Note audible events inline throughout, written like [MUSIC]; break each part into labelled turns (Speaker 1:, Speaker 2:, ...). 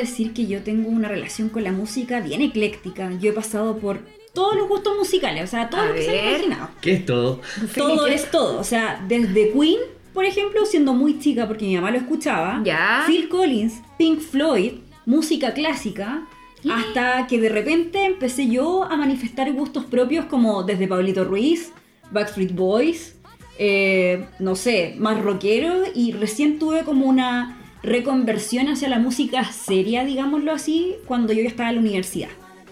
Speaker 1: decir que yo tengo una relación con la música bien ecléctica. Yo he pasado por todos los gustos musicales, o sea, todo
Speaker 2: A
Speaker 1: lo que se
Speaker 2: ver.
Speaker 1: han imaginado.
Speaker 3: ¿Qué es todo?
Speaker 1: Todo es todo, o sea, desde Queen, por ejemplo, siendo muy chica porque mi mamá lo escuchaba,
Speaker 2: Ya.
Speaker 1: Phil Collins, Pink Floyd, música clásica, hasta que de repente empecé yo a manifestar gustos propios como desde Pablito Ruiz, Backstreet Boys, eh, no sé, más rockero y recién tuve como una reconversión hacia la música seria, digámoslo así, cuando yo ya estaba en la universidad.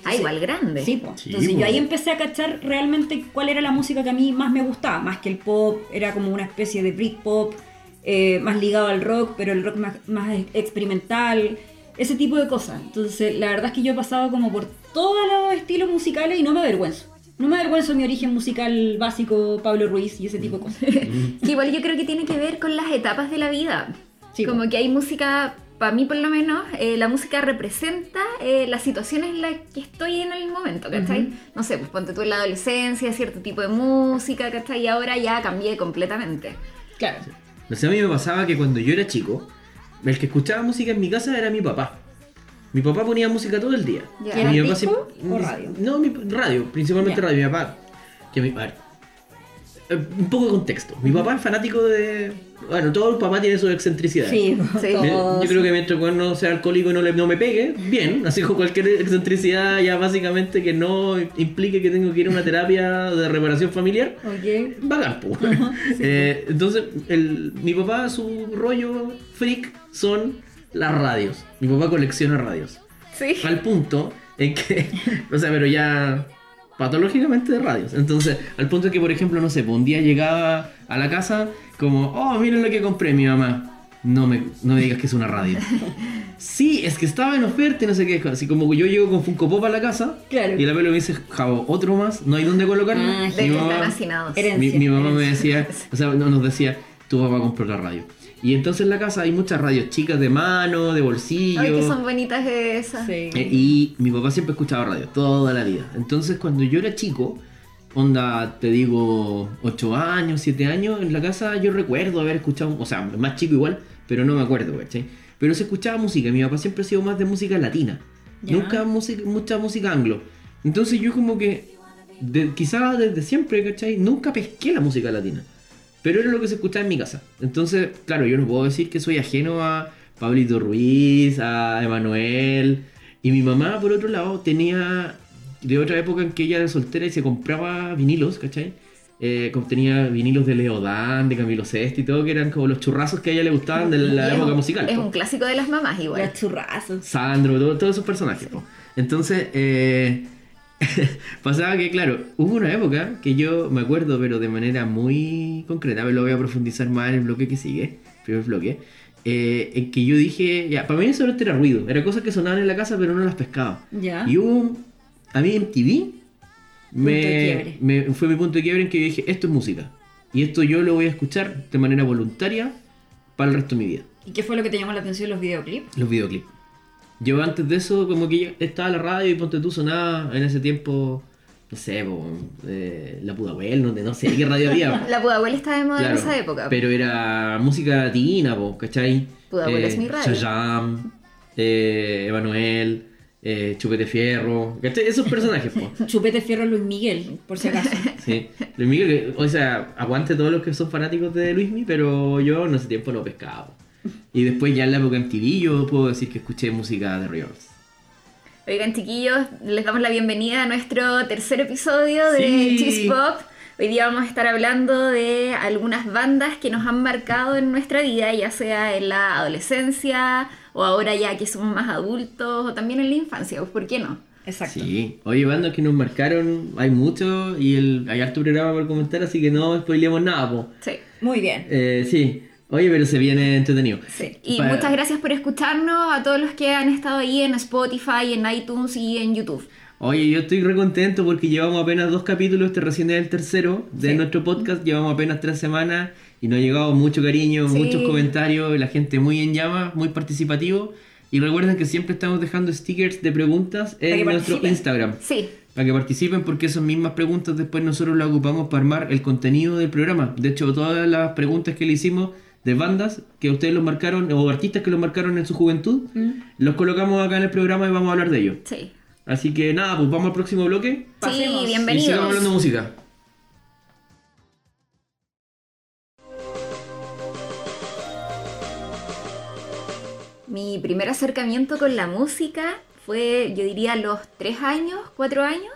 Speaker 2: Ah, igual grande.
Speaker 1: Sí, po.
Speaker 3: Sí,
Speaker 1: entonces
Speaker 3: po.
Speaker 1: yo ahí empecé a cachar realmente cuál era la música que a mí más me gustaba, más que el pop, era como una especie de Britpop, eh, más ligado al rock, pero el rock más, más ex- experimental, ese tipo de cosas. Entonces la verdad es que yo he pasado como por todos los estilos musicales y no me avergüenzo. No me avergüenzo de mi origen musical básico, Pablo Ruiz y ese tipo de cosas. [LAUGHS]
Speaker 2: Que igual yo creo que tiene que ver con las etapas de la vida.
Speaker 1: Sí.
Speaker 2: Como que hay música, para mí por lo menos, eh, la música representa eh, la situación en la que estoy en el momento, ¿cachai? No sé, pues ponte tú en la adolescencia, cierto tipo de música, ¿cachai? Y ahora ya cambié completamente.
Speaker 1: Claro.
Speaker 3: No sé, a mí me pasaba que cuando yo era chico, el que escuchaba música en mi casa era mi papá. Mi papá ponía música todo el día.
Speaker 2: Ya.
Speaker 3: Y
Speaker 2: ¿Era
Speaker 3: mi papá
Speaker 1: disco
Speaker 3: siempre-
Speaker 1: o radio?
Speaker 3: No, mi, radio, principalmente
Speaker 1: Ya.
Speaker 3: radio. Mi papá, que mi, a ver, eh, un poco de contexto. Mi papá es fanático de... Bueno, todos los papás tienen sus excentricidades.
Speaker 1: Sí,
Speaker 2: Sí.
Speaker 3: Me-
Speaker 1: todos.
Speaker 3: Yo creo que mientras cuando no sea alcohólico y no, le, no me pegue, bien. Así que cualquier excentricidad ya básicamente que no implique que tengo que ir a una terapia de reparación familiar,
Speaker 1: Ok.
Speaker 3: bacán, po. Eh, entonces, el- mi papá, su rollo freak son las radios. Mi papá colecciona radios.
Speaker 2: Sí.
Speaker 3: Al punto en que, [LAUGHS] o sea, pero ya patológicamente de radios. Entonces, al punto en que, por ejemplo, no sé, un día llegaba a la casa como, oh, miren lo que compré mi mamá. No me, no me digas que es
Speaker 1: [LAUGHS]
Speaker 3: una radio. Sí, es que estaba en oferta y no sé qué. Así como yo llego con Funko Pop a la casa
Speaker 1: Claro.
Speaker 3: y la pelo me dice, Javo, otro más, no hay dónde colocarlo.
Speaker 1: Ah,
Speaker 3: Mi
Speaker 2: De que
Speaker 3: mamá-
Speaker 2: están hacinados.
Speaker 1: Era-
Speaker 3: mi,
Speaker 1: Herencia,
Speaker 3: mi mamá me
Speaker 1: herencia.
Speaker 2: [LAUGHS]
Speaker 3: decía, o sea, no, nos decía, tu papá compró la radio. Y entonces en la casa hay muchas radios chicas de mano, de bolsillo.
Speaker 2: Ay, que son bonitas esas.
Speaker 1: Sí.
Speaker 3: Eh, y mi papá siempre escuchaba radio, toda la vida. Entonces cuando yo era chico, onda, te digo, 8 años, 7 años, en la casa yo recuerdo haber escuchado, o sea, más chico igual, pero no me acuerdo, ¿cachai? Pero se escuchaba música, mi papá siempre ha sido más de música latina,
Speaker 1: Ya.
Speaker 3: nunca música, mucha música anglo. Entonces yo como que, de, quizá desde siempre, ¿cachai? Nunca pesqué la música latina. Pero era lo que se escuchaba en mi casa. Entonces, claro, yo no puedo decir que soy ajeno a Pablito Ruiz, a Emanuel. Y mi mamá, por otro lado, tenía de otra época en que ella era soltera y se compraba vinilos, ¿cachai? Eh, como tenía vinilos de Leodán, de Camilo Sesto y todo, que eran como los churrazos que a ella le gustaban de la
Speaker 2: Y es
Speaker 3: época
Speaker 2: un-
Speaker 3: musical.
Speaker 2: Es
Speaker 3: po.
Speaker 2: un clásico de las mamás igual.
Speaker 1: Los churrazos.
Speaker 3: Sandro, todo- todos esos personajes. po. Entonces, eh, [LAUGHS] pasaba que, claro, hubo una época que yo me acuerdo, pero de manera muy concreta, pero lo voy a profundizar más en el bloque que sigue, primer bloque, eh, en que yo dije, ya, para mí eso no era ruido, era cosas que sonaban en la casa, pero no las pescaba.
Speaker 1: Ya.
Speaker 3: Y hubo, un- a mí MTV
Speaker 1: quiebre.
Speaker 3: me, me- fue mi punto de quiebre en que yo dije, esto es música. Y esto yo lo voy a escuchar de manera voluntaria para el resto de mi vida
Speaker 1: ¿Y qué fue lo que te llamó la atención de los videoclips?
Speaker 3: los videoclips. Yo antes de eso, como que ya estaba la radio y ponte tú sonaba en ese tiempo, no sé, po, eh, la Pudahuel, no, no sé qué
Speaker 2: [LAUGHS]
Speaker 3: radio había.
Speaker 2: La Pudahuel estaba de moda
Speaker 3: Claro,
Speaker 2: en esa época.
Speaker 3: Pero era música latina, po, ¿cachai? Eh,
Speaker 2: Pudahuel es mi radio.
Speaker 3: Shazam, eh, Emanuel, eh, Chupete Fierro, ¿cachai? Esos
Speaker 2: [LAUGHS]
Speaker 3: personajes, po.
Speaker 1: Chupete Fierro Luis Miguel, por si acaso.
Speaker 3: Sí. Luis Miguel, o sea, aguante todos los que son fanáticos de Luismi, pero yo en ese tiempo no pescaba. Y después ya en la época MTV yo puedo decir que escuché música de Rivers.
Speaker 2: Oigan, chiquillos, les damos la bienvenida a nuestro tercer episodio de
Speaker 3: Sí.
Speaker 2: Cheese Pop. Hoy día vamos a estar hablando de algunas bandas que nos han marcado en nuestra vida, ya sea en la adolescencia o ahora ya que somos más adultos o también en la infancia, pues, ¿por qué no?
Speaker 1: Exacto.
Speaker 3: Sí. Oye, bandas que nos marcaron, hay mucho y el, hay harto programa por comentar, así que no spoileamos nada, po.
Speaker 2: Sí.
Speaker 1: Muy bien.
Speaker 3: Eh, sí. Oye, pero se viene entretenido.
Speaker 2: Sí. Y
Speaker 3: Para-
Speaker 2: muchas gracias por escucharnos a todos los que han estado ahí en Spotify, en iTunes y en YouTube.
Speaker 3: Oye, yo estoy re contento porque llevamos apenas dos capítulos, este recién es el tercero de nuestro podcast, llevamos apenas tres semanas y nos ha llegado mucho cariño,
Speaker 2: Sí.
Speaker 3: muchos comentarios, y la gente muy en llamas, muy participativo. Y recuerden que siempre estamos dejando stickers de preguntas
Speaker 1: que
Speaker 3: en nuestro
Speaker 1: participen.
Speaker 3: Instagram.
Speaker 2: Sí,
Speaker 3: Para que participen porque esas mismas preguntas después nosotros las ocupamos para armar el contenido del programa. De hecho, todas las preguntas que le hicimos de bandas que ustedes los marcaron o artistas que los marcaron en su juventud.
Speaker 1: Mm.
Speaker 3: Los colocamos acá en el programa y vamos a hablar de ellos.
Speaker 2: Sí.
Speaker 3: Así que nada, pues vamos al próximo bloque
Speaker 1: Pasemos.
Speaker 2: Sí,
Speaker 3: y sigamos
Speaker 2: bienvenidos.
Speaker 3: hablando de música.
Speaker 2: Mi primer acercamiento con la música fue, yo diría, a los tres años, cuatro años.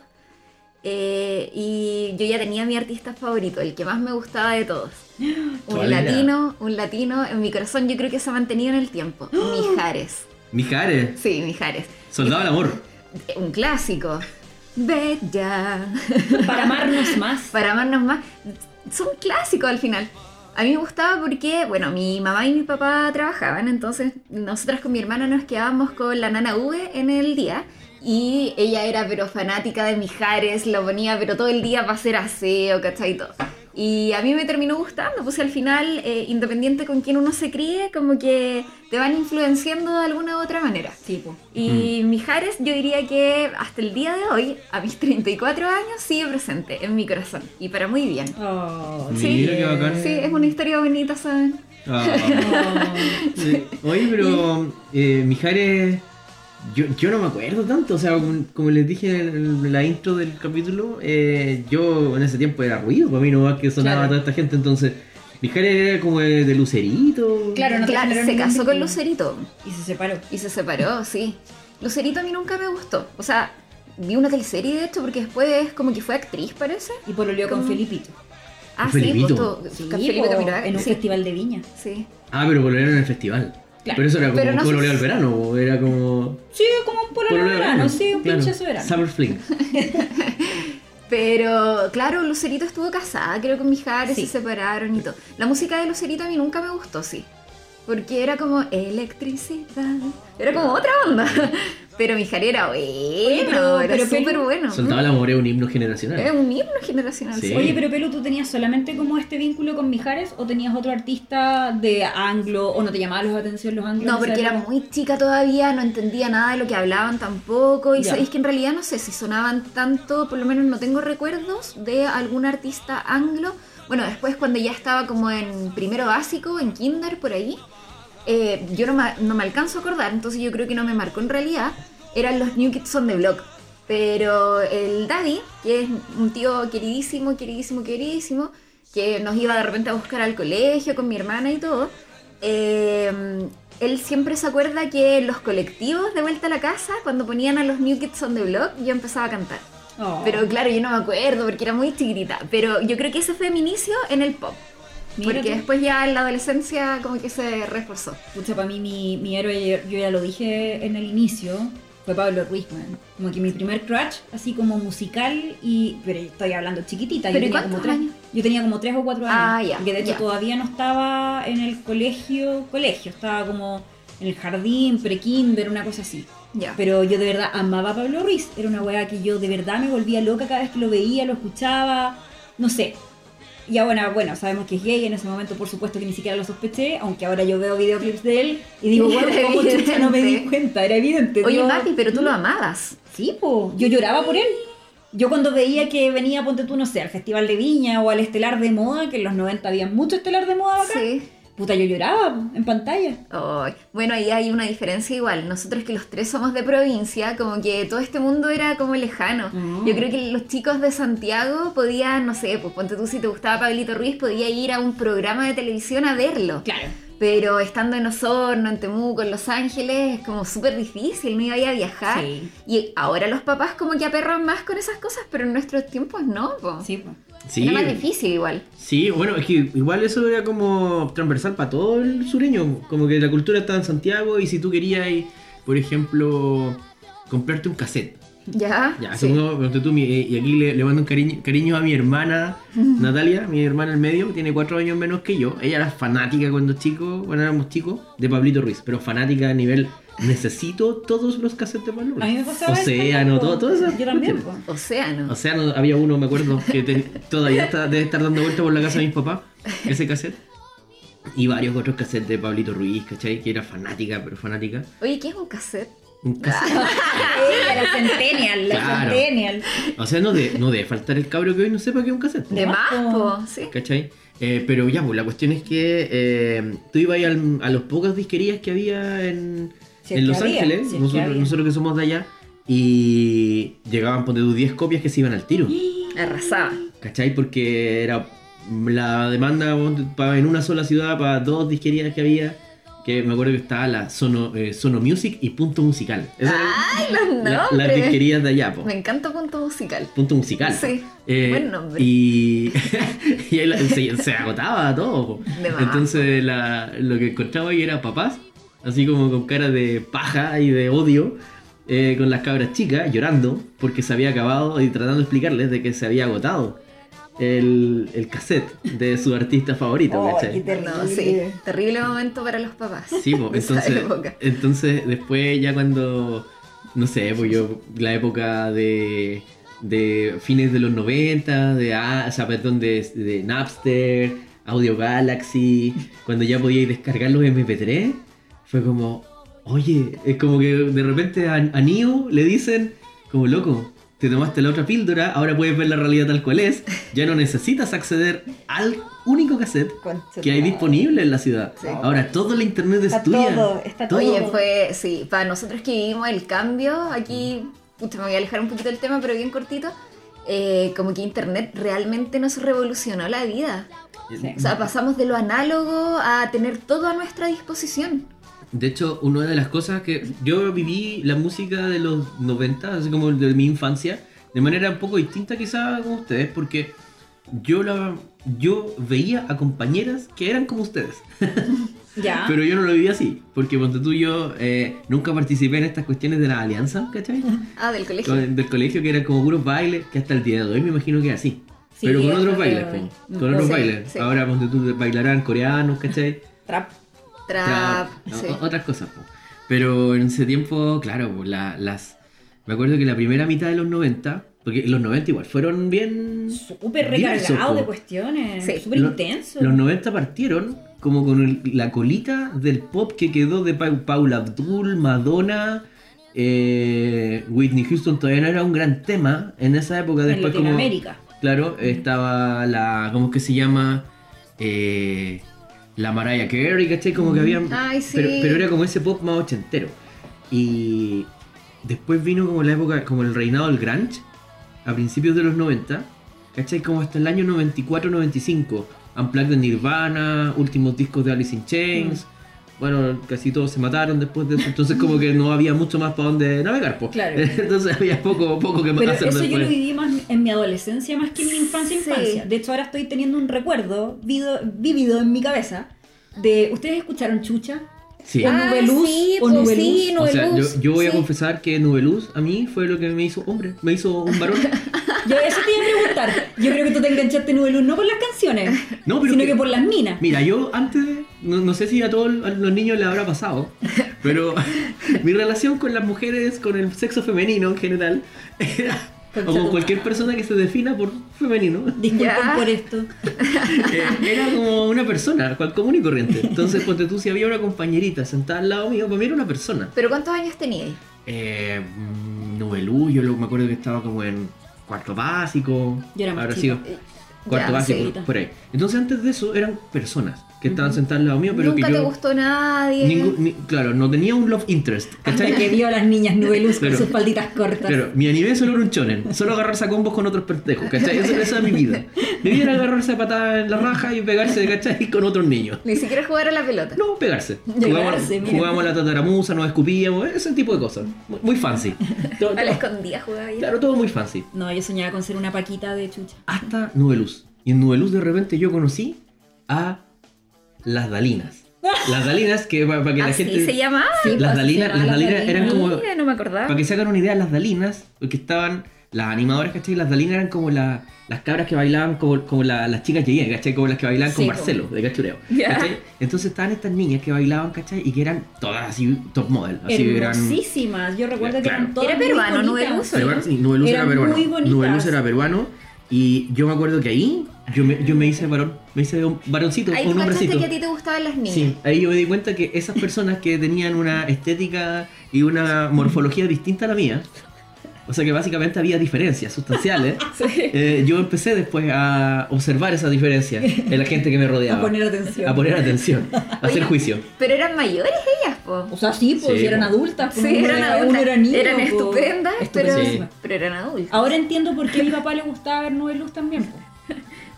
Speaker 2: Eh, y yo ya tenía mi artista favorito, el que más me gustaba de todos. Un
Speaker 3: ¿Cuál era?
Speaker 2: latino, un latino. En mi corazón yo creo que se ha mantenido en el tiempo. Mijares.
Speaker 3: Mijares,
Speaker 2: Sí, Mijares.
Speaker 3: soldado del amor.
Speaker 2: Eh, Un clásico. Bella.
Speaker 1: Para amarnos más.
Speaker 2: Para amarnos más. Son clásicos al final. A mí me gustaba porque, bueno, mi mamá y mi papá trabajaban, entonces nosotras con mi hermana nos quedábamos con la nana V en el día. Y ella era pero fanática de Mijares, lo ponía pero todo el día para hacer aseo, ¿cachai? Y todo. Y a mí me terminó gustando, pues al final, eh, independiente con quién uno se críe, como que te van influenciando de alguna u otra manera.
Speaker 1: Sí, po.
Speaker 2: Y Mijares, yo diría que hasta el día de hoy, a mis 34 años, sigue presente en mi corazón. Y para muy bien.
Speaker 1: Oh,
Speaker 3: Mira
Speaker 2: Sí.
Speaker 3: qué bacán.
Speaker 2: Sí, es una historia bonita, ¿saben?
Speaker 3: Ah.
Speaker 1: oh.
Speaker 3: Sí. Oye, pero eh, Mijares, yo, yo no me acuerdo tanto, o sea, como, como les dije en la intro del capítulo, eh, yo en ese tiempo era ruido, para mí no más que sonaba
Speaker 1: Claro.
Speaker 3: toda esta gente, entonces Mijares era como de, de lucerito.
Speaker 1: Claro, no te
Speaker 2: Claro,
Speaker 1: generaron
Speaker 2: se
Speaker 1: ningún
Speaker 2: casó con
Speaker 1: vínculo.
Speaker 2: Lucerito
Speaker 1: Y se separó.
Speaker 2: y se separó, sí. Lucerito a mí nunca me gustó. O sea, vi una teleserie de esto porque después como que fue actriz, parece.
Speaker 1: Y pololeó con
Speaker 2: ¿Cómo?
Speaker 1: Felipito.
Speaker 2: Ah,
Speaker 3: Con
Speaker 2: Mm. sí,
Speaker 3: Felipito.
Speaker 2: pues,
Speaker 1: Sí,
Speaker 2: tú- con Felipe
Speaker 1: po,
Speaker 2: Camiroaga,
Speaker 1: en un
Speaker 2: sí,
Speaker 1: festival de viña.
Speaker 2: sí.
Speaker 3: Ah, pero pololearon en el festival.
Speaker 1: Claro.
Speaker 3: Pero eso era como
Speaker 2: Pero no
Speaker 3: como
Speaker 2: sé
Speaker 3: al
Speaker 2: si-
Speaker 3: verano, era como...
Speaker 1: Sí, como un pololeo
Speaker 3: pololeo
Speaker 1: de verano, sí, un
Speaker 3: claro.
Speaker 1: pinchazo de verano.
Speaker 3: Summer fling.
Speaker 2: [LAUGHS] Pero claro, Lucerito estuvo casada, creo que con Mijares
Speaker 1: Sí.
Speaker 2: se separaron y todo. La música de Lucerito a mí nunca me gustó, sí. Porque era como electricidad. Era como otra onda. [LAUGHS] Pero Mijares era bueno,
Speaker 1: pero-
Speaker 2: era
Speaker 1: pero
Speaker 2: súper
Speaker 1: Pelu-
Speaker 2: bueno.
Speaker 3: Soldado del amor es un himno
Speaker 2: Mm.
Speaker 3: generacional.
Speaker 2: Es un himno generacional.
Speaker 3: Sí.
Speaker 2: sí.
Speaker 1: Oye, pero Pelu, ¿tú tenías solamente como este vínculo con Mijares o tenías otro artista de anglo o no te llamaba la atención los anglos?
Speaker 2: No,
Speaker 1: en esa
Speaker 2: porque era
Speaker 1: época?
Speaker 2: muy chica todavía, no entendía nada de lo que hablaban tampoco. Y
Speaker 1: Ya.
Speaker 2: sabéis que en realidad no sé si sonaban tanto, por lo menos no tengo recuerdos de algún artista anglo. Bueno, después cuando ya estaba como en primero básico, en kinder, por ahí, eh, yo no me, no me alcanzo a acordar, entonces yo creo que no me marcó en realidad. Eran los New Kids on the Block. Pero el Daddy, que es un tío queridísimo, queridísimo, queridísimo, que nos iba de repente a buscar al colegio con mi hermana y todo, eh, él siempre se acuerda que los colectivos de vuelta a la casa, cuando ponían a los New Kids on the Block, yo empezaba a cantar.
Speaker 1: Oh,
Speaker 2: Pero claro, yo no me acuerdo porque era muy chiquitita. Pero yo creo que ese fue mi inicio en el pop.
Speaker 1: mira
Speaker 2: porque
Speaker 1: tú.
Speaker 2: después ya en la adolescencia como que se reforzó.
Speaker 1: Pucha, para mí mi, mi héroe, yo ya lo dije en el inicio, fue Pablo Ruizman. Como que mi primer crush, así como musical, y pero estoy hablando chiquitita, yo
Speaker 2: ¿Pero
Speaker 1: tenía,
Speaker 2: cuántos
Speaker 1: como tres,
Speaker 2: años?
Speaker 1: yo tenía como tres o cuatro años.
Speaker 2: Ah, ya,
Speaker 1: Que de hecho
Speaker 2: ya.
Speaker 1: todavía no estaba en el colegio, colegio, estaba como en el jardín, pre-kinder, una cosa así.
Speaker 2: Ya.
Speaker 1: Pero yo de verdad amaba a Pablo Ruiz. Era una weá que yo de verdad me volvía loca cada vez que lo veía, lo escuchaba, no sé. Y ahora, bueno, sabemos que es gay, en ese momento por supuesto que ni siquiera lo sospeché, aunque ahora yo veo videoclips de él y digo,
Speaker 2: Era [LAUGHS]
Speaker 1: bueno, ¿cómo chucha no me di
Speaker 2: evidente.
Speaker 1: cuenta? Era evidente.
Speaker 2: Oye,
Speaker 1: yo-
Speaker 2: papi, pero tú lo amabas.
Speaker 1: Sí, po, yo lloraba por él. Yo cuando veía que venía, ponte tú, no sé, al Festival de Viña o al Estelar de Moda, que en los 90 había mucho Estelar de Moda acá,
Speaker 2: Sí.
Speaker 1: puta, yo lloraba po, en pantalla.
Speaker 2: Ay, bueno, ahí hay una diferencia igual. Nosotros que los tres somos de provincia, como que todo este mundo era como lejano.
Speaker 1: Mm.
Speaker 2: Yo creo que los chicos de Santiago podían, no sé, pues ponte tú si te gustaba Pablito Ruiz, podía ir a un programa de televisión a verlo.
Speaker 1: Claro.
Speaker 2: Pero estando en Osorno, en Temuco, en Los Ángeles, es como súper difícil, no iba a ir a viajar.
Speaker 1: Sí.
Speaker 2: Y ahora los papás como que aperran más con esas cosas, pero en nuestros tiempos no, po.
Speaker 1: Sí, po.
Speaker 3: Sí.
Speaker 2: Era más difícil igual.
Speaker 3: Sí, bueno, es que igual eso era como transversal para todo el sureño. Como que la cultura estaba en Santiago y si tú querías, por ejemplo, comprarte un cassette.
Speaker 2: ¿Ya?
Speaker 3: Ya,
Speaker 2: Sí.
Speaker 3: supongo, ponte tú, mi- eh, y aquí le, le mando un cariño, cariño a mi hermana Natalia, mi hermana en medio, que tiene cuatro años menos que yo. Ella era fanática cuando chico, cuando éramos chicos, de Pablito Ruiz, pero fanática a nivel necesito todos los cassettes de Pablo Ruiz.
Speaker 1: A mí me pasaba eso
Speaker 3: Océano,
Speaker 1: también, po.
Speaker 3: todo, todo eso.
Speaker 1: Yo
Speaker 3: [LAUGHS]
Speaker 1: también, po.
Speaker 2: Océano.
Speaker 3: O sea, no- había uno, me acuerdo, que te- todavía está- debe estar dando vuelta por la casa de mis papás, ese cassette. Y varios otros cassettes de Pablito Ruiz, ¿cachai? Que era fanática, pero fanática.
Speaker 2: Oye, ¿qué es un cassette?
Speaker 3: Un
Speaker 1: [LAUGHS]
Speaker 3: cassette.
Speaker 1: Ella,
Speaker 3: [LAUGHS]
Speaker 1: la Centennial, la
Speaker 3: Claro.
Speaker 1: Centennial.
Speaker 3: O sea, no de, no debe faltar el cabro que hoy no sepa que es un cassette.
Speaker 2: De
Speaker 1: más,
Speaker 2: más,
Speaker 1: po.
Speaker 2: po, sí.
Speaker 3: ¿Cachai? Eh, pero ya, pues la cuestión es que eh, tú ibas ahí al- a las pocas disquerías que había en,
Speaker 1: Si es
Speaker 3: en
Speaker 1: que
Speaker 3: Los
Speaker 1: había,
Speaker 3: Ángeles,
Speaker 1: si es que
Speaker 3: nosotros,
Speaker 1: había.
Speaker 3: nosotros que somos de allá, y llegaban, ponte tú, 10 copias que se iban al tiro.
Speaker 2: Arrasaba.
Speaker 3: ¿Cachai? Porque era la demanda pa- en una sola ciudad para dos disquerías que había. Que me acuerdo que estaba la Sono, eh, Sono Music y Punto Musical. Esas eran
Speaker 2: ¡Ay, los
Speaker 3: la-
Speaker 2: nombres!
Speaker 3: las disquerías de allá, po.
Speaker 2: Me encanta punto musical.
Speaker 3: Punto Musical.
Speaker 2: Sí,
Speaker 3: Eh,
Speaker 2: buen nombre.
Speaker 3: Y, [LAUGHS] y ahí la- se, se agotaba todo. po.
Speaker 2: De más.
Speaker 3: Entonces la- lo que encontraba ahí era papás, así como con cara de paja y de odio, eh, con las cabras chicas llorando porque se había acabado y tratando de explicarles de que se había agotado el, el cassette de su artista favorito.
Speaker 1: Oh,
Speaker 3: ¿cachai?
Speaker 1: qué terrible.
Speaker 2: No, sí. Terrible momento para los papás.
Speaker 3: Sí,
Speaker 2: [LAUGHS]
Speaker 3: po,
Speaker 2: de esa
Speaker 3: entonces,
Speaker 2: época.
Speaker 3: entonces después ya cuando, no sé, pues yo, la época de, de fines de los 90, de, A- o sea, perdón, de, de Napster, Audio Galaxy, cuando ya podíais descargar los MP3, fue como, oye, es como que de repente a, a Neo le dicen, como loco. Te tomaste la otra píldora, ahora puedes ver la realidad tal cual es. Ya no necesitas acceder al único cassette
Speaker 1: Concha
Speaker 3: que hay
Speaker 1: tu madre.
Speaker 3: disponible en la ciudad.
Speaker 2: Sí.
Speaker 3: Ahora todo el internet es
Speaker 1: Está
Speaker 3: tuya.
Speaker 1: todo, está todo.
Speaker 2: Oye, fue, sí, para nosotros que vivimos el cambio, aquí, pucha, me voy a alejar un poquito del tema, pero bien cortito, eh, como que Internet realmente nos revolucionó la vida.
Speaker 1: Sí.
Speaker 2: O sea, pasamos de lo análogo a tener todo a nuestra disposición.
Speaker 3: De hecho, una de las cosas que yo viví la música de los 90, así como de mi infancia, de manera un poco distinta quizá como ustedes, porque yo la yo veía a compañeras que eran como ustedes,
Speaker 1: Ya.
Speaker 3: pero yo no lo vivía así, porque ponte tú yo eh, nunca participé en estas cuestiones de la alianza, ¿cachai?
Speaker 2: Ah, del colegio.
Speaker 3: Con- del colegio que eran como puros bailes, que hasta el día de hoy me imagino que es así.
Speaker 1: Sí,
Speaker 3: pero con
Speaker 1: hasta
Speaker 3: otros
Speaker 1: el día
Speaker 3: bailes,
Speaker 1: de hoy.
Speaker 3: po, con otros
Speaker 2: Sí,
Speaker 3: bailes.
Speaker 2: sí.
Speaker 3: Ahora ponte tú bailarán coreanos, ¿cachai?
Speaker 1: Trap.
Speaker 2: Trap,
Speaker 3: Trap,
Speaker 2: sí.
Speaker 3: o- otras cosas. po. Pero en ese tiempo, claro, po, la- las... Me acuerdo que la primera mitad de los 90, porque los 90 igual fueron bien...
Speaker 1: Súper
Speaker 3: Diverso,
Speaker 1: recargado
Speaker 3: po.
Speaker 1: de cuestiones.
Speaker 2: Sí.
Speaker 1: Súper
Speaker 3: Lo-
Speaker 1: intenso.
Speaker 3: Los 90 partieron como con el- la colita del pop que quedó de Pa- Paula Abdul, Madonna, eh, Whitney Houston todavía no era un gran tema en esa época.
Speaker 1: en
Speaker 3: Después como...
Speaker 1: Latinoamérica.
Speaker 3: Claro, estaba la. ¿Cómo es que se llama? Eh, la Mariah Carey, ¿cachai? Como que había.
Speaker 2: Ay, sí.
Speaker 3: pero, pero era como ese pop más ochentero. Y después vino como la época, como el reinado del Grunge, a principios de los 90, ¿cachai? Como hasta el año 94-95. Unplugged de Nirvana, últimos discos de Alice in Chains.
Speaker 1: Mm.
Speaker 3: Bueno, casi todos se mataron después de eso. Entonces, como que no había mucho más para donde navegar, po.
Speaker 1: Claro.
Speaker 3: [LAUGHS] Entonces, había poco, poco que
Speaker 1: Pero
Speaker 3: hacer
Speaker 1: eso yo
Speaker 3: después.
Speaker 1: lo viví más en mi adolescencia más que en mi infancia e
Speaker 2: Sí.
Speaker 1: infancia. De hecho, ahora estoy teniendo un recuerdo vido- vívido en mi cabeza de. ¿Ustedes escucharon Chucha?
Speaker 3: Sí.
Speaker 1: O Nube Luz,
Speaker 2: sí,
Speaker 1: o
Speaker 2: pues,
Speaker 1: Nube
Speaker 2: sí,
Speaker 3: O
Speaker 2: Nube
Speaker 3: sea, yo,
Speaker 2: Luz,
Speaker 3: yo voy a
Speaker 2: sí.
Speaker 3: confesar que Nubeluz a mí fue lo que me hizo hombre, me hizo un varón.
Speaker 1: Yo eso te iba a preguntar. Yo creo que tú te enganchaste en Nube Luz no por las canciones,
Speaker 3: [LAUGHS] No, pero
Speaker 1: sino
Speaker 3: que-
Speaker 1: que por las minas.
Speaker 3: Mira, yo antes, de- no, no sé si a todos los niños les habrá pasado, pero mi relación con las mujeres, con el sexo femenino en general, era- o con cualquier persona que se defina por femenino,
Speaker 1: Disculpen
Speaker 2: Ya.
Speaker 1: por esto.
Speaker 3: eh, era como una persona, cual- común y corriente. Entonces, ponte tú, si había una compañerita sentada al lado mío, para mí era una persona.
Speaker 2: ¿Pero cuántos años teníais?
Speaker 3: Eh, mm, Nubeluz, yo lo- me acuerdo que estaba como en cuarto básico.
Speaker 1: Yo era más
Speaker 3: Habrá
Speaker 1: chica.
Speaker 3: sido cuarto
Speaker 2: Ya,
Speaker 3: básico,
Speaker 1: seguita.
Speaker 3: por ahí. Entonces antes de eso eran personas que estaban sentadas al lado mío, pero
Speaker 2: Nunca
Speaker 3: que
Speaker 2: te
Speaker 3: yo...
Speaker 2: gustó nadie.
Speaker 3: ningún- ni- claro, no tenía un love interest.
Speaker 1: Hasta
Speaker 3: ¿Cachai?
Speaker 1: que vio a las niñas Nube Luz con
Speaker 3: Claro.
Speaker 1: sus falditas cortas.
Speaker 3: [LAUGHS] Claro, mi anime solo era un chonen, solo agarrarse a combos con otros pertejos, ¿cachai? Eso- Esa es mi vida. Mi vida era agarrarse a patadas en la raja y pegarse, ¿cachai? [LAUGHS] Con otros niños.
Speaker 2: Ni siquiera jugar a la pelota.
Speaker 3: No, pegarse.
Speaker 1: Ya,
Speaker 3: Jugábamos,
Speaker 1: pegarse, mira.
Speaker 3: jugábamos a la tataramusa, nos escupíamos, ese tipo de cosas. Muy,
Speaker 1: [LAUGHS]
Speaker 3: muy fancy. Todo-
Speaker 2: A la
Speaker 3: todo-
Speaker 2: escondida jugaba yo.
Speaker 3: claro, todo muy fancy.
Speaker 1: No, yo soñaba con ser una paquita de Chucha.
Speaker 3: hasta Nubeluz. Y en Nubeluz de repente yo conocí a las Dalinas. Las Dalinas que para, que la
Speaker 2: Así
Speaker 3: gente...
Speaker 2: se llamaba.
Speaker 3: Las Dalinas, las Dalinas eran como...
Speaker 2: Mira, no me acordaba.
Speaker 3: Para que se hagan una idea, las Dalinas, porque estaban las animadoras, ¿cachai? Las Dalinas eran como la- las cabras que bailaban, como, como la- las chicas que ¿cachai? Como las que bailaban con
Speaker 1: Sí,
Speaker 3: Marcelo, de cachureo.
Speaker 2: Ya.
Speaker 3: ¿cachai? Entonces estaban estas niñas que bailaban, ¿cachai? Y que eran todas así top model. Así eran...
Speaker 1: Hermosísimas. Yo recuerdo que
Speaker 3: Claro.
Speaker 1: eran todas.
Speaker 2: Era
Speaker 1: muy
Speaker 2: peruano, ¿eh? Nube
Speaker 1: bonitas.
Speaker 2: Luz, ¿o
Speaker 3: Perua- sí, Nubeluz era,
Speaker 1: Eran
Speaker 3: peruano.
Speaker 1: muy bonitas.
Speaker 3: Nubeluz era peruano. Y yo me acuerdo que ahí yo me, yo me hice varón. Me hice un varoncito,
Speaker 2: Ahí
Speaker 3: un
Speaker 2: tú cachaste
Speaker 3: hombrecito.
Speaker 2: que a ti te gustaban las niñas.
Speaker 3: Sí, ahí yo me di cuenta que esas personas que tenían una estética y una morfología distinta a la mía, O sea que básicamente había diferencias
Speaker 1: [LAUGHS]
Speaker 3: sustanciales. Eh, yo empecé después a observar esas diferencias en la gente que me rodeaba.
Speaker 1: A poner atención.
Speaker 3: A poner atención, a hacer
Speaker 2: Oye,
Speaker 3: juicio.
Speaker 1: [LAUGHS]
Speaker 2: Pero eran mayores ellas, po.
Speaker 1: O sea, sí, pues
Speaker 3: Sí,
Speaker 1: eran
Speaker 3: po.
Speaker 1: adultas. pues,
Speaker 2: Sí,
Speaker 1: uno
Speaker 2: eran
Speaker 1: era- uno
Speaker 2: adultas.
Speaker 1: era niño,
Speaker 2: eran
Speaker 1: po.
Speaker 2: estupendas, pero,
Speaker 1: Estupendísimas.
Speaker 2: pero eran adultas.
Speaker 1: pues. Ahora entiendo por qué a mi papá le gustaba ver novelos también.
Speaker 2: [LAUGHS]
Speaker 1: po.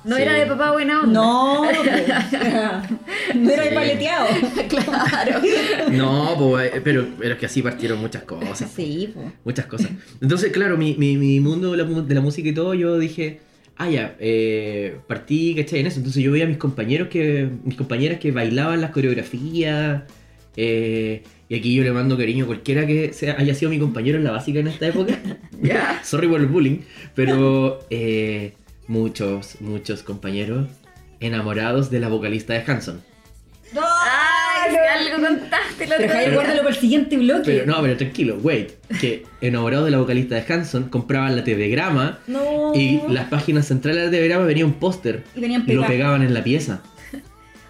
Speaker 2: No
Speaker 3: Sí.
Speaker 2: era de papá buena onda.
Speaker 1: No, po. O sea, no era el
Speaker 3: Sí.
Speaker 1: paleteado.
Speaker 2: [LAUGHS] claro.
Speaker 3: No, pues, eh, pero, pero es que así partieron muchas cosas.
Speaker 1: Sí, pues.
Speaker 3: Muchas cosas. Entonces, claro, mi, mi- mi mundo de la, mu- de la música y todo, yo dije, ah, ya, eh, partí, ¿cachai? En eso. Entonces yo veía a mis compañeros que, mis compañeras que bailaban las coreografías. eh, y aquí yo le mando cariño a cualquiera que sea, haya sido mi compañero en la básica en esta época.
Speaker 2: Ya.
Speaker 3: [LAUGHS] Sorry por el bullying, pero eh, muchos, muchos compañeros enamorados de la vocalista de Hanson.
Speaker 2: Ay, si algo contaste el otro
Speaker 1: Pero Javier,
Speaker 2: día.
Speaker 1: guárdalo para el siguiente bloque.
Speaker 3: Pero no, pero tranquilo, wait. Que enamorados de la vocalista de Hanson compraban la TV Grama
Speaker 1: No.
Speaker 3: Y las páginas centrales de verano venía un póster
Speaker 1: Y venían
Speaker 3: y lo
Speaker 1: pegadas.
Speaker 3: pegaban en la pieza.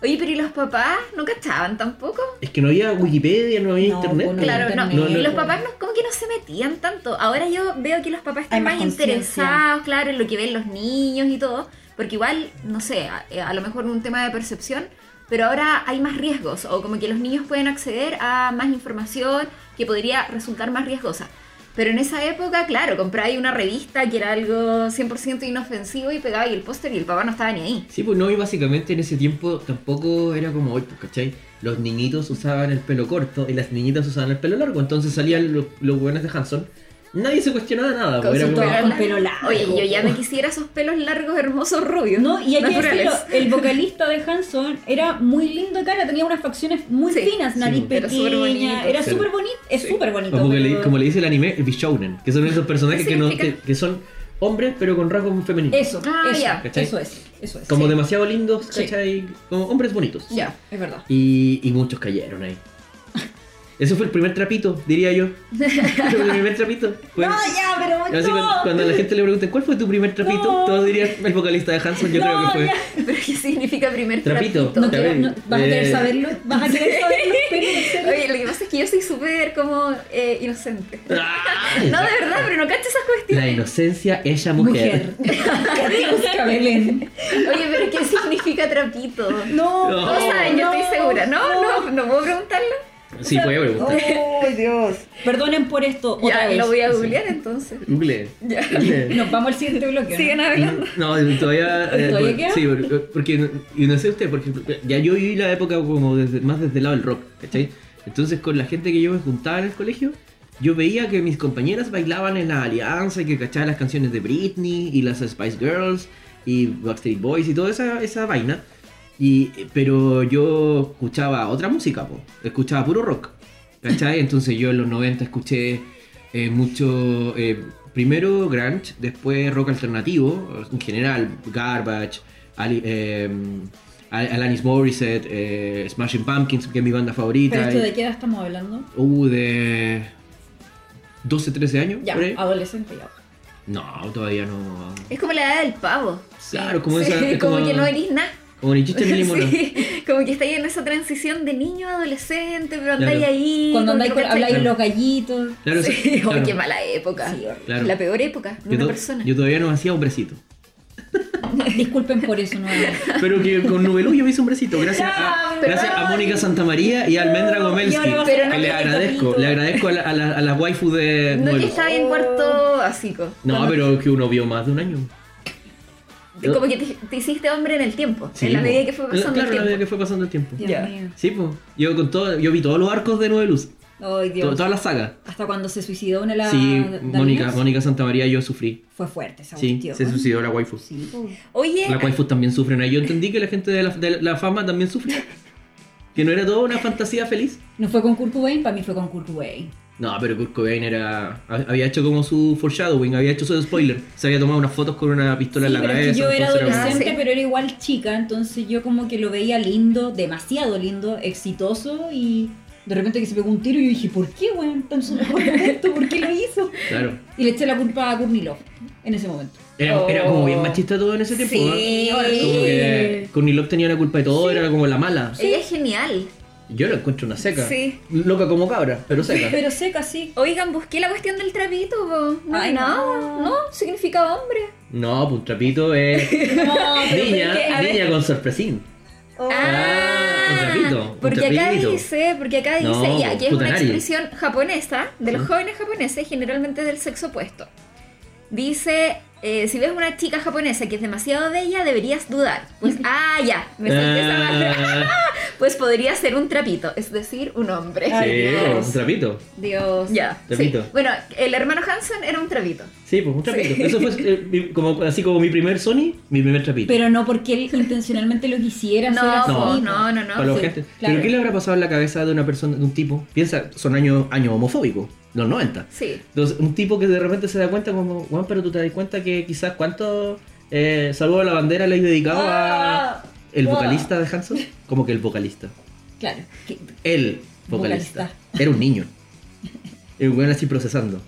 Speaker 2: Oye, pero ¿y los papás no cachaban tampoco?
Speaker 3: Es que no había Wikipedia, no había
Speaker 1: No,
Speaker 3: internet.
Speaker 1: pues No,
Speaker 2: Claro, no.
Speaker 1: internet.
Speaker 3: No, no.
Speaker 2: Los papás no, como que no se metían tanto. Ahora yo veo que los papás
Speaker 1: Hay
Speaker 2: están
Speaker 1: más
Speaker 2: más
Speaker 1: conciencia.
Speaker 2: interesados, claro, en lo que ven los niños y todo. Porque igual, no sé, a, eh, a lo mejor un tema de percepción, pero ahora hay más riesgos. O como que los niños pueden acceder a más información que podría resultar más riesgosa. Pero en esa época, claro, compráis una revista que era algo 100% inofensivo y pegaba y el póster y el papá no estaba ni ahí.
Speaker 3: Sí, pues no, y básicamente en ese tiempo tampoco era como hoy, pues, ¿cachai? Los niñitos usaban el pelo corto y las niñitas usaban el pelo largo. Entonces salían los, los hueones de Hanson. Nadie se cuestionaba nada.
Speaker 2: Con
Speaker 3: pues, era
Speaker 2: su
Speaker 3: como-
Speaker 1: Todos
Speaker 2: Pero-
Speaker 1: con pelo largo.
Speaker 2: Oye, yo ya me quisiera esos pelos largos, hermosos, rubios.
Speaker 1: No, y hay que
Speaker 2: naturales.
Speaker 1: decirlo, el vocalista de Hanson era muy lindo de cara, tenía unas facciones muy
Speaker 2: Sí.
Speaker 1: finas, nariz
Speaker 3: Sí,
Speaker 2: era súper
Speaker 1: pequeña,
Speaker 2: bonito.
Speaker 1: era
Speaker 3: Sí.
Speaker 1: súper bonito, es súper bonito.
Speaker 3: o como, le,
Speaker 1: pero-
Speaker 3: como le dice el anime, Bishounen. Que son esos personajes
Speaker 2: ¿Qué
Speaker 3: que, no, que,
Speaker 2: significa?
Speaker 3: que son hombres pero con rasgos femeninos.
Speaker 1: Eso,
Speaker 2: Ah,
Speaker 1: eso,
Speaker 2: ya.
Speaker 3: ¿Cachai?
Speaker 1: eso es, eso es.
Speaker 3: como
Speaker 1: sí.
Speaker 3: demasiado lindos,
Speaker 1: Sí.
Speaker 3: ¿cachai? Como hombres bonitos.
Speaker 1: Ya, es verdad.
Speaker 3: Y, y muchos cayeron ahí. Eso fue el primer trapito, diría yo. Fue el primer trapito. Fue-
Speaker 1: no, ya, pero
Speaker 3: Así
Speaker 1: no.
Speaker 3: cuando, cuando a la gente le pregunta ¿cuál fue tu primer trapito?
Speaker 1: No.
Speaker 3: Todos dirían el vocalista de Hanson, yo
Speaker 1: No,
Speaker 3: creo que fue.
Speaker 1: ya.
Speaker 2: [LAUGHS] ¿Pero qué significa primer
Speaker 3: Trapito.
Speaker 2: trapito?
Speaker 1: No quiero- no- vas a querer
Speaker 3: Eh,
Speaker 1: saberlo, vas a querer saberlo,
Speaker 3: [LAUGHS]
Speaker 1: pero en serio.
Speaker 2: Oye, lo que pasa es que yo soy súper como eh, inocente.
Speaker 3: ¡Ah!
Speaker 2: No, de verdad, pero no cacho esas
Speaker 3: [LAUGHS] La
Speaker 2: cuestiones.
Speaker 3: inocencia, ella mujer.
Speaker 1: Katy
Speaker 3: [LAUGHS]
Speaker 1: busca Belén.
Speaker 2: Oye, pero ¿qué significa trapito?
Speaker 1: No,
Speaker 3: No.
Speaker 2: No saben, yo estoy segura. No, no, no puedo preguntarlo.
Speaker 3: Sí, puede preguntar.
Speaker 1: Ay, Dios. Perdonen por esto otra
Speaker 2: Ya,
Speaker 1: vez.
Speaker 2: lo voy a googlear entonces.
Speaker 3: Google.
Speaker 2: Ya.
Speaker 3: Google.
Speaker 1: Nos vamos al siguiente bloque. ¿no?
Speaker 2: Sigan hablando.
Speaker 3: No, todavía. eh,
Speaker 1: ¿Todavía
Speaker 3: por-
Speaker 1: queda?
Speaker 3: sí, por- porque. Y no sé usted, porque ya yo viví la época como desde- más desde el lado del rock, ¿cachai? Entonces, con la gente que yo me juntaba en el colegio, yo veía que mis compañeras bailaban en la Alianza y que cachaban las canciones de Britney y las Spice Girls y Backstreet Boys y toda esa, esa vaina. Y, pero yo escuchaba otra música, po. escuchaba puro rock. ¿Cachai? Entonces yo en los 90 escuché eh, mucho. eh, primero grunge, después rock alternativo, en general, Garbage, Ali- eh, Al- Alanis Morissette, eh, Smashing Pumpkins, que es mi banda favorita.
Speaker 1: ¿Pero esto
Speaker 3: y-
Speaker 1: de qué edad estamos hablando?
Speaker 3: Uh, de 12, 13 años.
Speaker 1: Ya,
Speaker 3: por ahí.
Speaker 1: adolescente ya.
Speaker 3: No, todavía no.
Speaker 2: Es como la edad del pavo.
Speaker 3: Claro, Mm. como
Speaker 2: Sí, [LAUGHS]
Speaker 3: esa. es
Speaker 2: como que no eres nada.
Speaker 3: Como
Speaker 2: [LAUGHS]
Speaker 3: ni chicha ni limona.
Speaker 2: Sí, como que estáis en esa transición de niño a adolescente, pero andáis
Speaker 3: Claro.
Speaker 2: ahí.
Speaker 1: Cuando
Speaker 2: como que
Speaker 1: andáis con,
Speaker 2: no cacháis
Speaker 1: habláis
Speaker 3: Claro.
Speaker 1: los gallitos.
Speaker 3: Claro,
Speaker 2: Sí,
Speaker 3: sí,
Speaker 2: oh,
Speaker 3: claro.
Speaker 2: qué mala época.
Speaker 1: Sí, horrible.
Speaker 3: Claro.
Speaker 2: La peor época de
Speaker 3: Yo
Speaker 2: una
Speaker 3: to-
Speaker 2: persona.
Speaker 3: Yo todavía no hacía hombrecito.
Speaker 1: Disculpen por eso, no. Y
Speaker 3: Pero que con Nubelú yo me hice hombrecito. Gracias a,
Speaker 2: Ya, pero-
Speaker 3: gracias a Mónica Santamaría y a Almendra Gomelski.
Speaker 1: Y ahora vas a
Speaker 2: Pero
Speaker 3: Que
Speaker 2: no
Speaker 3: le
Speaker 2: te
Speaker 3: agradezco,
Speaker 1: capito.
Speaker 3: le agradezco a la, a la- a la waifu de
Speaker 2: No que
Speaker 3: Nubelú.
Speaker 2: estaba en cuarto básico.
Speaker 3: No,
Speaker 2: Cuando-
Speaker 3: pero que uno vio más de un año.
Speaker 2: Como que te, te hiciste hombre en el tiempo. en la
Speaker 3: po.
Speaker 2: medida que fue pasando
Speaker 3: Claro, en la
Speaker 2: el
Speaker 3: medida que
Speaker 2: tiempo.
Speaker 3: fue pasando el tiempo.
Speaker 1: Dios
Speaker 2: Ya.
Speaker 1: mío.
Speaker 3: Sí, pues. Yo, con todo, yo vi todos los arcos de Nubeluz.
Speaker 1: Ay,
Speaker 3: to-
Speaker 1: Dios.
Speaker 3: Todas las sagas.
Speaker 1: Hasta cuando se suicidó una de las.
Speaker 3: Sí,
Speaker 1: de- de
Speaker 3: Mónica,
Speaker 1: niñas.
Speaker 3: Mónica Santamaría yo sufrí.
Speaker 1: Fue fuerte esa
Speaker 3: Sí,
Speaker 1: cuestión.
Speaker 3: se suicidó la waifu.
Speaker 1: Sí, pues.
Speaker 2: Oye,
Speaker 3: La waifu también sufren. ahí. Yo entendí que la gente de la, de la fama también sufría. Que no era todo una fantasía feliz.
Speaker 1: No fue con Kurt Cobain, para mí fue con Kurt Cobain.
Speaker 3: No, pero Kurt Cobain era. ha- Había hecho como su foreshadowing, había hecho su spoiler. Se había tomado unas fotos con una pistola
Speaker 1: Sí,
Speaker 3: en la
Speaker 1: pero es
Speaker 3: cabeza.
Speaker 1: que yo era
Speaker 3: entonces como-
Speaker 1: adolescente,
Speaker 2: Ah, sí.
Speaker 1: pero era igual chica, entonces yo como que lo veía lindo, demasiado lindo, exitoso y de repente que se pegó un tiro y yo dije, ¿por qué, weón? Tan solo [LAUGHS] por esto, ¿por qué lo hizo?
Speaker 3: Claro.
Speaker 1: Y le eché la culpa a Courtney Love en ese momento.
Speaker 3: Era,
Speaker 2: Oh.
Speaker 3: era como bien machista todo en ese tiempo.
Speaker 1: Eh,
Speaker 2: Sí.
Speaker 3: ¿no? Como que Courtney Love tenía la culpa de todo, era como la mala.
Speaker 2: ella es genial.
Speaker 3: Yo la encuentro una seca.
Speaker 2: Sí.
Speaker 3: Loca como cabra, pero seca.
Speaker 1: Pero seca, sí.
Speaker 2: Oigan, busqué la cuestión del trapito, po. No,
Speaker 1: Ay,
Speaker 2: nada,
Speaker 1: no.
Speaker 2: no. significa hombre.
Speaker 3: No, pues un trapito es
Speaker 1: [LAUGHS] No, pero
Speaker 3: niña,
Speaker 1: porque, a ver,
Speaker 3: niña con sorpresín.
Speaker 1: oh,
Speaker 3: Ah, un trapito, un
Speaker 2: porque acá
Speaker 3: trapito.
Speaker 2: dice, porque acá
Speaker 3: No,
Speaker 2: dice, ya, que es una
Speaker 3: putanari.
Speaker 2: expresión japonesa de los
Speaker 3: ¿Mm?
Speaker 2: jóvenes japoneses, generalmente del sexo opuesto. Dice, eh, si ves una chica japonesa que es demasiado bella, deberías dudar.
Speaker 3: [LAUGHS]
Speaker 2: Pues, ah, ya, me salté esa parte.
Speaker 3: Ah,
Speaker 2: Pues podría ser un trapito, es decir, un hombre.
Speaker 1: Ay,
Speaker 3: sí,
Speaker 1: Dios.
Speaker 3: pues, un trapito.
Speaker 1: Dios.
Speaker 2: Ya, sí.
Speaker 3: Trapito.
Speaker 2: Bueno, el hermano Hanson era un trapito.
Speaker 3: Sí, pues un trapito. Eso fue eh, mi- como, así como mi primer Sony, mi primer trapito.
Speaker 1: Pero no porque él intencionalmente lo quisiera
Speaker 2: No,
Speaker 1: hacer así.
Speaker 2: no,
Speaker 3: No,
Speaker 2: no, no.
Speaker 3: Para los
Speaker 2: sí.
Speaker 3: gestos.
Speaker 1: claro.
Speaker 3: ¿Pero qué le habrá pasado en la cabeza de una persona, de un tipo? Piensa, son años años homofóbicos, los 90.
Speaker 2: Sí.
Speaker 3: Entonces, un tipo que de repente se da cuenta como, Juan, pero tú te das cuenta que quizás cuánto eh, saludo a la bandera le he dedicado a... ¿El
Speaker 1: Ah.
Speaker 3: vocalista de Hanson? Como que el vocalista.
Speaker 1: Claro. que-
Speaker 3: El vocalista. Era un niño. El weón así procesando.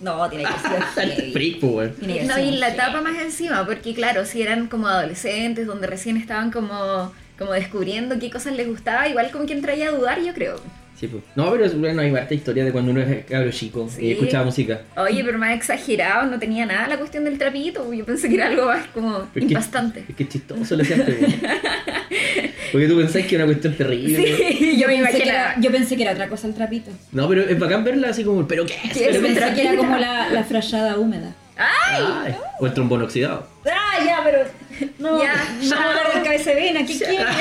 Speaker 1: no, tiene que ser. heavy.
Speaker 3: Freak, po, weón.
Speaker 1: Tiene que
Speaker 2: Ah, No,
Speaker 1: ser
Speaker 2: y la
Speaker 1: heavy.
Speaker 2: etapa más encima, porque claro, si eran como adolescentes, donde recién estaban como, como descubriendo qué cosas les gustaba, igual con quien traía a dudar, yo creo.
Speaker 3: Sí, po. No, pero es, bueno, hay harta historia de cuando uno es cabro chico
Speaker 2: Sí.
Speaker 3: y escuchaba música.
Speaker 2: Oye, pero más exagerado, no tenía nada la cuestión del trapito, yo pensé que era algo más como
Speaker 3: Pero es que- [LAUGHS]
Speaker 2: impactante.
Speaker 3: Es que es chistoso lo hacían, po, weón. Porque tú pensás que era una cuestión terrible.
Speaker 2: Sí, yo
Speaker 1: Pensé que
Speaker 2: me imaginaba.
Speaker 1: era- yo pensé que era otra cosa el trapito.
Speaker 3: No, pero es bacán verla así como, ¿pero qué es?
Speaker 2: ¿Qué es
Speaker 1: Yo
Speaker 2: un
Speaker 1: pensé que era
Speaker 2: trapito?
Speaker 1: como la, la frayada húmeda.
Speaker 3: Ay, O el trombón oxidado.
Speaker 1: Ah, ya, pero. No,
Speaker 2: Ya,
Speaker 1: vamos a hablar del cabeza de vena, ¿qué quieres?
Speaker 2: [LAUGHS]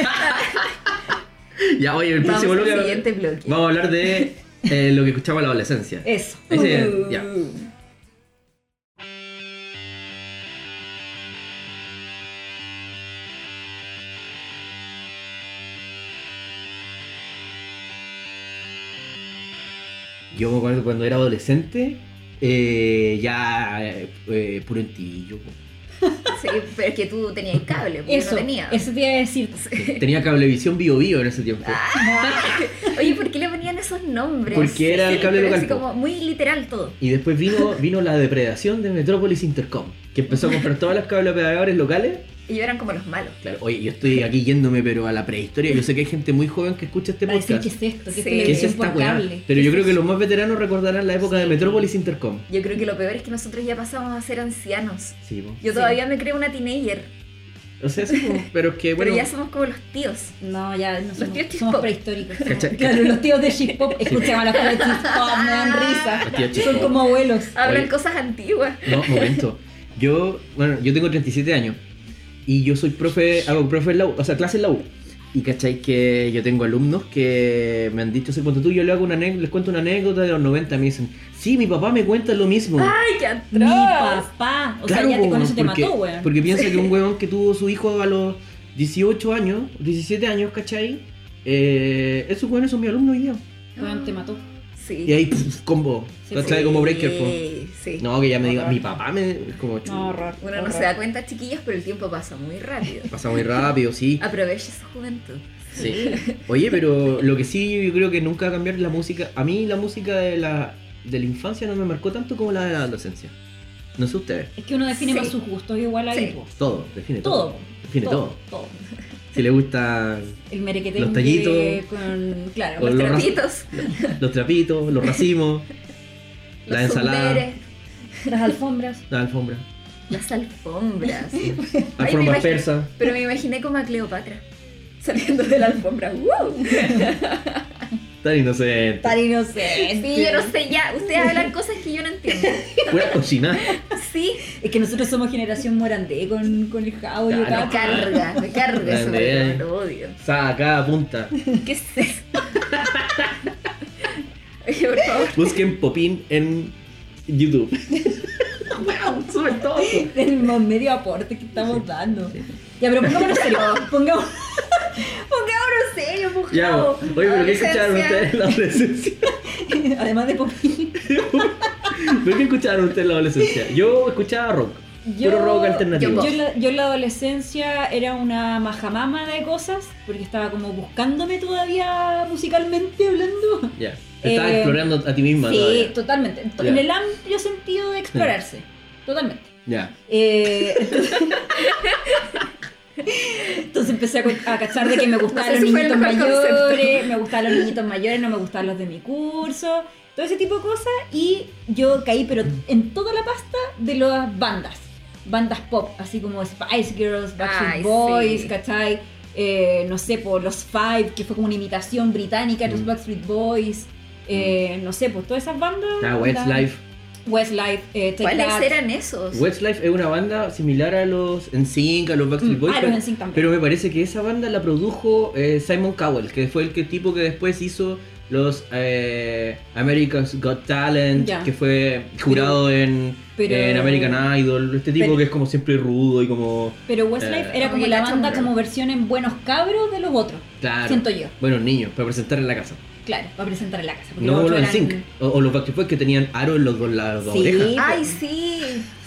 Speaker 3: Ya, oye, el
Speaker 2: Vamos
Speaker 3: próximo
Speaker 2: al
Speaker 3: bloque-
Speaker 2: siguiente bloque.
Speaker 3: Vamos a hablar de eh, lo que escuchaba en la adolescencia.
Speaker 1: Eso. Uh,
Speaker 3: Ese, ya. Yo me acuerdo cuando era adolescente, eh, ya eh, eh, purentillo. po.
Speaker 2: Sí, pero es que tú tenías cable, porque yo
Speaker 1: Eso,
Speaker 2: no tenía.
Speaker 1: eso te iba a decir.
Speaker 3: Tenía cablevisión bio bio en ese tiempo.
Speaker 2: Ah. Oye, ¿por qué le ponían esos nombres?
Speaker 3: Porque era el cable
Speaker 2: pero Así
Speaker 3: local, po.
Speaker 2: como muy literal todo.
Speaker 3: Y después vino, vino la depredación de Metrópolis Intercom, que empezó a comprar todas las cableoperadores locales.
Speaker 2: Ellos eran como los malos.
Speaker 3: Claro, oye, yo estoy aquí yéndome, pero a la prehistoria. Yo sé que hay gente muy joven que escucha este
Speaker 1: Va a decir,
Speaker 3: podcast.
Speaker 1: ¿qué es esto? ¿Qué
Speaker 2: Sí.
Speaker 1: es
Speaker 2: ¿Qué
Speaker 3: que es
Speaker 1: televisión
Speaker 3: esta
Speaker 1: por
Speaker 3: weá?
Speaker 1: cable?
Speaker 3: Pero
Speaker 1: ¿Qué
Speaker 3: yo
Speaker 1: es
Speaker 3: creo que
Speaker 1: eso?
Speaker 3: los más veteranos recordarán la época de Metrópolis Intercom.
Speaker 2: Yo creo que lo peor es que nosotros ya pasamos a ser ancianos.
Speaker 3: Sí, po.
Speaker 2: Yo
Speaker 1: Sí.
Speaker 2: todavía me creo una teenager,
Speaker 3: O sea, sí, po, pero es que, bueno,
Speaker 2: pero ya somos como los tíos.
Speaker 1: No, ya, no
Speaker 2: tíos
Speaker 1: somos,
Speaker 2: chis-pop.
Speaker 1: somos prehistóricos. somos-
Speaker 3: Cacha-
Speaker 1: Claro, los tíos de G-Pop escuchan a los tíos de G-Pop, me
Speaker 3: [LAUGHS]
Speaker 1: dan
Speaker 3: Los
Speaker 1: risa.
Speaker 3: tíos
Speaker 1: Son
Speaker 3: chis-pop.
Speaker 1: como abuelos.
Speaker 2: Hablan
Speaker 3: Oye.
Speaker 2: cosas antiguas.
Speaker 3: No, momento. Yo, bueno, yo tengo 37 años y yo soy profe, hago profe en la U, o sea, clase en la U. Y cachai que yo tengo alumnos que me han dicho, se cuando tú, yo le hago una anécdota, les cuento una anécdota de los 90, me dicen, sí, mi papá me cuenta lo mismo.
Speaker 2: ¡Ay, qué atroz!
Speaker 1: Mi papá. O sea, ya te,
Speaker 3: po,
Speaker 1: con eso te
Speaker 3: porque,
Speaker 1: mató, weón.
Speaker 3: Porque piensa
Speaker 1: [LAUGHS]
Speaker 3: que un weón que tuvo su hijo a los 18 años, 17 años, ¿cachai? Eh, esos weones son mi alumno y yo.
Speaker 1: Weón, te mató.
Speaker 2: Sí.
Speaker 3: Y ahí, puf, combo.
Speaker 1: Sí,
Speaker 3: ¿Cachai? Como breaker, po.
Speaker 2: Sí, sí.
Speaker 3: No, que ya me diga,
Speaker 1: Horror.
Speaker 3: mi papá me... es Como
Speaker 1: No, horror.
Speaker 2: Uno no
Speaker 1: horror.
Speaker 2: se da cuenta, chiquillos, pero el tiempo pasa muy
Speaker 3: [LAUGHS]
Speaker 2: rápido.
Speaker 3: Pasa muy
Speaker 1: [LAUGHS]
Speaker 3: rápido, sí.
Speaker 2: Aprovecha su juventud.
Speaker 3: Sí. Oye, pero lo que sí yo creo que nunca va a cambiar es la música. A mí la música de la, de la infancia no me marcó tanto como la de la adolescencia. No sé ustedes.
Speaker 1: Es que uno define
Speaker 2: Sí.
Speaker 1: más sus gustos igual ahí,
Speaker 2: Sí.
Speaker 1: po.
Speaker 3: Todo, define todo.
Speaker 1: Todo.
Speaker 3: Define todo.
Speaker 1: Todo. todo.
Speaker 3: Si le gustan
Speaker 1: El merequetengue
Speaker 3: Los tallitos.
Speaker 1: con... Claro.
Speaker 3: Con
Speaker 2: Los
Speaker 3: los raz-
Speaker 2: trapitos,
Speaker 3: los trapitos, los racimos,
Speaker 1: [LAUGHS]
Speaker 2: los
Speaker 3: la ensalada,
Speaker 2: zumberes,
Speaker 1: Las alfombras.
Speaker 3: la alfombra,
Speaker 2: las alfombras. Ay, me
Speaker 3: alfombra
Speaker 2: imagino-
Speaker 3: persa.
Speaker 2: Pero me imaginé como a Cleopatra saliendo de la alfombra. ¡Wow!
Speaker 3: Tan inocente.
Speaker 1: Tan inocente.
Speaker 2: Sí, yo no sé, ya, ustedes hablan cosas que yo no entiendo.
Speaker 3: Pura cocina.
Speaker 2: Sí,
Speaker 1: Es que nosotros somos generación morandé con, con el jabo y el
Speaker 3: Claro.
Speaker 2: me
Speaker 1: caca.
Speaker 2: carga, me carga eso,
Speaker 3: Grande, eh.
Speaker 2: lo odio.
Speaker 3: Saca, punta.
Speaker 2: ¿Qué es eso?
Speaker 1: [LAUGHS]
Speaker 2: Oye, por favor.
Speaker 3: Busquen Popín en YouTube. Wow, sube todo.
Speaker 1: del mo- medio aporte que estamos dando. Ya, pero pongámonos serio. Pongamos, [LAUGHS]
Speaker 2: Pongámonos serio, mujer.
Speaker 3: Ya, oye, pero ¿qué escucharon ustedes en la
Speaker 1: [LAUGHS]
Speaker 3: adolescencia?
Speaker 1: además de Popín.
Speaker 3: ¿Pero qué escucharon ustedes en la adolescencia? Yo escuchaba rock. puro rock alternativo.
Speaker 1: Yo, en la- yo en la adolescencia era una majamama de cosas, porque estaba como buscándome todavía musicalmente hablando.
Speaker 3: Ya. Te estabas
Speaker 1: Eh,
Speaker 3: explorando a ti misma.
Speaker 1: Sí,
Speaker 3: todavía.
Speaker 1: totalmente. En to-
Speaker 3: Ya.
Speaker 1: En el amplio sentido de explorarse. Totalmente.
Speaker 3: Ya.
Speaker 1: Eh, entonces- [LAUGHS] Entonces empecé a, cu- a cachar de que me gustaban
Speaker 2: No sé
Speaker 1: los
Speaker 2: si fue el
Speaker 1: niñitos
Speaker 2: mejor
Speaker 1: mayores, me gustaban los niñitos mayores, no me gustaban los de mi curso, todo ese tipo de cosas. Y yo caí, pero en toda la pasta de las bandas, bandas pop, así como Spice Girls, Backstreet
Speaker 2: Ay,
Speaker 1: Boys,
Speaker 2: sí.
Speaker 1: ¿cachai? Eh, no sé, por los Five, que fue como una imitación británica de los
Speaker 3: Mm.
Speaker 1: Backstreet Boys. eh, no sé, pues todas esas bandas.
Speaker 3: Ah,
Speaker 1: bandas-
Speaker 3: Westlife.
Speaker 1: Westlife, eh, Take
Speaker 2: ¿Cuáles
Speaker 1: That.
Speaker 2: eran esos?
Speaker 3: Westlife es una banda similar a los NSYNC, a los Backstreet
Speaker 1: Mm,
Speaker 3: Boys.
Speaker 1: ah, los
Speaker 3: pero-
Speaker 1: NSYNC también.
Speaker 3: Pero me parece que esa banda la produjo eh, Simon Cowell, que fue el que, tipo que después hizo los eh, America's Got Talent,
Speaker 1: Ya.
Speaker 3: que fue jurado en,
Speaker 1: pero-
Speaker 3: en American Idol. Este tipo
Speaker 1: pero-
Speaker 3: que es como siempre rudo y como.
Speaker 1: Pero Westlife
Speaker 3: Eh,
Speaker 1: era como
Speaker 2: Oye,
Speaker 1: la
Speaker 2: cacho,
Speaker 1: banda
Speaker 2: claro.
Speaker 1: como versión en buenos cabros de los otros.
Speaker 3: Claro.
Speaker 1: Siento yo,
Speaker 3: Bueno, niños, para presentar en la casa.
Speaker 1: claro, para presentar en la casa. porque
Speaker 3: No
Speaker 1: los
Speaker 3: como
Speaker 1: otros
Speaker 3: los
Speaker 1: eran-
Speaker 3: NSYNC. O, o los Backstreet Boys que tenían aro en los dos lados de
Speaker 1: Sí.
Speaker 3: orejas.
Speaker 2: Ay, sí,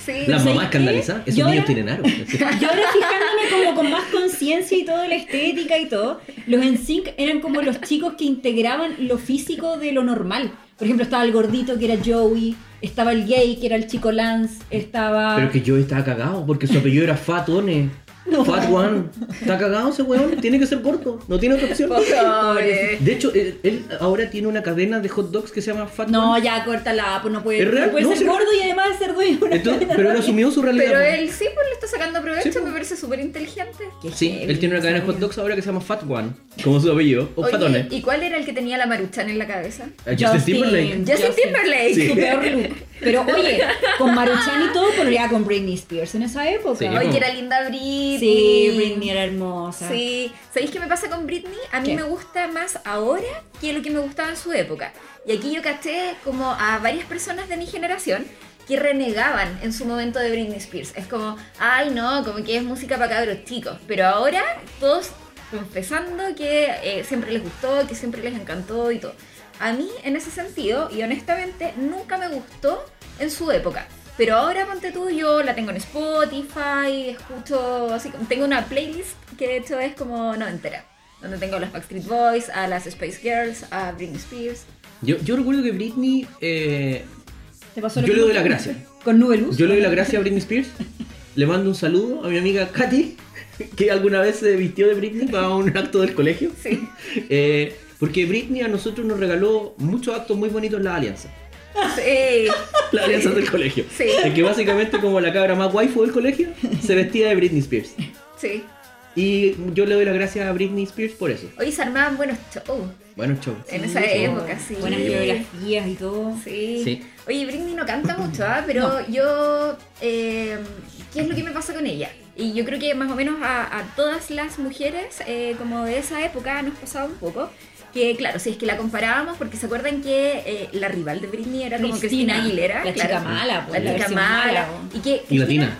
Speaker 2: sí.
Speaker 3: [LAUGHS] Las
Speaker 1: ¿sabes
Speaker 3: mamás
Speaker 1: qué?
Speaker 3: escandalizadas. Esos
Speaker 1: Yo
Speaker 3: niños
Speaker 1: ahora- [LAUGHS]
Speaker 3: tienen aro.
Speaker 1: Yo ahora fijándome como con más conciencia y todo, la estética y todo, los NSYNC eran como los chicos que integraban lo físico de lo normal. Por ejemplo, estaba el gordito que era Joey, estaba el gay que era el chico Lance, estaba...
Speaker 3: Pero que yo estaba cagado porque su apellido era Fatone.
Speaker 1: No.
Speaker 3: Fat One. Está cagado ese weón. Tiene que ser gordo. No tiene otra opción.
Speaker 2: Pobre.
Speaker 3: De hecho, él, él ahora tiene una cadena de hot dogs que se llama Fat
Speaker 1: No,
Speaker 3: One.
Speaker 1: ya, córtala, pues no puede,
Speaker 3: ¿Es real?
Speaker 1: no puede
Speaker 3: No,
Speaker 1: ser
Speaker 3: sí.
Speaker 1: gordo y además ser dueño de una
Speaker 3: Entonces,
Speaker 1: cadena
Speaker 3: pero él
Speaker 1: de-
Speaker 3: asumió su realidad.
Speaker 2: Pero
Speaker 3: po.
Speaker 2: él sí, pues le está sacando provecho,
Speaker 3: Sí, pues.
Speaker 2: me parece súper inteligente.
Speaker 1: Qué
Speaker 3: Sí,
Speaker 1: heavy,
Speaker 3: él tiene una cadena de hot dogs ahora que se llama Fat One, como su apellido, o Fatone.
Speaker 2: ¿y cuál era el que tenía la maruchan en la cabeza?
Speaker 3: Ah, Justin Timberlake.
Speaker 1: Ya
Speaker 2: Justin
Speaker 1: sé.
Speaker 2: Timberlake.
Speaker 1: Su peor look. Pero oye, con Maruchan y todo, pololeaba con Britney Spears en esa época.
Speaker 3: Sí.
Speaker 2: Oye, que era linda Britney.
Speaker 1: Sí, Britney era hermosa.
Speaker 2: Sí, ¿sabéis qué me pasa con Britney? A mí
Speaker 1: ¿Qué?
Speaker 2: me gusta más ahora que lo que me gustaba en su época. Y aquí yo caché como a varias personas de mi generación que renegaban en su momento de Britney Spears. Es como, ay no, como que es música para cabros chicos. Pero ahora todos confesando que eh, siempre les gustó, que siempre les encantó y todo. A mí en ese sentido, y honestamente, nunca me gustó en su época. Pero ahora ponte tú, yo la tengo en Spotify, escucho así como tengo una playlist que de hecho es como no entera, donde tengo a los Backstreet Boys, a las Space Girls, a Britney Spears.
Speaker 3: Yo, yo recuerdo que Britney. eh,
Speaker 1: ¿Te pasó lo
Speaker 3: Yo le
Speaker 1: mismo
Speaker 3: doy la
Speaker 1: que-
Speaker 3: gracia.
Speaker 1: Con Nube Luz.
Speaker 3: yo le doy la gracia a Britney Spears. Le mando un saludo a mi amiga Katy, que alguna vez se vistió de Britney para un acto del colegio.
Speaker 2: Sí.
Speaker 3: Eh, porque Britney a nosotros nos regaló muchos actos muy bonitos en la alianza. [LAUGHS]
Speaker 2: Sí.
Speaker 3: La alianza del colegio.
Speaker 2: Sí.
Speaker 3: El que básicamente como la cabra más waifu del colegio, se vestía de Britney Spears.
Speaker 2: Sí.
Speaker 3: Y yo le doy las gracias a Britney Spears por eso.
Speaker 2: Hoy se armaban buenos shows
Speaker 3: Bueno, chau.
Speaker 2: en esa
Speaker 1: Sí,
Speaker 2: época, sí.
Speaker 1: Buenas biografías y todo.
Speaker 2: Sí.
Speaker 3: Sí.
Speaker 2: Oye, Britney no canta mucho, ¿ah? pero yo... eh, ¿Qué es lo que me pasa con ella? Y yo creo que más o menos a, a todas las mujeres, eh, como de esa época, nos pasaba un poco. Que claro, si es que la comparábamos, porque se acuerdan que eh, la rival de Britney era como Cristina, Aguilera.
Speaker 1: La
Speaker 2: claro,
Speaker 1: chica mala, pues.
Speaker 2: La chica
Speaker 1: versión
Speaker 2: mala.
Speaker 1: po.
Speaker 2: Y, que
Speaker 3: Y
Speaker 2: Cristina-
Speaker 3: latina.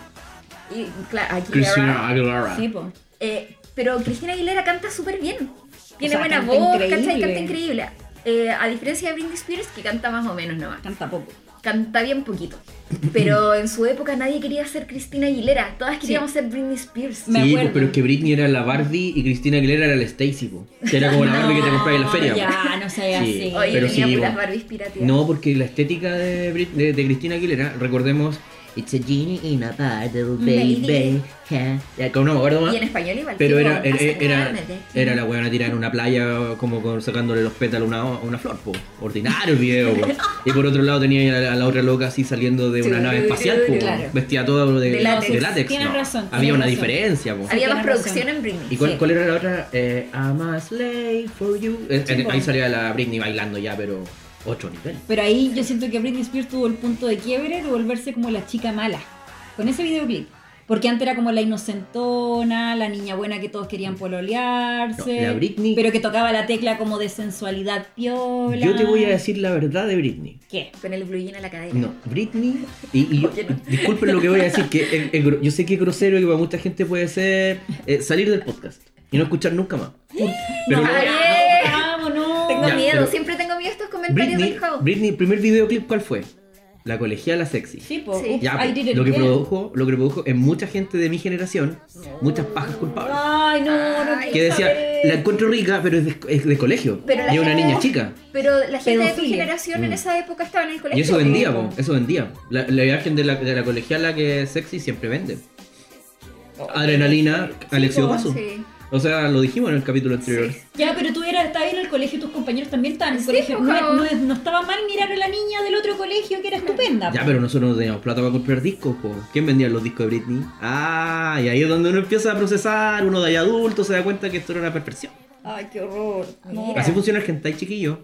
Speaker 2: Y, claro, Aguilera.
Speaker 3: Christina Aguilera.
Speaker 1: Sí, po.
Speaker 2: Eh, pero Cristina Aguilera canta súper bien. Tiene
Speaker 1: O sea,
Speaker 2: buena
Speaker 1: canta
Speaker 2: voz,
Speaker 1: increíble.
Speaker 2: ¿cachai? Canta increíble. Eh, a diferencia de Britney Spears, que canta más o menos nomás.
Speaker 1: Canta poco.
Speaker 2: Canta bien poquito.
Speaker 3: [LAUGHS]
Speaker 2: Pero en su época nadie quería ser Cristina Aguilera. Todas queríamos ser Britney Spears.
Speaker 1: Me
Speaker 3: sí,
Speaker 1: acuerdo.
Speaker 3: pues, pero es que Britney era la Barbie y Cristina Aguilera era la Stacy, po. que era como la Barbie que te compraba en la feria. pues. po.
Speaker 1: Ya, no sé,
Speaker 3: Sí.
Speaker 1: así.
Speaker 2: Oye,
Speaker 3: pero
Speaker 2: tenía
Speaker 3: sí,
Speaker 2: puras
Speaker 3: bueno.
Speaker 2: Barbies pirateadas.
Speaker 3: No, porque la estética de, Brit- de, de Cristina Aguilera, recordemos, It's a genie in a bottle, baby. Ja. Ya, como no me acuerdo más.
Speaker 2: Y en español igual.
Speaker 3: Pero
Speaker 2: tipo,
Speaker 3: era, era, era,
Speaker 2: "Acércame de aquí".
Speaker 3: era la weona tirada en una playa como con, sacándole los pétalos a una, a una flor, po. Ordinario el video,
Speaker 2: [LAUGHS]
Speaker 3: po. Y por otro lado tenía a la, a la otra loca así saliendo de una nave espacial, po.
Speaker 2: Claro.
Speaker 3: Vestía todo de,
Speaker 2: De látex.
Speaker 3: de látex,
Speaker 1: Tienes
Speaker 3: no.
Speaker 1: razón, tienes
Speaker 3: Había una
Speaker 1: razón.
Speaker 3: diferencia, po.
Speaker 2: Había más
Speaker 1: Tienes razón.
Speaker 2: producción en
Speaker 3: ¿Y
Speaker 2: Britney.
Speaker 3: cuál,
Speaker 1: Sí.
Speaker 3: cuál era la otra? Eh, I'm a slave for you. Eh,
Speaker 1: Sí,
Speaker 3: eh,
Speaker 1: po.
Speaker 3: ahí salía la Britney bailando ya, pero otro nivel.
Speaker 1: Pero ahí yo siento que Britney Spears tuvo el punto de quiebre de volverse como la chica mala. Con ese videoclip. Porque antes era como la inocentona, la niña buena que todos querían pololearse.
Speaker 3: No, la Britney-
Speaker 1: Pero que tocaba la tecla como de sensualidad piola.
Speaker 3: Yo te voy a decir la verdad de Britney.
Speaker 1: ¿Qué?
Speaker 2: Con el blue jean en la cadera.
Speaker 3: No, Britney, y, y yo-
Speaker 2: Oye, no.
Speaker 3: disculpen lo que voy a decir, que es- es gro- yo sé que es grosero y que para mucha gente puede ser eh, salir del podcast y no escuchar nunca más. Pero
Speaker 1: no,
Speaker 2: Ay,
Speaker 3: bueno,
Speaker 1: vamos, no.
Speaker 2: Tengo
Speaker 3: Ya,
Speaker 2: miedo,
Speaker 3: pero-
Speaker 2: siempre tengo miedo a estos comentarios
Speaker 3: Britney,
Speaker 2: del Jao.
Speaker 3: Britney, primer videoclip, ¿cuál fue? La colegiala sexy.
Speaker 1: Sí, po.
Speaker 2: Sí.
Speaker 1: Oops,
Speaker 3: Ya, pues,
Speaker 1: I did it
Speaker 3: lo que
Speaker 1: again.
Speaker 3: produjo, lo que produjo en mucha gente de mi generación, muchas pajas culpables.
Speaker 1: Ay, no, no.
Speaker 2: Ay,
Speaker 1: quiero
Speaker 3: Que decía,
Speaker 1: saber.
Speaker 3: la encuentro rica, pero es de, es de colegio.
Speaker 2: Pero la
Speaker 3: Y es una
Speaker 2: gente-
Speaker 3: niña chica.
Speaker 2: Pero la gente de tu
Speaker 1: Pedofilia.
Speaker 2: generación en
Speaker 3: Mm.
Speaker 2: esa época estaba en el colegio.
Speaker 3: Y eso vendía,
Speaker 1: po.
Speaker 3: po, eso vendía. La, la imagen de la, de la colegiala que es sexy siempre vende. Ah, Adrenalina, Alexio Paso.
Speaker 2: Sí.
Speaker 3: O sea, lo dijimos en el capítulo anterior.
Speaker 2: Sí.
Speaker 1: Ya, pero tú eras, estabas en el colegio, tus compañeros también estaban en el
Speaker 2: Sí,
Speaker 1: colegio.
Speaker 2: po,
Speaker 1: No, es-
Speaker 2: cabrón.
Speaker 1: no es- no estaba mal mirar a la niña del otro colegio que era estupenda.
Speaker 3: Ya,
Speaker 1: po.
Speaker 3: pero nosotros no teníamos plata para comprar discos, po. ¿Quién vendía los discos de Britney? Ah, y ahí es donde uno empieza a procesar, uno de ahí adulto se da cuenta que esto era una perfección.
Speaker 1: Ay, qué horror. No.
Speaker 2: Mira.
Speaker 3: Así funciona el hentai, chiquillo.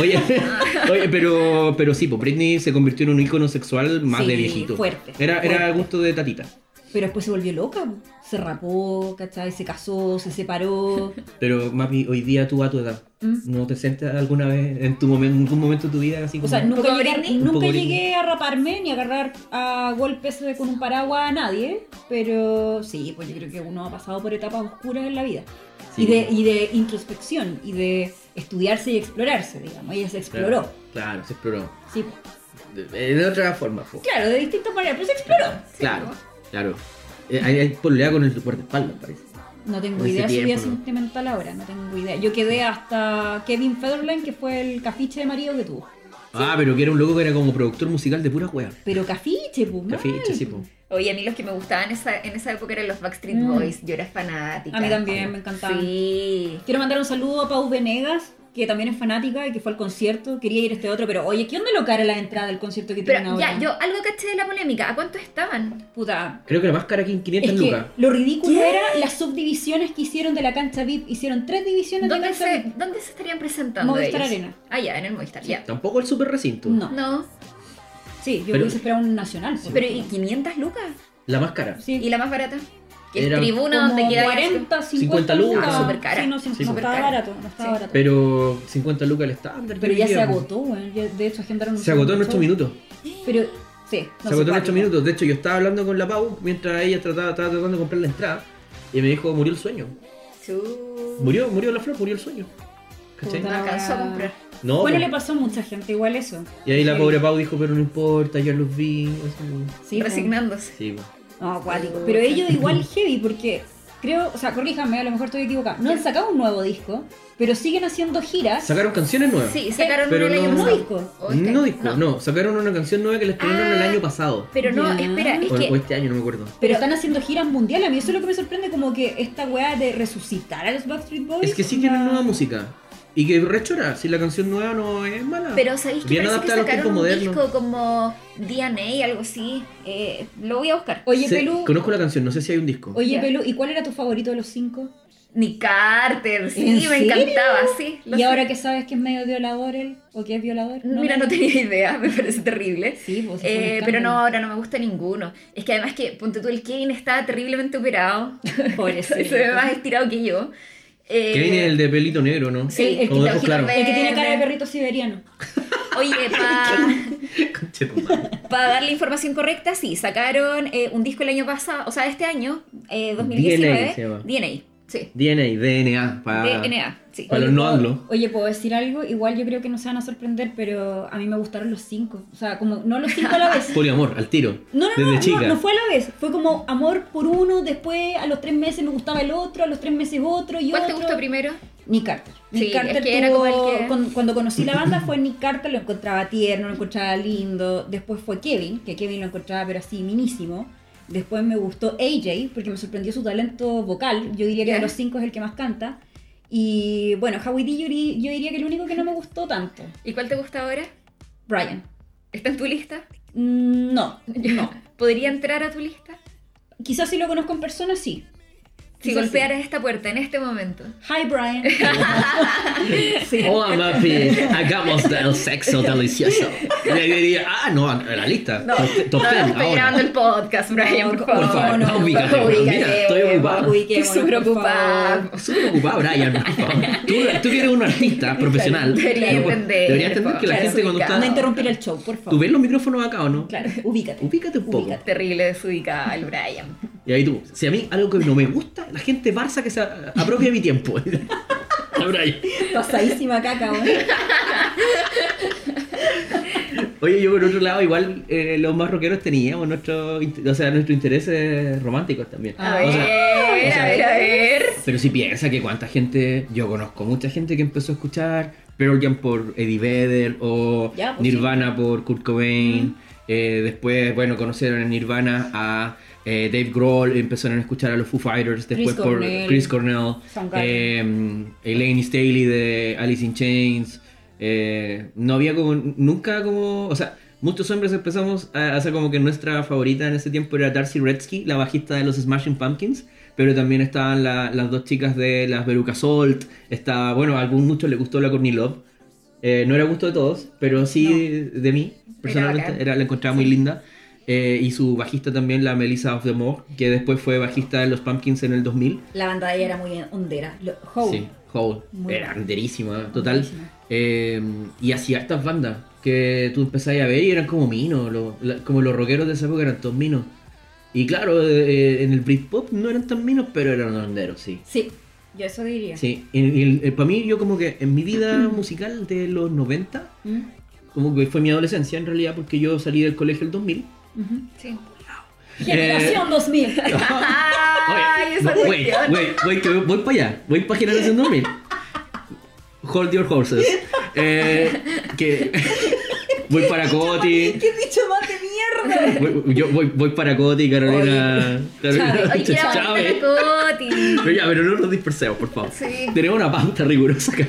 Speaker 3: Oye, [LAUGHS] oye, pero, pero sí, pues Britney se convirtió en un ícono sexual más
Speaker 1: Sí,
Speaker 3: de viejito.
Speaker 1: fuerte,
Speaker 3: Era, era
Speaker 1: fuerte.
Speaker 3: a gusto de tatita.
Speaker 1: Pero después se volvió loca. po. Se rapó, ¿cachai? Se casó, se separó.
Speaker 3: [LAUGHS] Pero, mami, hoy día tú a tu edad,
Speaker 1: Mm.
Speaker 3: ¿no te sientes alguna vez en tu momento, en algún momento de tu vida así como...
Speaker 1: O sea, nunca,
Speaker 2: poco
Speaker 1: llegué, a-
Speaker 2: Britney?
Speaker 1: nunca
Speaker 3: Un poco
Speaker 1: llegué a raparme ni a agarrar a golpes con un paraguas a nadie, pero sí, pues yo creo que uno ha pasado por etapas oscuras en la vida.
Speaker 3: Sí.
Speaker 1: Y, de, y de introspección, y de estudiarse y explorarse, digamos. Ella se exploró.
Speaker 3: Claro, claro, se exploró.
Speaker 1: Sí, pues.
Speaker 3: De, de otra forma, po.
Speaker 1: claro, de distintas maneras, pero se exploró.
Speaker 3: Claro, claro. Eh, hay, hay polea con el guardaespaldas, parece.
Speaker 1: No tengo
Speaker 3: Hace
Speaker 1: idea si vida
Speaker 3: tiempo, ¿no?
Speaker 1: sentimental ahora, no tengo idea. Yo quedé hasta Kevin Federline, que fue el cafiche de marido que tuvo.
Speaker 3: Ah, pero que era un loco que era como productor musical de pura wea.
Speaker 1: Pero cafiche, pues. mal.
Speaker 3: Cafiche, sí, po.
Speaker 2: Oye, a mí los que me gustaban esa- en esa época eran los Backstreet
Speaker 1: Mm.
Speaker 2: Boys. Yo era fanática.
Speaker 1: A mí también, me encantaban.
Speaker 2: Sí.
Speaker 1: Quiero mandar un saludo a Pau Venegas, que también es fanática y que fue al concierto. Quería ir a este otro, pero oye, ¿qué onda lo cara la entrada del concierto que tienen
Speaker 2: Pero
Speaker 1: ahora?
Speaker 2: ya, yo algo caché de la polémica. ¿A cuánto estaban?
Speaker 1: Puta.
Speaker 3: Creo que la más cara aquí en 500
Speaker 1: Es que
Speaker 3: lucas.
Speaker 1: lo ridículo era las subdivisiones que hicieron de la cancha VIP. Hicieron tres divisiones de
Speaker 2: ¿Dónde
Speaker 1: cancha
Speaker 2: se,
Speaker 1: VIP.
Speaker 2: ¿Dónde se estarían presentando
Speaker 1: Movistar
Speaker 2: ellos?
Speaker 1: Arena.
Speaker 2: Ah, ya, en el Movistar, ya.
Speaker 3: Tampoco el super recinto.
Speaker 1: No.
Speaker 2: No.
Speaker 1: Sí, yo
Speaker 3: Pero-
Speaker 1: hubiese esperado un nacional. por
Speaker 2: Pero, ¿y
Speaker 1: ejemplo.
Speaker 2: 500 lucas?
Speaker 3: La más cara.
Speaker 1: Sí.
Speaker 2: ¿Y la más barata? Que es
Speaker 3: Era
Speaker 2: tribuna donde
Speaker 1: Como
Speaker 2: queda...
Speaker 1: 40, 50,
Speaker 3: 50 lucas.
Speaker 1: lucas.
Speaker 3: Ah,
Speaker 2: supercara.
Speaker 1: Sí, no, sí,
Speaker 3: Sí,
Speaker 1: no estaba
Speaker 2: supercara.
Speaker 1: barato. No estaba
Speaker 2: Sí.
Speaker 1: barato.
Speaker 3: Pero 50 lucas el estándar.
Speaker 1: Pero
Speaker 3: yo
Speaker 1: ya se
Speaker 3: diría, po.
Speaker 1: agotó, weón. Ya, De hecho, agendaron un
Speaker 3: Se agotó en
Speaker 1: segundo
Speaker 3: 8 minutos.
Speaker 1: show. Pero, sí. no
Speaker 3: se agotó en
Speaker 1: cuál,
Speaker 3: 8 minutos. De hecho, yo estaba hablando con la Pau mientras ella trataba, estaba tratando de comprar la entrada. Y me dijo, murió el sueño.
Speaker 2: Su-
Speaker 3: Murió, murió la flor, murió el sueño. ¿Cachai?
Speaker 2: No
Speaker 1: Puta.
Speaker 2: alcanzó a comprar.
Speaker 3: No,
Speaker 1: Bueno,
Speaker 3: po.
Speaker 1: le pasó a mucha gente igual eso.
Speaker 3: y ahí la pobre Pau dijo, pero no importa, ya los vi. así.
Speaker 1: Sí, po.
Speaker 2: resignándose.
Speaker 3: Sí, po.
Speaker 1: No, acuático. Pero ellos igual heavy, porque creo, o sea, corríjame, a lo mejor estoy equivocada. No han sacado un nuevo disco, pero siguen haciendo giras.
Speaker 3: Sacaron canciones nuevas.
Speaker 2: Sí, sacaron
Speaker 3: Pero
Speaker 2: una el
Speaker 3: no-
Speaker 2: año
Speaker 1: No
Speaker 2: pasado.
Speaker 1: disco.
Speaker 2: O este
Speaker 3: No
Speaker 2: año.
Speaker 3: disco, no. sacaron una canción nueva que la estrenaron
Speaker 2: Ah.
Speaker 3: el año pasado.
Speaker 2: Pero no,
Speaker 1: Ya.
Speaker 2: espera, es
Speaker 3: O, o
Speaker 2: que...
Speaker 3: este año, no me acuerdo.
Speaker 1: Pero están haciendo giras mundiales. A mí eso es lo que me sorprende, como que esta weá de resucitar a los Backstreet Boys.
Speaker 3: Es que sí tienen
Speaker 1: una-
Speaker 3: nueva música. Y que rechora, si la canción nueva no es mala.
Speaker 2: Pero sabéis que
Speaker 3: Bien
Speaker 2: parece que
Speaker 3: adaptada a los
Speaker 2: sacaron un
Speaker 3: tiempos modernos.
Speaker 2: disco como DNA, algo así. Eh, lo voy a buscar.
Speaker 1: Oye,
Speaker 3: Se-
Speaker 1: Pelu.
Speaker 3: Conozco la canción, no sé si hay un disco.
Speaker 1: Oye,
Speaker 2: Ya.
Speaker 1: Pelu, ¿y cuál era tu favorito de los cinco?
Speaker 2: Nick Carter,
Speaker 1: ¿En
Speaker 2: sí, me
Speaker 1: serio?
Speaker 2: encantaba, sí. lo
Speaker 1: Y
Speaker 2: sé.
Speaker 1: ahora que sabes que es medio violador él, o que es violador.
Speaker 2: Mira, no tenía idea, [LAUGHS] me parece terrible.
Speaker 1: Sí, pues,
Speaker 2: Eh,
Speaker 1: fue un
Speaker 2: pero no,
Speaker 1: escándalo.
Speaker 2: ahora no me gusta ninguno. Es que además que, ponte tú, el Kevin está
Speaker 1: [LAUGHS]
Speaker 2: terriblemente operado.
Speaker 1: Pobrecito.
Speaker 2: Se ve más estirado que yo. Eh,
Speaker 3: Que viene el de pelito negro, ¿no? [LAUGHS]
Speaker 2: Sí, el
Speaker 3: Con
Speaker 2: que
Speaker 3: ojos
Speaker 2: está
Speaker 3: claros.
Speaker 1: El que tiene cara de perrito siberiano.
Speaker 2: Eh,
Speaker 3: [LAUGHS]
Speaker 2: Oye, para
Speaker 3: Conchetumare.
Speaker 2: darle información correcta, sí, sacaron eh, un disco el año pasado, o sea, este año, eh,
Speaker 3: DNA
Speaker 2: 2019.
Speaker 3: se llama. Ah.
Speaker 2: sí.
Speaker 3: DNA, DNA. Para...
Speaker 2: DNA, sí.
Speaker 3: Para
Speaker 1: Oye,
Speaker 3: los no
Speaker 1: ¿puedo-
Speaker 3: anglo.
Speaker 1: Eh, Oye, ¿puedo decir algo? Igual yo creo que no se van a sorprender, pero a mí me gustaron los cinco. O sea, como no los cinco a la vez.
Speaker 3: [LAUGHS] Poliamor, al tiro.
Speaker 1: No, no,
Speaker 3: desde
Speaker 1: no,
Speaker 3: chica.
Speaker 1: no, no fue a la vez. Fue como amor por uno, después a los tres meses me gustaba el otro, a los tres meses otro y
Speaker 2: ¿Cuál te
Speaker 1: otro.
Speaker 2: gustó primero?
Speaker 1: Nick Carter.
Speaker 2: Sí,
Speaker 1: Nick Carter
Speaker 2: es que era
Speaker 1: tuvo-
Speaker 2: como el que-
Speaker 1: con- cuando conocí la banda fue Nick Carter, lo encontraba tierno, lo encontraba lindo. Después fue Kevin, que Kevin lo encontraba pero así minísimo. Después me gustó AJ, porque me sorprendió su talento vocal. Yo diría que
Speaker 2: Ya.
Speaker 1: de los cinco es el que más canta. Y bueno, Howie D yo, diría- yo diría que el único que no me gustó tanto.
Speaker 2: ¿Y cuál te gusta ahora?
Speaker 1: Brian.
Speaker 2: ¿Está en tu lista?
Speaker 1: Mm, No, no.
Speaker 2: ¿Podría entrar a tu lista?
Speaker 1: Quizás si lo conozco en persona, sí.
Speaker 2: Si
Speaker 1: Quizás
Speaker 2: golpearas esta puerta en este momento.
Speaker 1: sí. Hi, Brian. sí.
Speaker 3: Hola, Oh, Mafi. Hagamos del sexo delicioso. Le diría, ah, no, a la lista. top, top
Speaker 2: no,
Speaker 3: 10,
Speaker 2: estoy
Speaker 3: ahora.
Speaker 2: grabando el podcast, Brian, por favor.
Speaker 3: Por favor,
Speaker 1: no,
Speaker 2: [LAUGHS]
Speaker 1: no,
Speaker 3: ubícate,
Speaker 1: no,
Speaker 3: ubícate.
Speaker 1: ubícate,
Speaker 3: Estoy ocupado.
Speaker 1: ubiquémonos,
Speaker 2: Estoy súper
Speaker 1: por
Speaker 2: ocupada.
Speaker 1: favor.
Speaker 3: Súper ocupado, Brian. por favor. Tú, tú que eres un artista profesional.
Speaker 2: Debería
Speaker 3: no puedes-
Speaker 2: entender,
Speaker 3: deberías entender que la
Speaker 2: claro,
Speaker 3: gente cuando
Speaker 2: ubicado.
Speaker 1: No
Speaker 3: está.
Speaker 1: interrumpir el show, por
Speaker 3: Tú
Speaker 1: favor.
Speaker 3: ves los micrófonos acá o no.
Speaker 1: Claro, ubícate.
Speaker 3: Ubícate un poco.
Speaker 1: Ubícate.
Speaker 2: Terrible desubicada el Brian.
Speaker 3: Y ahí tú. Si a mí algo que no me gusta, la gente barça que se a- apropia de mi tiempo. [LAUGHS] A Brian.
Speaker 1: Pasadísima caca, ¿eh?
Speaker 3: Oye, yo por otro lado, igual eh, los más rockeros teníamos nuestro, int- o sea, nuestros intereses románticos también.
Speaker 2: A
Speaker 1: Ah,
Speaker 3: O
Speaker 2: ver,
Speaker 3: sea, o sea,
Speaker 2: a ver, a ver.
Speaker 3: Pero si piensa que cuánta gente, yo conozco mucha gente que empezó a escuchar Pearl Jam por Eddie Vedder o
Speaker 1: Ya, pues,
Speaker 3: Nirvana por Kurt Cobain. Eh, después, bueno, conocieron en Nirvana a eh, Dave Grohl, empezaron a escuchar a los Foo Fighters, después por
Speaker 1: Cornell.
Speaker 3: Chris Cornell,
Speaker 1: Soundgarden.
Speaker 3: eh, Elaine Staley de Alice in Chains. eh, no había como, nunca como, o sea, muchos hombres empezamos a hacer como que nuestra favorita en ese tiempo era Darcy Redsky, la bajista de los Smashing Pumpkins. Pero también estaban la- las dos chicas de las Veruca Salt. Estaba, bueno, a algún mucho le gustó la Courtney Love. Eh, no era gusto de todos, pero sí de mí, personalmente.
Speaker 2: bacán.
Speaker 3: era- la encontraba muy linda. Eh, y su bajista también, la Melissa of the More, que después fue bajista de los Pumpkins en el 2000.
Speaker 2: La banda de ella era muy ondera. Lo-
Speaker 1: Hole.
Speaker 3: Sí, Hole.
Speaker 1: Muy
Speaker 3: Era
Speaker 1: buena.
Speaker 3: enterísima, total.
Speaker 1: Buenísima.
Speaker 3: Eh, y hacía estas bandas que tú empezabas a ver y eran como minos, lo- la- como los rockeros de esa época eran todos minos. Y claro, eh, en el Britpop no eran tan minos, pero eran honderos, sí.
Speaker 1: Sí, yo eso diría.
Speaker 3: Sí, para eh, mí yo como que en mi vida musical de los 90,
Speaker 1: ¿Mm?
Speaker 3: como que fue mi adolescencia en realidad, porque yo salí del colegio el 2000.
Speaker 1: Ujú.
Speaker 2: Sí.
Speaker 3: Eh.
Speaker 1: Generación
Speaker 3: [LAUGHS]
Speaker 1: 2000.
Speaker 2: Ay, esa
Speaker 3: no, wait,
Speaker 2: cuestión.
Speaker 3: wait, wait, que voy para allá, voy para Generación 2000. Hold your horses. Eh, que [LAUGHS] voy para Coti.
Speaker 1: ¿Qué dicho más de mierda?
Speaker 3: voy- Yo voy, voy para Coti, Carolina. Carolina
Speaker 2: Oye, que era
Speaker 3: Chávez.
Speaker 2: bonita la Coti.
Speaker 3: Pero ya, pero no nos dispersemos, por favor.
Speaker 2: Sí.
Speaker 3: Tenemos una pauta rigurosa acá.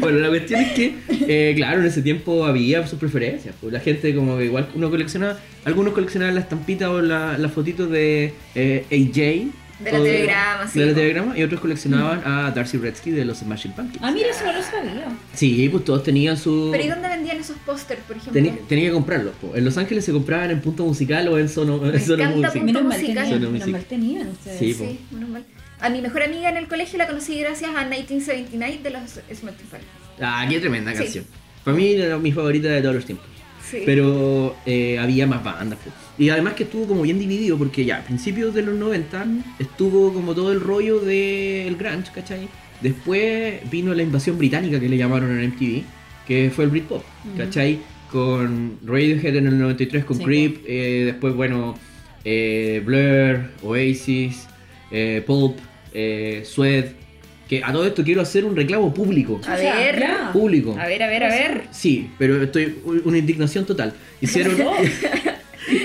Speaker 3: bueno, la cuestión es que, eh, claro, en ese tiempo había sus preferencias. pues, la gente, como que igual uno coleccionaba, algunos coleccionaban las estampitas o la- las fotitos de eh, AJ.
Speaker 2: De la
Speaker 3: o
Speaker 2: Telegrama, sí,
Speaker 3: De la
Speaker 2: po. Mm.
Speaker 3: telegrama, y otros coleccionaban a Darcy Redsky de los Smashing Pumpkins.
Speaker 1: Ah, mira, eso no lo sabía.
Speaker 3: Sí, pues todos tenían su.
Speaker 2: Pero ¿y dónde vendían esos pósters, por ejemplo?
Speaker 3: Tenía, tenía que comprarlos. po. En Los Ángeles se compraban en punto musical o en Sono, en Sono
Speaker 2: encanta
Speaker 3: Music.
Speaker 2: Punto
Speaker 1: Menos mal,
Speaker 2: musical.
Speaker 1: tenían,
Speaker 3: Suena
Speaker 1: menos
Speaker 3: music.
Speaker 1: mal tenían ustedes.
Speaker 3: Sí, po.
Speaker 2: Sí, menos mal. A mi mejor amiga en el colegio la conocí gracias a 1979 de los Smart
Speaker 3: Ah, qué tremenda
Speaker 2: Sí.
Speaker 3: canción. Para mí era mi favorita de todos los tiempos.
Speaker 2: Sí.
Speaker 3: Pero eh, había más bandas. pues. Y además que estuvo como bien dividido porque ya a principios de los 90 estuvo como todo el rollo del grunge, ¿cachai? Después vino la invasión británica que le llamaron en MTV, que fue el Britpop, ¿cachai? Con Radiohead en el 93, con
Speaker 1: Sí,
Speaker 3: Creep, eh, después, bueno, eh, Blur, Oasis, eh, Pulp, eh, Suede. Que a todo esto quiero hacer un reclamo público.
Speaker 2: A ver.
Speaker 1: ya.
Speaker 3: Público.
Speaker 2: A ver, a ver, a ver.
Speaker 3: Sí, pero estoy una indignación total.
Speaker 2: [LAUGHS]
Speaker 3: Hicieron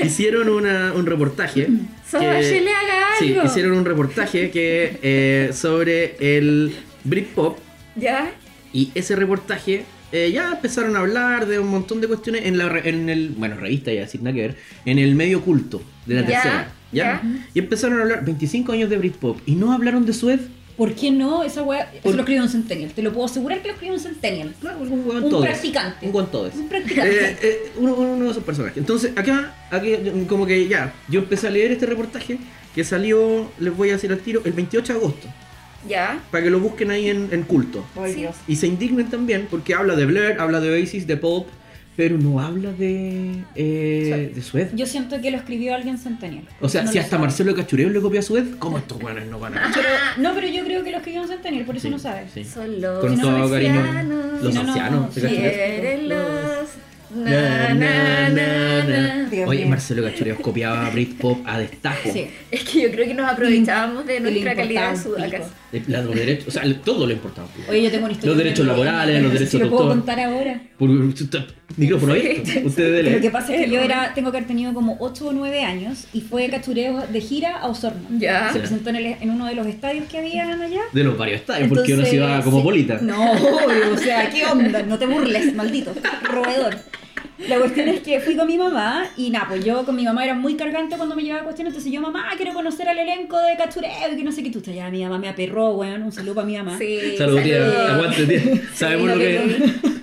Speaker 3: hicieron una- un reportaje.
Speaker 2: Soda,
Speaker 3: que-
Speaker 2: se le haga
Speaker 3: sí,
Speaker 2: algo.
Speaker 3: hicieron un reportaje que eh, sobre el Britpop
Speaker 2: ¿Ya?
Speaker 3: y ese reportaje eh, ya empezaron a hablar de un montón de cuestiones en la re- en el bueno revista ya sin nada que ver en el medio culto de la
Speaker 2: Ya,
Speaker 3: tercera ya, y empezaron a hablar 25 años de Britpop y no hablaron de Suez
Speaker 1: ¿Por qué no? Esa weá. Eso
Speaker 3: Por-
Speaker 1: lo escribió un centennial. Te lo puedo asegurar que lo escribió un centennial.
Speaker 3: claro, un, hueón
Speaker 1: Un
Speaker 3: todes.
Speaker 1: practicante.
Speaker 3: un hueón todes.
Speaker 1: Un practicante.
Speaker 3: Eh, eh, uno, uno- uno de esos personajes. Entonces, acá, aquí, como que ya, yo empecé a leer este reportaje que salió, les voy a decir al tiro, el 28 de agosto,
Speaker 2: ¿Ya?
Speaker 3: para que lo busquen ahí en, en culto.
Speaker 1: Ay, Dios.
Speaker 3: Y se indignen también porque habla de Blair, habla de Oasis, de Pop, pero no habla de, eh, de Suez.
Speaker 1: Yo siento que lo escribió alguien centennial.
Speaker 3: O sea,
Speaker 1: No
Speaker 3: si
Speaker 1: lo
Speaker 3: hasta
Speaker 1: sabe.
Speaker 3: Marcelo Cachureo le copia a Suez, ¿cómo estos buenos no van a...
Speaker 1: Pero- no, pero yo creo que lo escribió un centennial, por eso
Speaker 3: Sí,
Speaker 1: no sabes.
Speaker 3: sí.
Speaker 2: Son los
Speaker 3: Con todo cariño.
Speaker 2: marcianos.
Speaker 3: Los
Speaker 1: No, no,
Speaker 3: ancianos.
Speaker 1: no, sí,
Speaker 3: ¿te cachai?
Speaker 1: eh.
Speaker 2: Quieren los...
Speaker 3: Na, na, na, na.
Speaker 1: Dios
Speaker 3: Oye,
Speaker 1: mío.
Speaker 3: Marcelo Cachureo copiaba a Britpop a destajo.
Speaker 1: Sí.
Speaker 2: Es que yo creo que nos aprovechábamos de
Speaker 1: Y le
Speaker 2: nuestra calidad de
Speaker 1: importaba un
Speaker 2: sudacas.
Speaker 1: pico.
Speaker 3: Eh, la- Los derechos, o sea, todo lo importante.
Speaker 1: Oye, yo tengo una historia.
Speaker 3: Los derechos
Speaker 1: que-
Speaker 3: laborales, los
Speaker 1: no sé
Speaker 3: derechos
Speaker 1: si
Speaker 3: de
Speaker 1: lo puedo
Speaker 3: autor.
Speaker 1: contar ahora.
Speaker 3: Por- Micrófono abierto. Ustedes
Speaker 1: Lo que
Speaker 3: dele.
Speaker 1: pasa es que yo era, tengo que haber tenido como 8 o 9 años y fue cachureo de gira a Osorno.
Speaker 2: Ya.
Speaker 1: Se presentó en, el- en uno de los estadios que habían allá.
Speaker 3: De los varios estadios, porque una
Speaker 1: Entonces,
Speaker 3: ciudad
Speaker 1: sí.
Speaker 3: cosmopolita.
Speaker 1: No, o sea, ¿qué onda? No te burles, maldito, roedor. La cuestión es que fui con mi mamá y nada, pues yo con mi mamá era muy cargante cuando me llevaba cuestiones. Entonces yo, mamá, quiero conocer al elenco de Cachureo y que no sé qué. Tú estás ya, mi mamá me aperró, weón. Un saludo para mi mamá.
Speaker 2: Sí.
Speaker 3: Salud,
Speaker 2: salud.
Speaker 3: tía. Aguante, tía. Sabemos
Speaker 2: lo
Speaker 3: lo
Speaker 2: que-
Speaker 3: que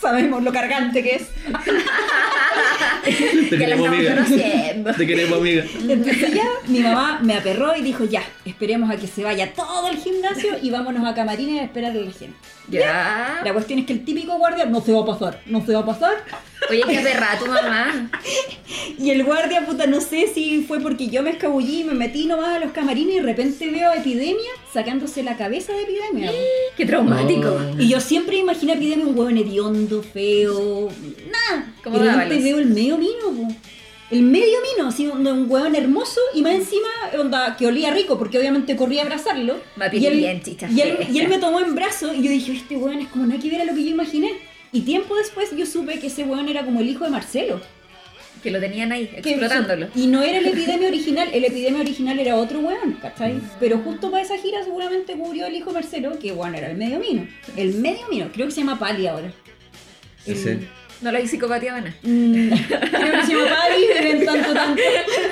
Speaker 1: Sabemos lo cargante que es.
Speaker 3: Te
Speaker 2: Ya la
Speaker 3: queremos,
Speaker 2: estamos
Speaker 3: amiga.
Speaker 2: conociendo.
Speaker 3: Te queremos, amiga.
Speaker 1: Entonces ya, mi mamá me aperró y dijo, ya, esperemos a que se vaya todo el gimnasio y vámonos a camarines a esperar a la gente.
Speaker 2: Ya.
Speaker 1: La cuestión es que el típico guardia no se va a pasar, no se va a pasar.
Speaker 2: Oye, qué perra tu mamá.
Speaker 1: Y el guardia, puta, no sé si fue porque yo me escabullí y me metí nomás a los camarines y de repente veo a Epidemia sacándose la cabeza de Epidemia.
Speaker 2: Qué traumático.
Speaker 3: No.
Speaker 1: Y yo siempre imaginé a Epidemia un hueón hediondo, feo, nada.
Speaker 2: Como
Speaker 1: Y de repente
Speaker 2: Dávalos.
Speaker 1: veo el medio mino, po. El medio mino, así, un, un hueón hermoso y más encima, onda, que olía rico porque obviamente corrí a abrazarlo.
Speaker 2: Va bien
Speaker 1: Y él,
Speaker 2: bien, chicha.
Speaker 1: y él, y él me tomó en brazo y yo dije, este hueón es como nada que ver a lo que yo imaginé. Y tiempo después yo supe que ese hueón era como el hijo de Marcelo.
Speaker 2: que lo tenían ahí,
Speaker 1: Que-
Speaker 2: explotándolo.
Speaker 1: Y no era el epidemia original, el epidemia original era otro weón, ¿cachai?
Speaker 2: Mm.
Speaker 1: Pero justo para esa gira seguramente cubrió el hijo Marcelo, que bueno, era el medio mino. El medio mino, creo que se llama Pali ahora.
Speaker 4: Ese.
Speaker 2: No lo hay psicopatía buena.
Speaker 1: Mm, creo que se llama Pali, [LAUGHS] pero en tanto tanto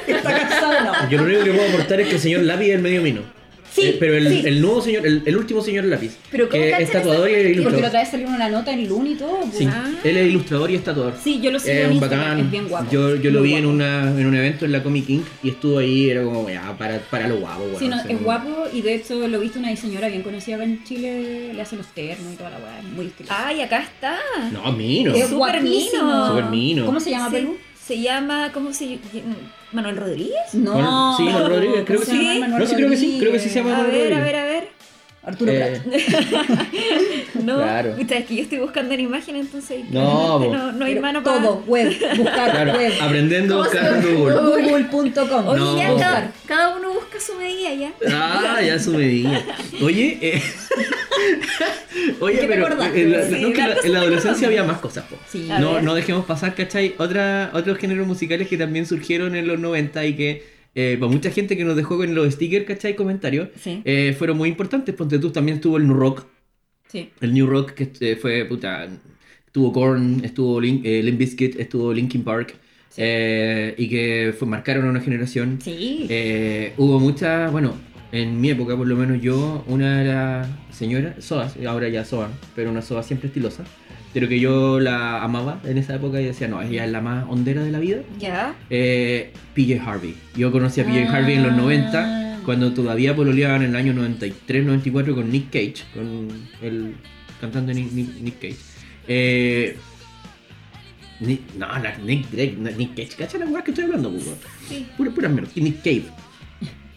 Speaker 1: está casado, no.
Speaker 3: Yo lo único que puedo aportar es que el señor Lápiz es el medio mino.
Speaker 1: Sí,
Speaker 3: Eh, pero el,
Speaker 1: sí.
Speaker 3: el nuevo señor, el, el último señor Lápiz.
Speaker 2: Pero ¿cómo
Speaker 3: que
Speaker 2: cachan
Speaker 3: es tatuador y
Speaker 2: esa-
Speaker 1: Porque la
Speaker 3: ilustrador.
Speaker 1: otra vez salió una nota en Loon y todo. pues.
Speaker 3: Sí,
Speaker 2: Ah.
Speaker 3: él es ilustrador y es tatuador.
Speaker 1: Sí, yo lo sigo
Speaker 3: Es
Speaker 1: en
Speaker 3: un
Speaker 1: Instagram,
Speaker 3: bacán.
Speaker 1: es bien guapo.
Speaker 3: Yo, yo lo
Speaker 1: Muy
Speaker 3: vi en,
Speaker 1: guapo.
Speaker 3: una, en un evento en la Comic Inc. y estuvo ahí, era como, ya, para, para lo guapo, weón.
Speaker 1: Sí, no,
Speaker 3: O sea,
Speaker 1: es
Speaker 3: no-
Speaker 1: guapo y de hecho lo he visto una señora bien conocida acá en Chile, le hace los ternos y toda la weá, es muy estiloso.
Speaker 2: Ay, acá está.
Speaker 3: No, mino.
Speaker 1: es
Speaker 2: Ah, súper
Speaker 1: guapísimo.
Speaker 2: mino.
Speaker 3: Súper mino.
Speaker 1: ¿Cómo se llama
Speaker 2: Sí,
Speaker 1: Perú?
Speaker 2: Se llama, ¿cómo se llama? Manuel Rodríguez.
Speaker 1: No,
Speaker 3: Bueno, sí, Manuel Rodríguez,
Speaker 1: ¿cómo
Speaker 3: creo que
Speaker 1: se
Speaker 2: sí.
Speaker 1: llama Manuel
Speaker 3: No, sí, creo que sí, creo que sí se
Speaker 1: Rodríguez?
Speaker 3: llama
Speaker 2: A
Speaker 3: Manuel
Speaker 2: ver, a
Speaker 3: Rodríguez.
Speaker 2: ver, a ver.
Speaker 1: Arturo
Speaker 3: Eh,
Speaker 1: Prat. [LAUGHS]
Speaker 2: No,
Speaker 3: Claro.
Speaker 2: viste, es que yo estoy buscando en imagen, entonces
Speaker 3: No,
Speaker 2: realmente
Speaker 3: po.
Speaker 2: no, no hay
Speaker 1: Pero
Speaker 2: mano para...
Speaker 1: Todo, web, buscar
Speaker 3: Claro,
Speaker 1: web.
Speaker 3: aprendiendo a buscar en Google.
Speaker 1: Google.com.
Speaker 2: Oye,
Speaker 3: No.
Speaker 2: ya cada, cada uno busca su medida ya.
Speaker 3: Ah, ya su medida. Oye, eh, [LAUGHS] oye,
Speaker 1: ¿Qué te
Speaker 3: pero
Speaker 1: acordaste?
Speaker 3: en la,
Speaker 2: Sí,
Speaker 3: no, que en la-
Speaker 2: claro,
Speaker 3: en la adolescencia había más cosas, po.
Speaker 1: Sí.
Speaker 2: A
Speaker 3: No,
Speaker 2: ver.
Speaker 3: no dejemos pasar, ¿cachai? Otra, otros géneros musicales que también surgieron en los 90 y que eh, para mucha gente que nos dejó con los stickers, ¿cachai? Comentarios,
Speaker 1: Sí.
Speaker 3: eh, fueron muy importantes. Ponte tú, también estuvo el New Rock.
Speaker 1: Sí.
Speaker 3: El New Rock que eh, fue, puta, estuvo Korn, estuvo Link, eh, Limp Bizkit, estuvo Linkin Park.
Speaker 1: Sí.
Speaker 3: eh, y que fue, marcaron a una generación.
Speaker 1: Sí.
Speaker 3: Eh, hubo muchas, bueno, en mi época por lo menos yo, una era señora, sodas, ahora ya soda, pero una soda siempre estilosa, pero que yo la amaba en esa época y decía, no, ella es la más hondera de la vida.
Speaker 2: Ya.
Speaker 3: Eh, PJ Harvey. Yo conocí a PJ Harvey en los
Speaker 1: Ah.
Speaker 3: 90, cuando todavía pololeaban en el año 93-94 con Nick Cage, con el cantante Nick, Nick- Nick Cage. Eh, Nick- no, la- Nick Drake, no, Nick Cage, ¿cachai la weá que estoy hablando, Hugo?
Speaker 2: Sí.
Speaker 3: Pura, pura mierda. Y Nick Cave.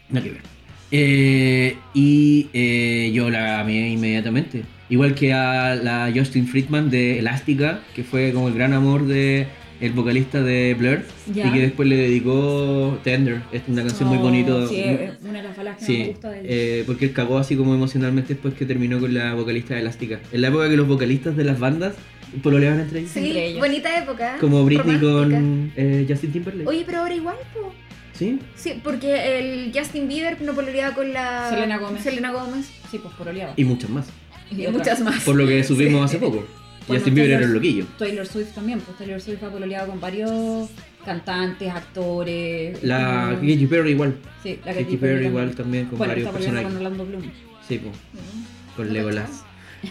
Speaker 3: Nada que ver. Eh, y eh, yo la amé inmediatamente. Igual que a la Justin Friedman de Elástica, que fue como el gran amor de el vocalista de Blur.
Speaker 1: Ya.
Speaker 3: Y que después le dedicó Tender. Es una canción muy
Speaker 1: Oh,
Speaker 3: bonita.
Speaker 1: Sí, es una de las balas que más me
Speaker 3: Sí,
Speaker 1: gusta de él.
Speaker 3: eh, porque él cagó así como emocionalmente después que terminó con la vocalista de Elástica. En la época que los vocalistas de las bandas pololeaban entre ellos.
Speaker 2: Sí,
Speaker 1: Entre ellos.
Speaker 2: bonita época.
Speaker 3: Como Britney
Speaker 2: romántica.
Speaker 3: con eh, Justin Timberlake.
Speaker 2: Oye, pero ahora igual, po.
Speaker 3: ¿Sí?
Speaker 2: Sí, porque el Justin Bieber no poloreaba con la...
Speaker 1: Selena Gómez.
Speaker 2: Selena Gómez.
Speaker 1: Sí, pues por oleado.
Speaker 3: Y muchas más.
Speaker 2: Y,
Speaker 1: otra.
Speaker 2: muchas más.
Speaker 3: [LAUGHS] Por lo que supimos hace poco.
Speaker 1: Bueno,
Speaker 3: Justin Bieber era
Speaker 1: Taylor-
Speaker 3: el loquillo.
Speaker 1: Taylor Swift también, pues Taylor Swift ha pololeado con varios cantantes, actores.
Speaker 3: La
Speaker 1: mm,
Speaker 3: Katy Perry igual.
Speaker 1: Sí, la
Speaker 3: Katy Perry igual también con
Speaker 1: bueno,
Speaker 3: varios
Speaker 1: está pololeando con
Speaker 3: personajes.
Speaker 1: Orlando Bloom.
Speaker 3: Sí, po,
Speaker 2: Mm.
Speaker 3: con Legolas.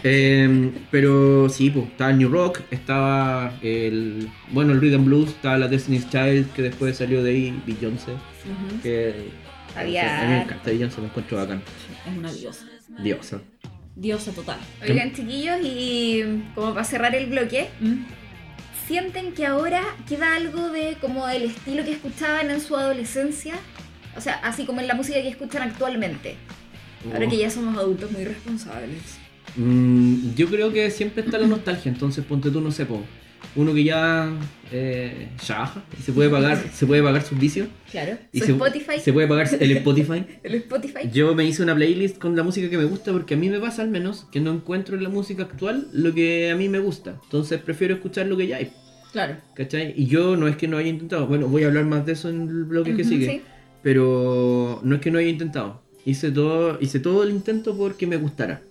Speaker 3: Eh, pero sí, pues, estaba el New Rock, estaba el. Bueno, el Rhythm Blues, estaba la Destiny's Child, que después salió de ahí, Beyoncé.
Speaker 1: Ujú,
Speaker 3: Que.
Speaker 2: Había-
Speaker 3: A mí me encanta Beyoncé, me encuentro bacán.
Speaker 1: Es una diosa.
Speaker 3: Diosa.
Speaker 1: Diosa total.
Speaker 2: Oigan, chiquillos, y como para cerrar el bloque,
Speaker 1: Mm.
Speaker 2: ¿sienten que ahora queda algo de como el estilo que escuchaban en su adolescencia? O sea, así como en la música que escuchan actualmente. Ahora
Speaker 3: Oh.
Speaker 2: que ya somos adultos muy responsables.
Speaker 3: Mm, yo creo que siempre está la nostalgia, entonces ponte tú, no sé, po, uno que ya eh, trabaja y se
Speaker 2: [LAUGHS]
Speaker 3: puede pagar, se puede pagar sus vicios.
Speaker 1: Claro.
Speaker 3: Y
Speaker 2: Su
Speaker 3: se,
Speaker 2: Spotify.
Speaker 3: se puede pagar el
Speaker 2: [LAUGHS]
Speaker 3: Spotify.
Speaker 2: El Spotify.
Speaker 3: Yo me hice una playlist con la música que me gusta porque a mí me pasa al menos que no encuentro en la música actual lo que a mí me gusta. Entonces prefiero escuchar lo que ya hay.
Speaker 1: Claro.
Speaker 3: ¿Cachai? Y yo no es que no haya intentado. Bueno, voy a hablar más de eso en el bloque que
Speaker 2: Ujú,
Speaker 3: sigue.
Speaker 2: sí.
Speaker 3: Pero no es que no haya intentado. Hice todo, hice todo el intento porque me gustara.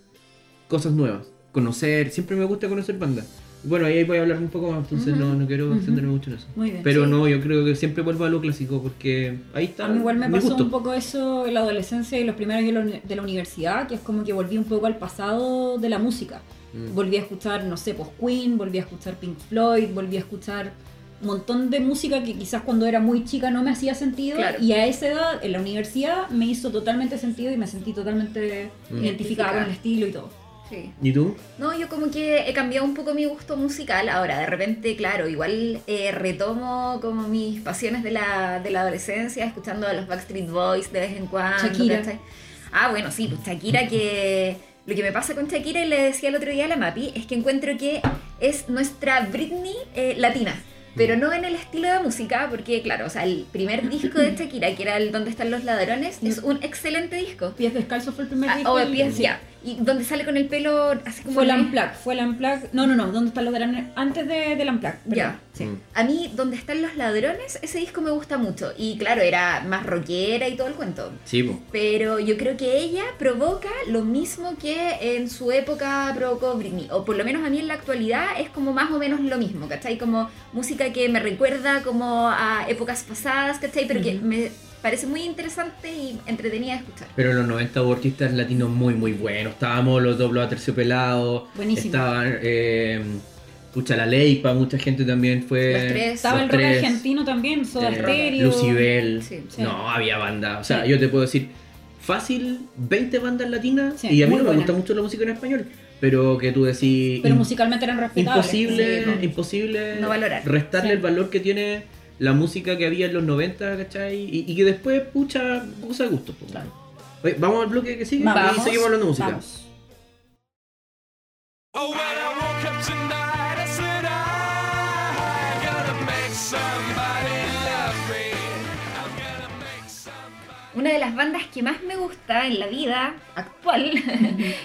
Speaker 3: Cosas nuevas. Conocer. Siempre me gusta conocer bandas. Bueno, ahí voy a hablar un poco más, entonces no, no quiero
Speaker 1: Ujú.
Speaker 3: extenderme mucho en eso.
Speaker 1: Muy bien.
Speaker 3: Pero
Speaker 2: Sí.
Speaker 3: no, yo creo que siempre vuelvo a lo clásico porque ahí está.
Speaker 1: A mí igual me
Speaker 3: mi
Speaker 1: pasó
Speaker 3: gusto.
Speaker 1: un poco eso en la adolescencia y los primeros años de la uni- de la universidad, que es como que volví un poco al pasado de la música.
Speaker 3: Mm.
Speaker 1: Volví a escuchar, no sé, pues Queen, volví a escuchar Pink Floyd, volví a escuchar un montón de música que quizás cuando era muy chica no me hacía sentido
Speaker 2: Claro.
Speaker 1: y a esa edad en la universidad me hizo totalmente sentido y me sentí totalmente
Speaker 3: Mm.
Speaker 1: identificada con el estilo y todo.
Speaker 2: Sí.
Speaker 3: ¿Y tú?
Speaker 2: No, yo como que he cambiado un poco mi gusto musical ahora. De repente, claro, igual eh, retomo como mis pasiones de la, de la adolescencia, escuchando a los Backstreet Boys de vez en cuando.
Speaker 1: Shakira.
Speaker 2: ¿cachai? Ah, bueno, sí, pues Shakira que... Lo que me pasa con Shakira, y le decía el otro día a la Mapi, es que encuentro que es nuestra Britney eh, latina. pero no en el estilo de música, porque claro, o sea, el primer disco de Shakira, que era el Donde están los ladrones, es un excelente disco.
Speaker 1: Pies Descalzos fue el primer
Speaker 2: Ah,
Speaker 1: disco.
Speaker 2: o
Speaker 1: del-
Speaker 2: pies,
Speaker 1: sí.
Speaker 2: ya. Y donde sale con el pelo así como...
Speaker 1: Fue el
Speaker 2: la-
Speaker 1: Unplugged, fue el Unplugged. No, no, no, ¿dónde están los ladrones? Antes de, del Unplugged. perdón.
Speaker 2: Ya.
Speaker 1: Sí.
Speaker 5: Mm.
Speaker 2: A mí, Donde están los ladrones, ese disco me gusta mucho. Y claro, era más rockera y todo el cuento.
Speaker 5: Sí, po.
Speaker 2: Pero yo creo que ella provoca lo mismo que en su época provocó Britney. O por lo menos a mí en la actualidad es como más o menos lo mismo, ¿cachai? Como música que me recuerda como a épocas pasadas, ¿cachai? Pero que
Speaker 1: Ujú.
Speaker 2: me parece muy interesante y entretenida de escuchar.
Speaker 3: Pero en los 90 hubo artistas latinos muy, muy buenos. Estábamos los doblos aterciopelados.
Speaker 1: Buenísimo.
Speaker 3: Estaban. Eh, pucha, la Leipa, mucha gente también fue.
Speaker 2: Los tres.
Speaker 1: Estaba
Speaker 3: los
Speaker 1: el rock
Speaker 3: tres,
Speaker 1: argentino también, Soda
Speaker 3: eh,
Speaker 1: Stereo.
Speaker 3: Lucibel.
Speaker 2: Sí,
Speaker 1: sí.
Speaker 3: No, había banda. O sea,
Speaker 1: Sí.
Speaker 3: yo te puedo decir, fácil, 20 bandas latinas.
Speaker 1: Sí,
Speaker 3: y a mí
Speaker 1: muy
Speaker 3: no me
Speaker 1: buena.
Speaker 3: gusta mucho la música en español. Pero que tú decís.
Speaker 1: Pero
Speaker 3: im-
Speaker 1: musicalmente eran respetables.
Speaker 3: imposible,
Speaker 2: Sí, no.
Speaker 3: imposible
Speaker 2: No valorar.
Speaker 3: restarle
Speaker 1: Sí.
Speaker 3: el valor que tiene la música que había en los 90, ¿cachai? Y, y que después, pucha, usa gusto. po.
Speaker 1: Claro.
Speaker 3: Oye, vamos al bloque que sigue y
Speaker 1: Vamos,
Speaker 3: seguimos hablando de música.
Speaker 1: vamos.
Speaker 6: Oh, when I woke up tonight, I said I'm gonna make somebody love me. I'm gonna make somebody.
Speaker 2: Una de las bandas que más me gusta en la vida
Speaker 3: [LAUGHS]
Speaker 2: actual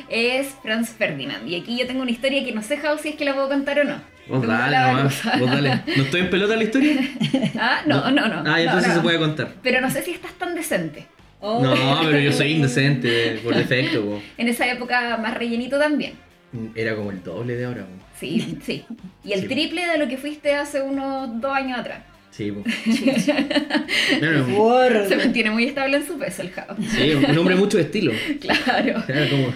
Speaker 2: es Franz Ferdinand. Y aquí yo tengo una historia que no sé, Jao, si es que la puedo contar o no.
Speaker 3: Vos
Speaker 2: ¿Te gusta
Speaker 3: dale,
Speaker 2: la
Speaker 3: nomás,
Speaker 2: baluza?
Speaker 3: vos dale. ¿No estoy en pelota
Speaker 1: [LAUGHS]
Speaker 3: la historia?
Speaker 2: [LAUGHS] Ah, no, no, no.
Speaker 3: Ah,
Speaker 2: no,
Speaker 3: entonces
Speaker 2: no.
Speaker 3: se puede contar.
Speaker 2: Pero no sé si estás tan decente.
Speaker 1: Oh.
Speaker 3: No, pero yo soy indecente por defecto, po.
Speaker 2: En esa época más rellenito también.
Speaker 3: Era como el doble de ahora, po. [LAUGHS]
Speaker 2: Sí, sí. Y el
Speaker 3: Sí.
Speaker 2: triple de lo que fuiste hace unos dos años atrás.
Speaker 3: Sí, po. No, no,
Speaker 1: Por-
Speaker 2: Se mantiene muy estable en su peso el
Speaker 3: [LAUGHS]
Speaker 2: Jao.
Speaker 3: sí, un hombre mucho de estilo.
Speaker 2: Claro.
Speaker 3: Era como.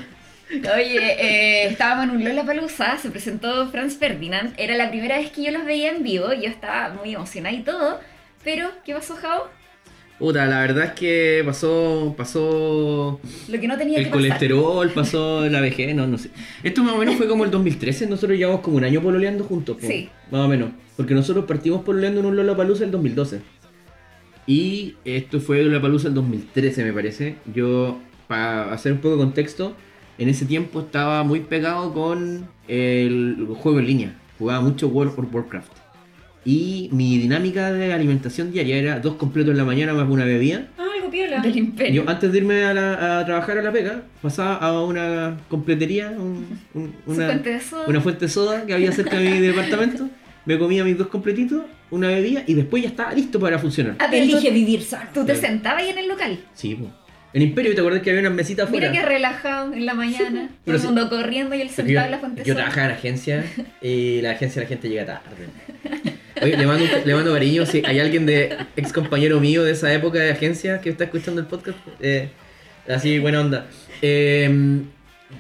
Speaker 2: Oye, eh, estábamos en un Lola Palusa, se presentó Franz Ferdinand. Era la primera vez que yo los veía en vivo, yo estaba muy emocionada y todo. Pero, ¿qué pasó, Jao?
Speaker 3: Puta, la verdad es que pasó. pasó.
Speaker 2: Lo que no tenía
Speaker 3: El
Speaker 2: que pasar.
Speaker 3: colesterol, pasó la vejez, no, no sé. Esto más o menos fue como el 2013, nosotros llevamos como un año pololeando juntos. po.
Speaker 2: Sí.
Speaker 3: Más o menos. Porque nosotros partimos pololeando en un Lollapalooza el 2012. Y esto fue Lollapalooza el 2013, me parece. Yo, para hacer un poco de contexto, en ese tiempo estaba muy pegado con el juego en línea. Jugaba mucho World of Warcraft. Y mi dinámica de alimentación diaria era dos completos en la mañana más una bebida.
Speaker 1: Ah, algo piola.
Speaker 2: Del imperio.
Speaker 3: Yo antes de irme a, la- a trabajar a la pega, pasaba a una completería, un- un-
Speaker 2: Su
Speaker 3: una,
Speaker 2: fuente de soda.
Speaker 3: una fuente de soda que había
Speaker 2: [LAUGHS]
Speaker 3: cerca de mi departamento, me comía mis dos completitos, una bebida y después ya estaba listo para funcionar.
Speaker 2: Ah, pero
Speaker 1: Elige
Speaker 2: tú-
Speaker 1: vivir sano.
Speaker 2: Tú te sentabas ahí en el local.
Speaker 3: Sí, po. En Imperio, ¿te acordás que había unas mesitas
Speaker 2: Mira
Speaker 3: afuera?
Speaker 2: que relajado en la mañana, todo
Speaker 3: Pero
Speaker 2: el
Speaker 3: sí.
Speaker 2: mundo corriendo y él
Speaker 3: Porque
Speaker 2: sentado en la fuente
Speaker 3: yo
Speaker 2: sola.
Speaker 3: trabajaba en agencia y la agencia la gente llega tarde. Oye, le mando, le mando cariño si hay alguien de ex compañero mío de esa época de agencia que está escuchando el podcast. eh, así, buena onda. Eh,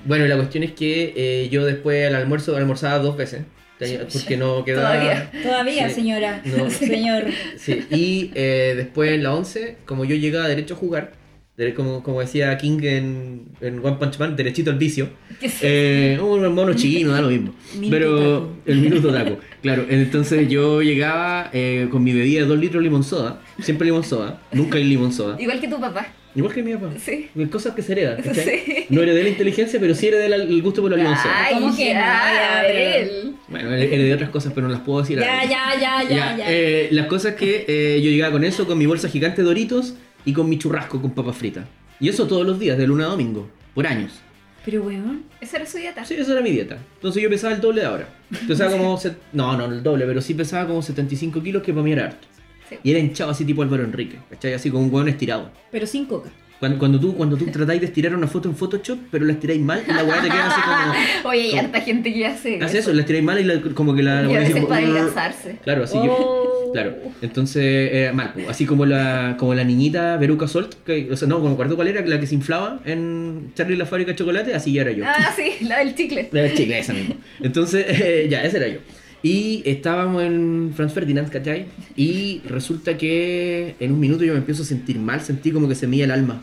Speaker 3: bueno, la cuestión es que eh, yo después al almuerzo almorzaba dos veces. Porque no quedaba.
Speaker 2: Todavía.
Speaker 1: Todavía,
Speaker 3: Sí.
Speaker 1: señora. [LAUGHS]
Speaker 3: No.
Speaker 1: Señor.
Speaker 3: Sí, y eh, después en la 11, como yo llegaba derecho a jugar, de- como, como decía King en, en One Punch Man, derechito al vicio,
Speaker 2: Que sí.
Speaker 3: eh, un mono chino, da lo mismo.
Speaker 1: Minuto
Speaker 3: Pero
Speaker 1: taco.
Speaker 3: el minuto taco, claro. Entonces yo llegaba eh, con mi bebida de 2 litros de limón soda, siempre limón soda, nunca hay limón soda.
Speaker 2: Igual que tu papá.
Speaker 3: Igual que mi papá.
Speaker 2: Sí.
Speaker 3: Cosas que se heredan, ¿cachai?
Speaker 2: Sí.
Speaker 3: No heredé la inteligencia, pero sí heredé la- el gusto por la limón soda.
Speaker 2: Ay,
Speaker 1: ¿Cómo que no?
Speaker 2: ya,
Speaker 1: Ya, pero-
Speaker 2: él.
Speaker 3: Bueno, heredé otras cosas, pero no las puedo decir ahora.
Speaker 1: Ya, ya, ya, ya,
Speaker 3: Ya,
Speaker 1: ya.
Speaker 3: eh, las cosas que eh, yo llegaba con eso, con mi bolsa gigante de Doritos y con mi churrasco con papas fritas. Y eso todos los días, de lunes a domingo, por años.
Speaker 1: Pero weón.
Speaker 2: Esa era su dieta.
Speaker 3: Sí, esa era mi dieta. Entonces yo pesaba el doble de ahora. Pesaba
Speaker 2: [LAUGHS]
Speaker 3: como... set- No, no, el doble, pero sí pesaba como 75 kilos, que para mí era harto.
Speaker 2: Sí.
Speaker 3: Y era hinchado así tipo Álvaro Enrique, ¿cachai? Así como un hueón estirado.
Speaker 1: Pero sin coca.
Speaker 3: Cuando, cuando tú, cuando tú tratáis de estirar una foto en Photoshop, pero la estiráis mal y la weá te queda así
Speaker 2: [LAUGHS]
Speaker 3: como...
Speaker 2: Oye, hay
Speaker 3: como-
Speaker 2: harta gente que hace.
Speaker 3: Hace eso, la estiráis mal y la- como que la... la
Speaker 2: Y
Speaker 3: weá
Speaker 2: a
Speaker 3: así
Speaker 2: veces
Speaker 3: como-
Speaker 2: para adelgazarse.
Speaker 3: Claro, así yo...
Speaker 1: Oh.
Speaker 3: [LAUGHS] Claro, entonces era mal, po. así como la, como la niñita Veruca Salt, que, o sea, no, me acuerdo cuál era, la que se inflaba en Charlie y la fábrica de chocolate, así era yo.
Speaker 2: Ah, sí, la del chicle.
Speaker 3: La chica, esa misma. Entonces, [LAUGHS] eh, ya, ese era yo. Y estábamos en Franz Ferdinand, ¿cachai? Y resulta que en un minuto yo me empiezo a sentir mal, sentí como que se me iba el alma.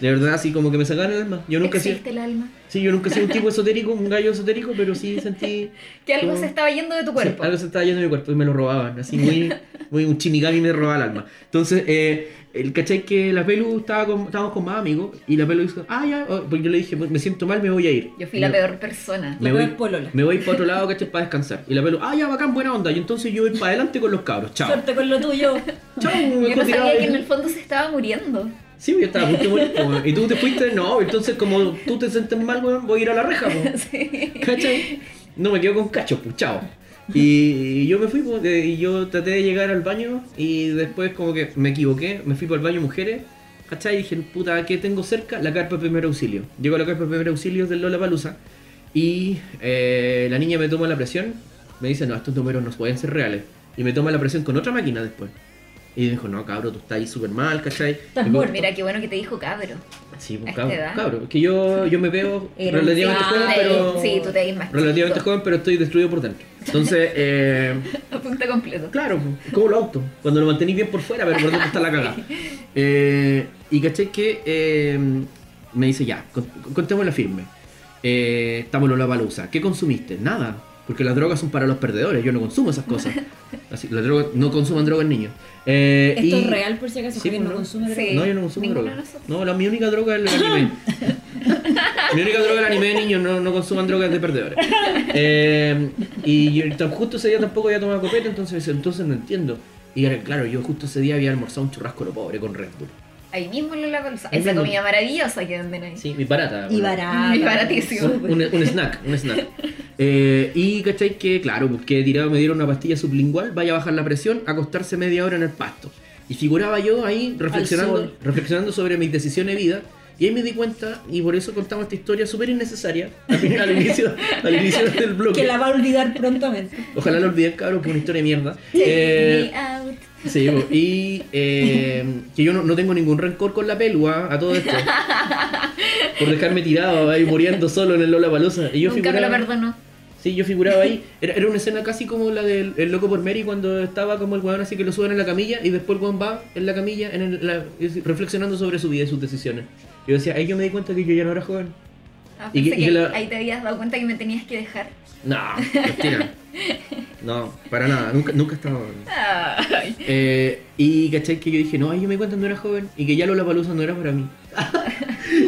Speaker 3: De verdad, así como que me sacaban el alma. Yo nunca
Speaker 2: Existe el alma.
Speaker 3: he sido- sí, yo nunca he
Speaker 2: [LAUGHS]
Speaker 3: sido un tipo esotérico, un gallo esotérico, pero sí sentí
Speaker 2: Que algo
Speaker 3: Como-
Speaker 2: se estaba yendo de tu cuerpo.
Speaker 3: Sí, algo se estaba yendo de mi cuerpo y me lo robaban.
Speaker 2: [LAUGHS]
Speaker 3: Así muy, muy un chinigami me robaba el alma. Entonces, eh, el cachai que la Pelu estaba con, estábamos con más amigos y la Pelu dijo, ah, ya, oh, porque yo le dije, me siento mal, me voy a ir.
Speaker 2: Yo fui la
Speaker 3: Y
Speaker 2: peor persona.
Speaker 1: La
Speaker 3: Me voy,
Speaker 1: peor polola.
Speaker 3: me voy para otro lado, cachai, para descansar. Y la Pelu, ah, ya, bacán, buena onda. Y entonces yo voy para adelante con los cabros. Chao.
Speaker 1: Suerte con lo
Speaker 3: [LAUGHS]
Speaker 1: tuyo.
Speaker 3: Chao, me
Speaker 2: Yo no
Speaker 3: dejó tirado
Speaker 2: sabía que
Speaker 3: ahí.
Speaker 2: en el fondo se estaba muriendo.
Speaker 3: Sí, yo
Speaker 1: [LAUGHS]
Speaker 3: estaba a punto de morir, po, weón. Y tú te fuiste, no, entonces como tú te sientes mal, weón, voy a ir a la
Speaker 1: [LAUGHS]
Speaker 3: reja, po. ¿Cachai? No me quedo con cachos, pues, chao. Y, y yo me fui, po, de- y yo traté de llegar al baño y después como que me equivoqué, me fui para el baño mujeres, ¿cachai? Y dije, puta, ¿qué tengo cerca? La carpa de primer auxilio. Llego a la carpa de primer auxilio del Lola Palusa y eh, la niña me toma la presión, me dice, no, estos números no pueden ser reales. Y me toma la presión con otra máquina después. Y dijo, no, cabrón, tú estás ahí súper mal, ¿cachai?
Speaker 1: Estás
Speaker 3: Y me-
Speaker 1: muerto.
Speaker 2: Mira, qué bueno que te dijo cabro.
Speaker 3: Sí,
Speaker 2: A
Speaker 3: pues,
Speaker 2: esta
Speaker 3: cabro,
Speaker 2: edad.
Speaker 3: cabro, que yo, yo
Speaker 2: [LAUGHS]
Speaker 3: me veo
Speaker 1: Era un
Speaker 3: relativamente
Speaker 1: chico.
Speaker 3: joven, pero...
Speaker 2: Sí, tú te ves más chico.
Speaker 3: Relativamente joven, pero estoy destruido por dentro.
Speaker 2: [LAUGHS]
Speaker 3: Entonces, eh,
Speaker 2: A punta completo.
Speaker 3: claro, pues, como los autos, cuando lo mantenís bien por fuera, pero por dentro está la cagada. Eh, y caché que eh, me dice, ya, con- contémosla firme. Eh, estamos en la palusa. ¿Qué consumiste? Nada, porque las drogas son para los perdedores, yo no consumo esas
Speaker 2: [LAUGHS]
Speaker 3: cosas. Así, las drogas, no consuman drogas, niños. Eh,
Speaker 1: Esto
Speaker 3: y-
Speaker 1: es real, por si acaso,
Speaker 3: Sí,
Speaker 1: Javier no
Speaker 3: ¿no?
Speaker 1: consume droga.
Speaker 2: Sí.
Speaker 3: no, yo no consumo
Speaker 2: Ninguno
Speaker 3: droga.
Speaker 2: de nosotros.
Speaker 3: No, la, mi única droga es
Speaker 2: [LAUGHS]
Speaker 3: el anime. mi única droga es el anime, niños. No, no consuman drogas de perdedores. Eh, y yo tan- justo ese día tampoco había tomado copete, entonces, entonces no entiendo. Y era- claro, yo justo ese día había almorzado un churrasco lo pobre con Red Bull.
Speaker 2: Ahí mismo en la bolsa.
Speaker 3: Ahí
Speaker 2: Esa
Speaker 3: mismo.
Speaker 2: comida maravillosa que venden ahí.
Speaker 3: Sí, mi barata.
Speaker 1: Y
Speaker 3: bueno.
Speaker 1: barata.
Speaker 2: Y baratísimo.
Speaker 1: Súper.
Speaker 3: Un, un snack, un snack. Eh, y cachai que, claro, porque tirado me dieron una pastilla sublingual, vaya a bajar la presión, acostarse media hora en el pasto. Y figuraba yo ahí reflexionando,
Speaker 1: sol.
Speaker 3: reflexionando sobre mis decisiones de vida. Y ahí me di cuenta, y por eso contamos esta historia súper innecesaria al, final, al inicio, al inicio del
Speaker 1: [LAUGHS] Que
Speaker 3: bloque.
Speaker 1: la va a olvidar prontamente.
Speaker 3: Ojalá lo olvidé, cabrón, que es una historia de mierda.
Speaker 2: Take
Speaker 3: Eh,
Speaker 2: me out.
Speaker 3: Sí, bo, y eh, que yo no, no tengo ningún rencor con la pelua a todo esto. Por dejarme tirado ahí muriendo solo en el Lola Palosa. Y yo
Speaker 2: Nunca me lo
Speaker 3: figuraba-
Speaker 2: perdonó.
Speaker 3: Sí, yo figuraba ahí. Era, era una escena casi como la del el loco por Mary cuando estaba como el weón así que lo suben en la camilla y después el weón va en la camilla en el- la- reflexionando sobre su vida y sus decisiones. Yo decía, ahí yo me di cuenta que yo ya no era joven.
Speaker 2: Ah,
Speaker 3: Y que-
Speaker 2: pensé
Speaker 3: y
Speaker 2: que
Speaker 3: que la-
Speaker 2: Ahí te habías dado cuenta que me tenías que dejar.
Speaker 3: No, mentira. No, para nada. Nunca, nunca estaba...
Speaker 2: Ay.
Speaker 3: Eh, y cachai que yo dije, no, ahí yo me di cuenta cuando era joven y que ya Lola Palusa no era para mí. [LAUGHS]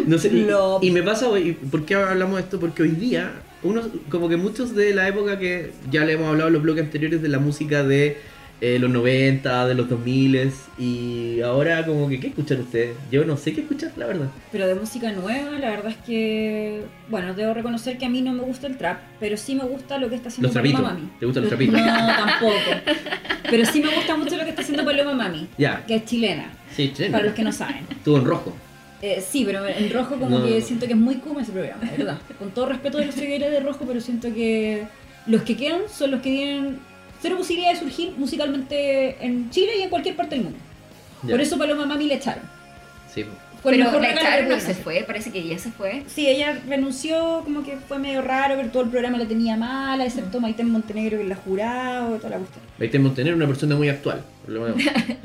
Speaker 3: no sé, y,
Speaker 1: Lo-
Speaker 3: y me pasa hoy, ¿por qué hablamos de esto? Porque hoy día, unos, como que muchos de la época que ya le hemos hablado en los bloques anteriores de la música de eh, los 90, de los 2000 y ahora como que, ¿qué escuchan ustedes? Yo no sé qué escuchar, la verdad.
Speaker 1: Pero de música nueva, la verdad es que. Bueno, debo reconocer que a mí no me gusta el trap, pero sí me gusta lo que está haciendo
Speaker 3: Los trapitos.
Speaker 1: Paloma Mami.
Speaker 3: ¿Te gustan los trapitos?
Speaker 1: No, tampoco. Pero sí me gusta mucho lo que está haciendo Paloma Mami,
Speaker 3: Ya,
Speaker 1: que es chilena,
Speaker 3: sí, chileno.
Speaker 1: para los que no saben.
Speaker 3: Estuvo en rojo.
Speaker 1: Eh, sí, pero en rojo como
Speaker 3: No.
Speaker 1: que siento que es muy kuma ese programa, de
Speaker 3: [LAUGHS]
Speaker 1: verdad. Con todo respeto de los seguidores de rojo, pero siento que los que quedan son los que tienen cero posibilidad de surgir musicalmente en Chile y en cualquier parte del mundo.
Speaker 3: Ya,
Speaker 1: Por eso Paloma Mami le echaron.
Speaker 3: Sí,
Speaker 1: Fue el
Speaker 2: Pero
Speaker 1: mejor
Speaker 2: la
Speaker 1: regalo que
Speaker 2: echaron no
Speaker 1: pudieron
Speaker 2: se
Speaker 1: hacer.
Speaker 2: fue, parece que ya se fue.
Speaker 1: Sí, ella renunció, como que fue medio raro, pero todo el programa la tenía mala, excepto Maite Montenegro que la jurado, toda la cuestión.
Speaker 3: Maite Montenegro, una persona muy actual. por lo menos.
Speaker 1: [LAUGHS]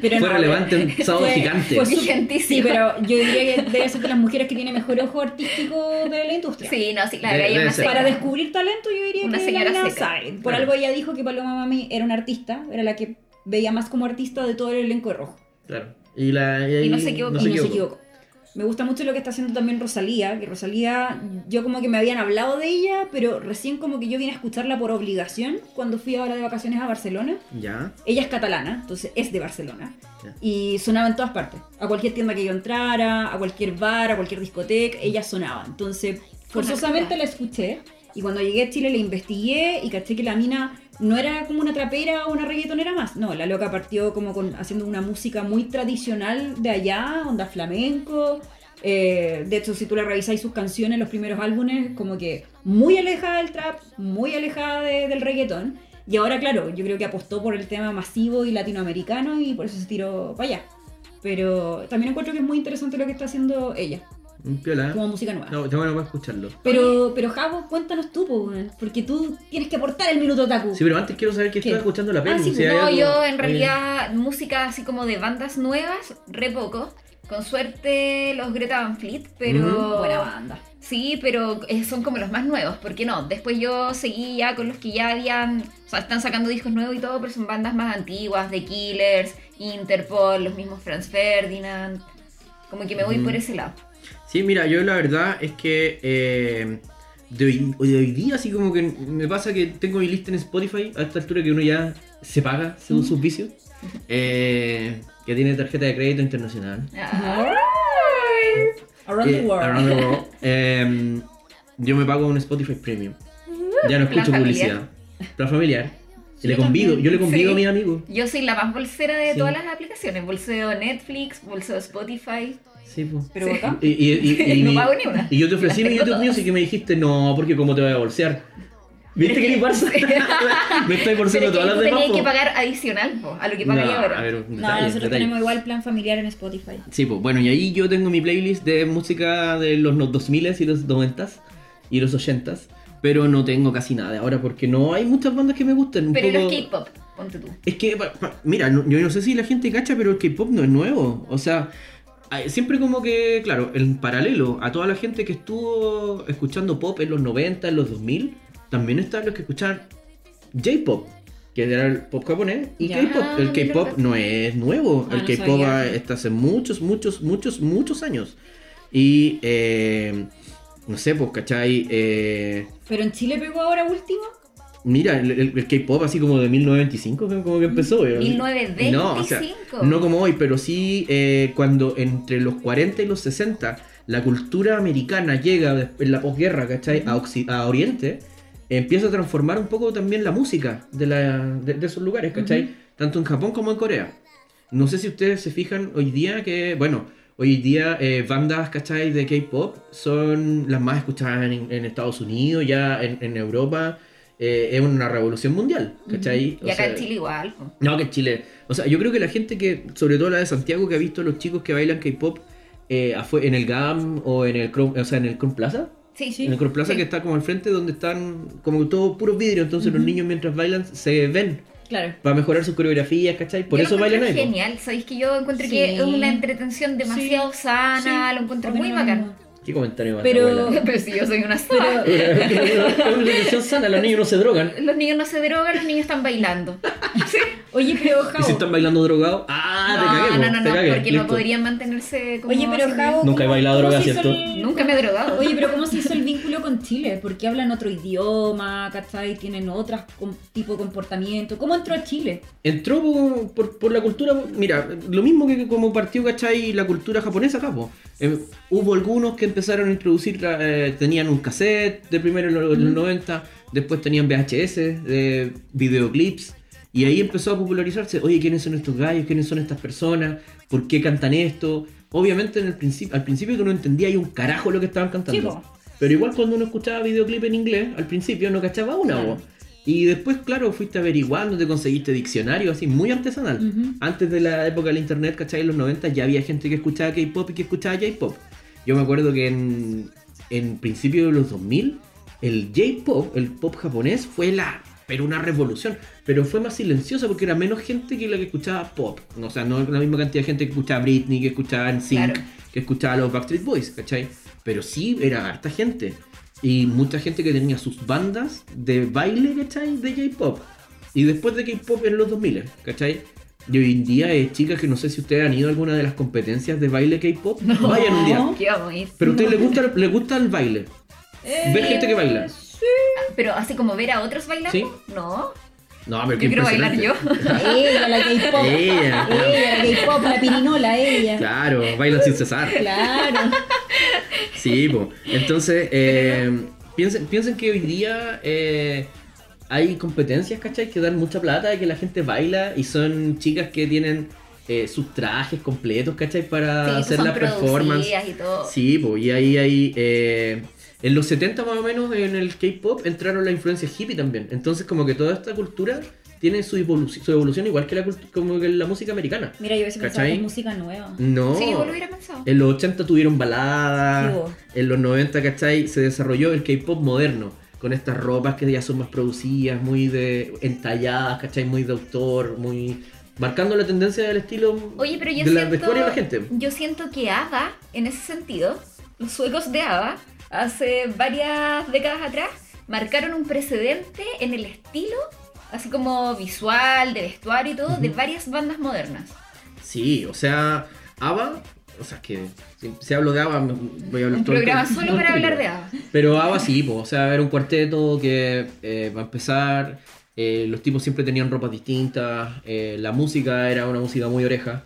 Speaker 1: Pero
Speaker 3: Fue
Speaker 1: no,
Speaker 3: relevante un sábado
Speaker 1: fue-
Speaker 3: gigante.
Speaker 1: fue su- Sí,
Speaker 2: Vigentísimo.
Speaker 1: pero yo diría que debe ser de las mujeres que tiene mejor ojo artístico de la industria.
Speaker 2: Sí, no, sí, la
Speaker 3: Debe-
Speaker 2: galla es
Speaker 3: debe
Speaker 2: una
Speaker 3: ser.
Speaker 1: Para
Speaker 2: seca.
Speaker 1: descubrir talento yo diría
Speaker 2: Una
Speaker 1: que
Speaker 2: señora
Speaker 1: la
Speaker 2: seca.
Speaker 1: sabe. Por
Speaker 3: Claro.
Speaker 1: algo ella dijo que Paloma Mami era una artista, era la que veía más como artista de todo el elenco de Rojo.
Speaker 3: Claro. Y, la,
Speaker 2: Y no se equivocó.
Speaker 1: y no se equivocó. Me gusta mucho lo que está haciendo también Rosalía, que Rosalía, yo como que me habían hablado de ella, pero recién como que yo vine a escucharla por obligación cuando fui ahora de vacaciones a Barcelona.
Speaker 3: Ya.
Speaker 1: Ella es catalana, entonces es de Barcelona.
Speaker 3: Ya.
Speaker 1: Y sonaba en todas partes. A cualquier tienda que yo entrara, a cualquier bar, a cualquier discoteca, ella sonaba. Entonces, forzosamente la escuché. Y cuando llegué a Chile la investigué y caché que la mina no era como una trapera o una reggaetonera más. No, la loca partió como con, haciendo una música muy tradicional de allá, onda flamenco. Eh, de hecho, si tú la revisáis sus canciones, los primeros álbumes, como que muy alejada del trap, muy alejada de- del reggaetón. Y ahora, claro, yo creo que apostó por el tema masivo y latinoamericano y por eso se tiró para allá. Pero también encuentro que es muy interesante lo que está haciendo ella,
Speaker 3: Un piola. ¿eh?
Speaker 1: como música nueva.
Speaker 3: No, está bueno para escucharlo.
Speaker 1: Pero, pero Javo, cuéntanos tú, po, weón, porque tú tienes que aportar el minuto otaku.
Speaker 3: Sí, pero antes quiero saber que
Speaker 1: ¿Qué?
Speaker 3: estaba escuchando la peli.
Speaker 1: Ah, sí,
Speaker 3: si hay
Speaker 2: pues, No,
Speaker 3: algo- eh.
Speaker 2: yo en
Speaker 3: Oye,
Speaker 2: realidad música así como de bandas nuevas, re poco. Con suerte los Greta Van Fleet, pero...
Speaker 3: Ujú.
Speaker 1: Oh, Buena banda.
Speaker 2: Sí, pero eh, son como los más nuevos, porque no, después yo seguí ya con los que ya habían, o sea, están sacando discos nuevos y todo, pero son bandas más antiguas, The Killers, Interpol, los mismos Franz Ferdinand, como que me voy por ese lado.
Speaker 3: Sí, mira, yo la verdad es que eh, de, hoy, de hoy día así como que me pasa que tengo mi lista en Spotify a esta altura que uno ya se paga según sus vicios. eh, que tiene tarjeta de crédito internacional.
Speaker 2: Ah, Ay.
Speaker 1: Around the
Speaker 3: Eh,
Speaker 1: World.
Speaker 3: Around the World. Eh, yo me pago un Spotify Premium. Ya no
Speaker 2: Plan
Speaker 3: escucho publicidad.
Speaker 2: familiar.
Speaker 3: Plan familiar. Y le
Speaker 2: yo
Speaker 3: convido, yo le convido
Speaker 2: Sí.
Speaker 3: a mis amigos.
Speaker 2: Yo soy la más bolsera de
Speaker 3: Sí.
Speaker 2: todas las aplicaciones, bolseo Netflix, bolseo Spotify,
Speaker 3: Sí, po.
Speaker 1: Pero acá.
Speaker 3: Y, y-
Speaker 1: [LAUGHS]
Speaker 3: y- y-
Speaker 2: No pago ni una.
Speaker 3: Y yo te ofrecí
Speaker 2: Las
Speaker 3: mi
Speaker 2: tengo
Speaker 3: YouTube
Speaker 2: todas.
Speaker 3: Music y me dijiste, no, porque cómo te voy a
Speaker 1: [LAUGHS]
Speaker 3: bolsear. ¿Viste que le pasa? [LAUGHS] me estoy
Speaker 2: pero
Speaker 3: bolseando
Speaker 2: es que
Speaker 3: todas las
Speaker 2: tú
Speaker 3: demás.
Speaker 2: tenías
Speaker 3: po.
Speaker 2: que pagar adicional po, a lo que
Speaker 3: No,
Speaker 2: pagáis ahora.
Speaker 3: a ver, un
Speaker 1: No,
Speaker 3: detalle,
Speaker 1: nosotros
Speaker 3: detalle.
Speaker 1: tenemos igual plan familiar en Spotify.
Speaker 3: Sí, pues bueno, y ahí yo tengo mi playlist de música de los no- 2000s y los 90s y los 80s, pero no tengo casi nada de ahora porque no hay muchas bandas que me gusten. un
Speaker 2: pero
Speaker 3: poco-
Speaker 2: los K-pop, ponte tú.
Speaker 3: Es que, pa- pa- mira, no- yo no sé si la gente cacha, pero el K-pop no es nuevo. O sea, hay- siempre como que, claro, en paralelo a toda la gente que estuvo escuchando pop en los 90, en los 2000, también están los que escuchan J-pop, que era el pop japonés, y
Speaker 1: Ya,
Speaker 3: K-pop. El
Speaker 2: mira,
Speaker 3: K-pop
Speaker 2: perfecto.
Speaker 3: no es nuevo,
Speaker 1: Ah,
Speaker 3: el
Speaker 1: no
Speaker 3: K-pop
Speaker 1: sabía.
Speaker 3: ah, está hace muchos, muchos, muchos, muchos años. Y, eh, no sé, pues, ¿cachai? Eh,
Speaker 1: Pero en Chile pegó ahora último.
Speaker 3: Mira, el, el- el K-pop así como de 1925, que- como que empezó. eh.
Speaker 2: 1925.
Speaker 3: No, o sea, no como hoy, pero sí eh, cuando entre los 40 y los 60 la cultura americana llega de- en la posguerra, ¿cachai? A, Occi- a Oriente, empieza a transformar un poco también la música de, la, de, de esos lugares, ¿cachai? Tanto en Japón como en Corea. No sé si ustedes se fijan hoy día que, bueno, hoy día eh, bandas, ¿cachai? De K-pop son las más escuchadas en, en Estados Unidos, ya en, en Europa. eh, es una revolución mundial, ¿cachai?
Speaker 2: Y
Speaker 3: O
Speaker 2: acá en
Speaker 3: sea,
Speaker 2: Chile igual. po.
Speaker 3: no, que en Chile. O sea, yo creo que la gente que, sobre todo la de Santiago, que ha visto a los chicos que bailan K-pop eh, afu- en el GAM o en el Chrome, o sea, en el Chrome Plaza.
Speaker 2: Sí,
Speaker 3: En el Chrome Plaza
Speaker 2: Sí.
Speaker 3: que está como al frente donde están como todo puros vidrios. Entonces los niños mientras bailan se ven
Speaker 1: Claro.
Speaker 3: para mejorar sus coreografías, ¿cachai? Por
Speaker 2: Yo
Speaker 3: eso
Speaker 2: lo encuentro
Speaker 3: bailan ahí. po.
Speaker 2: genial, sabéis que yo encuentro
Speaker 1: Sí.
Speaker 2: que es una entretención demasiado sana,
Speaker 1: Sí,
Speaker 2: lo encuentro
Speaker 1: opino
Speaker 2: muy
Speaker 1: Ah, lo
Speaker 2: bacán. [LAUGHS]
Speaker 1: mismo.
Speaker 3: Qué comentario más.
Speaker 1: Pero-
Speaker 3: abuela.
Speaker 2: Pero si yo soy
Speaker 3: [LAUGHS]
Speaker 2: una sana.
Speaker 3: Es una relación sana, los niños no se drogan.
Speaker 2: Los niños no se drogan, los niños están bailando.
Speaker 1: Oye, pero
Speaker 3: [LAUGHS] Y si
Speaker 1: Jao.
Speaker 3: están bailando drogados, ah, te
Speaker 2: no,
Speaker 3: cagué, po,
Speaker 2: no,
Speaker 3: te
Speaker 2: no,
Speaker 3: cagué,
Speaker 2: porque no
Speaker 3: listo.
Speaker 2: podrían mantenerse como...
Speaker 1: Oye, pero
Speaker 2: sin-
Speaker 1: Jao.
Speaker 3: Nunca he
Speaker 1: ¿cómo-
Speaker 3: bailado
Speaker 1: cómo
Speaker 3: droga,
Speaker 1: se hizo
Speaker 3: ¿cierto?
Speaker 1: el-
Speaker 2: Nunca me he drogado.
Speaker 1: Oye, pero ¿cómo se hizo el vínculo con Chile? Porque hablan otro idioma, ¿cachai? Tienen otro tipo de comportamiento. ¿Cómo entró a Chile?
Speaker 3: Entró po- por, por la cultura, mira, lo mismo que como partió, ¿cachai? La cultura japonesa acá, po. Eh, hubo algunos que empezaron a introducir, eh, tenían un cassette de primero en los,
Speaker 1: Mm.
Speaker 3: en los 90, después tenían VHS, de eh, videoclips, y ahí empezó a popularizarse, oye, ¿quiénes son estos gallos? ¿Quiénes son estas personas? ¿Por qué cantan esto? Obviamente en el principio, al principio tú no entendías y un carajo lo que estaban cantando.
Speaker 1: Sí, po.
Speaker 3: Pero igual cuando uno escuchaba videoclip en inglés, al principio no cachaba una
Speaker 1: Claro.
Speaker 3: voz. Y después, claro, fuiste averiguando, te conseguiste diccionario, así, muy artesanal.
Speaker 1: Ujú.
Speaker 3: Antes de la época del internet, ¿cachai? En los 90 ya había gente que escuchaba K-pop y que escuchaba J-pop. Yo me acuerdo que en, en principio de los 2000, el J-pop, el pop japonés, fue la. Pero una revolución. Pero fue más silenciosa porque era menos gente que la que escuchaba pop. O sea, no la misma cantidad de gente que escuchaba Britney, que escuchaba NSYNC,
Speaker 2: Claro.
Speaker 3: que escuchaba los Backstreet Boys, ¿cachai? Pero sí era harta gente. Y mucha gente que tenía sus bandas de baile, ¿cachai? De J-pop. Y después de K-pop en los 2000, ¿cachai? Y hoy en día, eh, chicas, que no sé si ustedes han ido a alguna de las competencias de baile K-pop. Vayan un día.
Speaker 2: ¿Qué vamos a ir?
Speaker 3: Pero a ustedes les gusta, les gusta el baile. Ver gente que baila.
Speaker 2: Pero así como ver a otros bailando,
Speaker 3: Sí.
Speaker 2: no.
Speaker 3: No, pero qué
Speaker 2: Yo quiero bailar
Speaker 3: impresionante.
Speaker 2: yo.
Speaker 1: Ella, la K-pop.
Speaker 3: Ella,
Speaker 2: [LAUGHS]
Speaker 3: claro.
Speaker 1: Ella, la K-pop, la pirinola, ella.
Speaker 3: Claro, bailan sin cesar.
Speaker 1: Claro.
Speaker 3: Sí, po. entonces eh, piensen, piensen que hoy día eh, hay competencias, ¿cachai? Que dan mucha plata y que la gente baila y son chicas que tienen eh, sus trajes completos, ¿cachai? Para
Speaker 2: Sí,
Speaker 3: hacer
Speaker 2: son
Speaker 3: la performance.
Speaker 2: producidas y todo.
Speaker 3: Sí, po, y ahí hay... eh, en los 70 más o menos en el K-Pop entraron la influencia hippie también. Entonces como que toda esta cultura tiene su, evolu- su evolución igual que la, cultu- como que la música americana.
Speaker 1: Mira, yo a veces pensaba
Speaker 3: ¿Cachai?
Speaker 1: que es música nueva.
Speaker 3: No.
Speaker 2: Sí, yo lo hubiera pensado.
Speaker 3: En los 80 tuvieron
Speaker 1: Sí,
Speaker 3: baladas,
Speaker 1: vos.
Speaker 3: en los 90, ¿cachai? Se desarrolló el K-pop moderno, con estas ropas que ya son más producidas, muy de entalladas, ¿cachai? Muy de autor, muy marcando la tendencia del estilo
Speaker 2: Oye, pero yo
Speaker 3: de la
Speaker 2: siento.
Speaker 3: vestuario de la gente.
Speaker 2: Yo siento que ABBA, en ese sentido, los suecos de ABBA, hace varias décadas atrás, marcaron un precedente en el estilo, así como visual, de vestuario y todo, de varias bandas modernas.
Speaker 3: Sí, o sea, ABBA, o sea, es que si, si hablo de ABBA me- voy a hablar
Speaker 2: Un
Speaker 3: todo el
Speaker 2: programa
Speaker 3: tiempo.
Speaker 2: solo para hablar de ABBA.
Speaker 3: Pero ABBA sí, po, o sea, era un cuarteto que, eh, para empezar, eh, los tipos siempre tenían ropas distintas, eh, la música era una música muy oreja,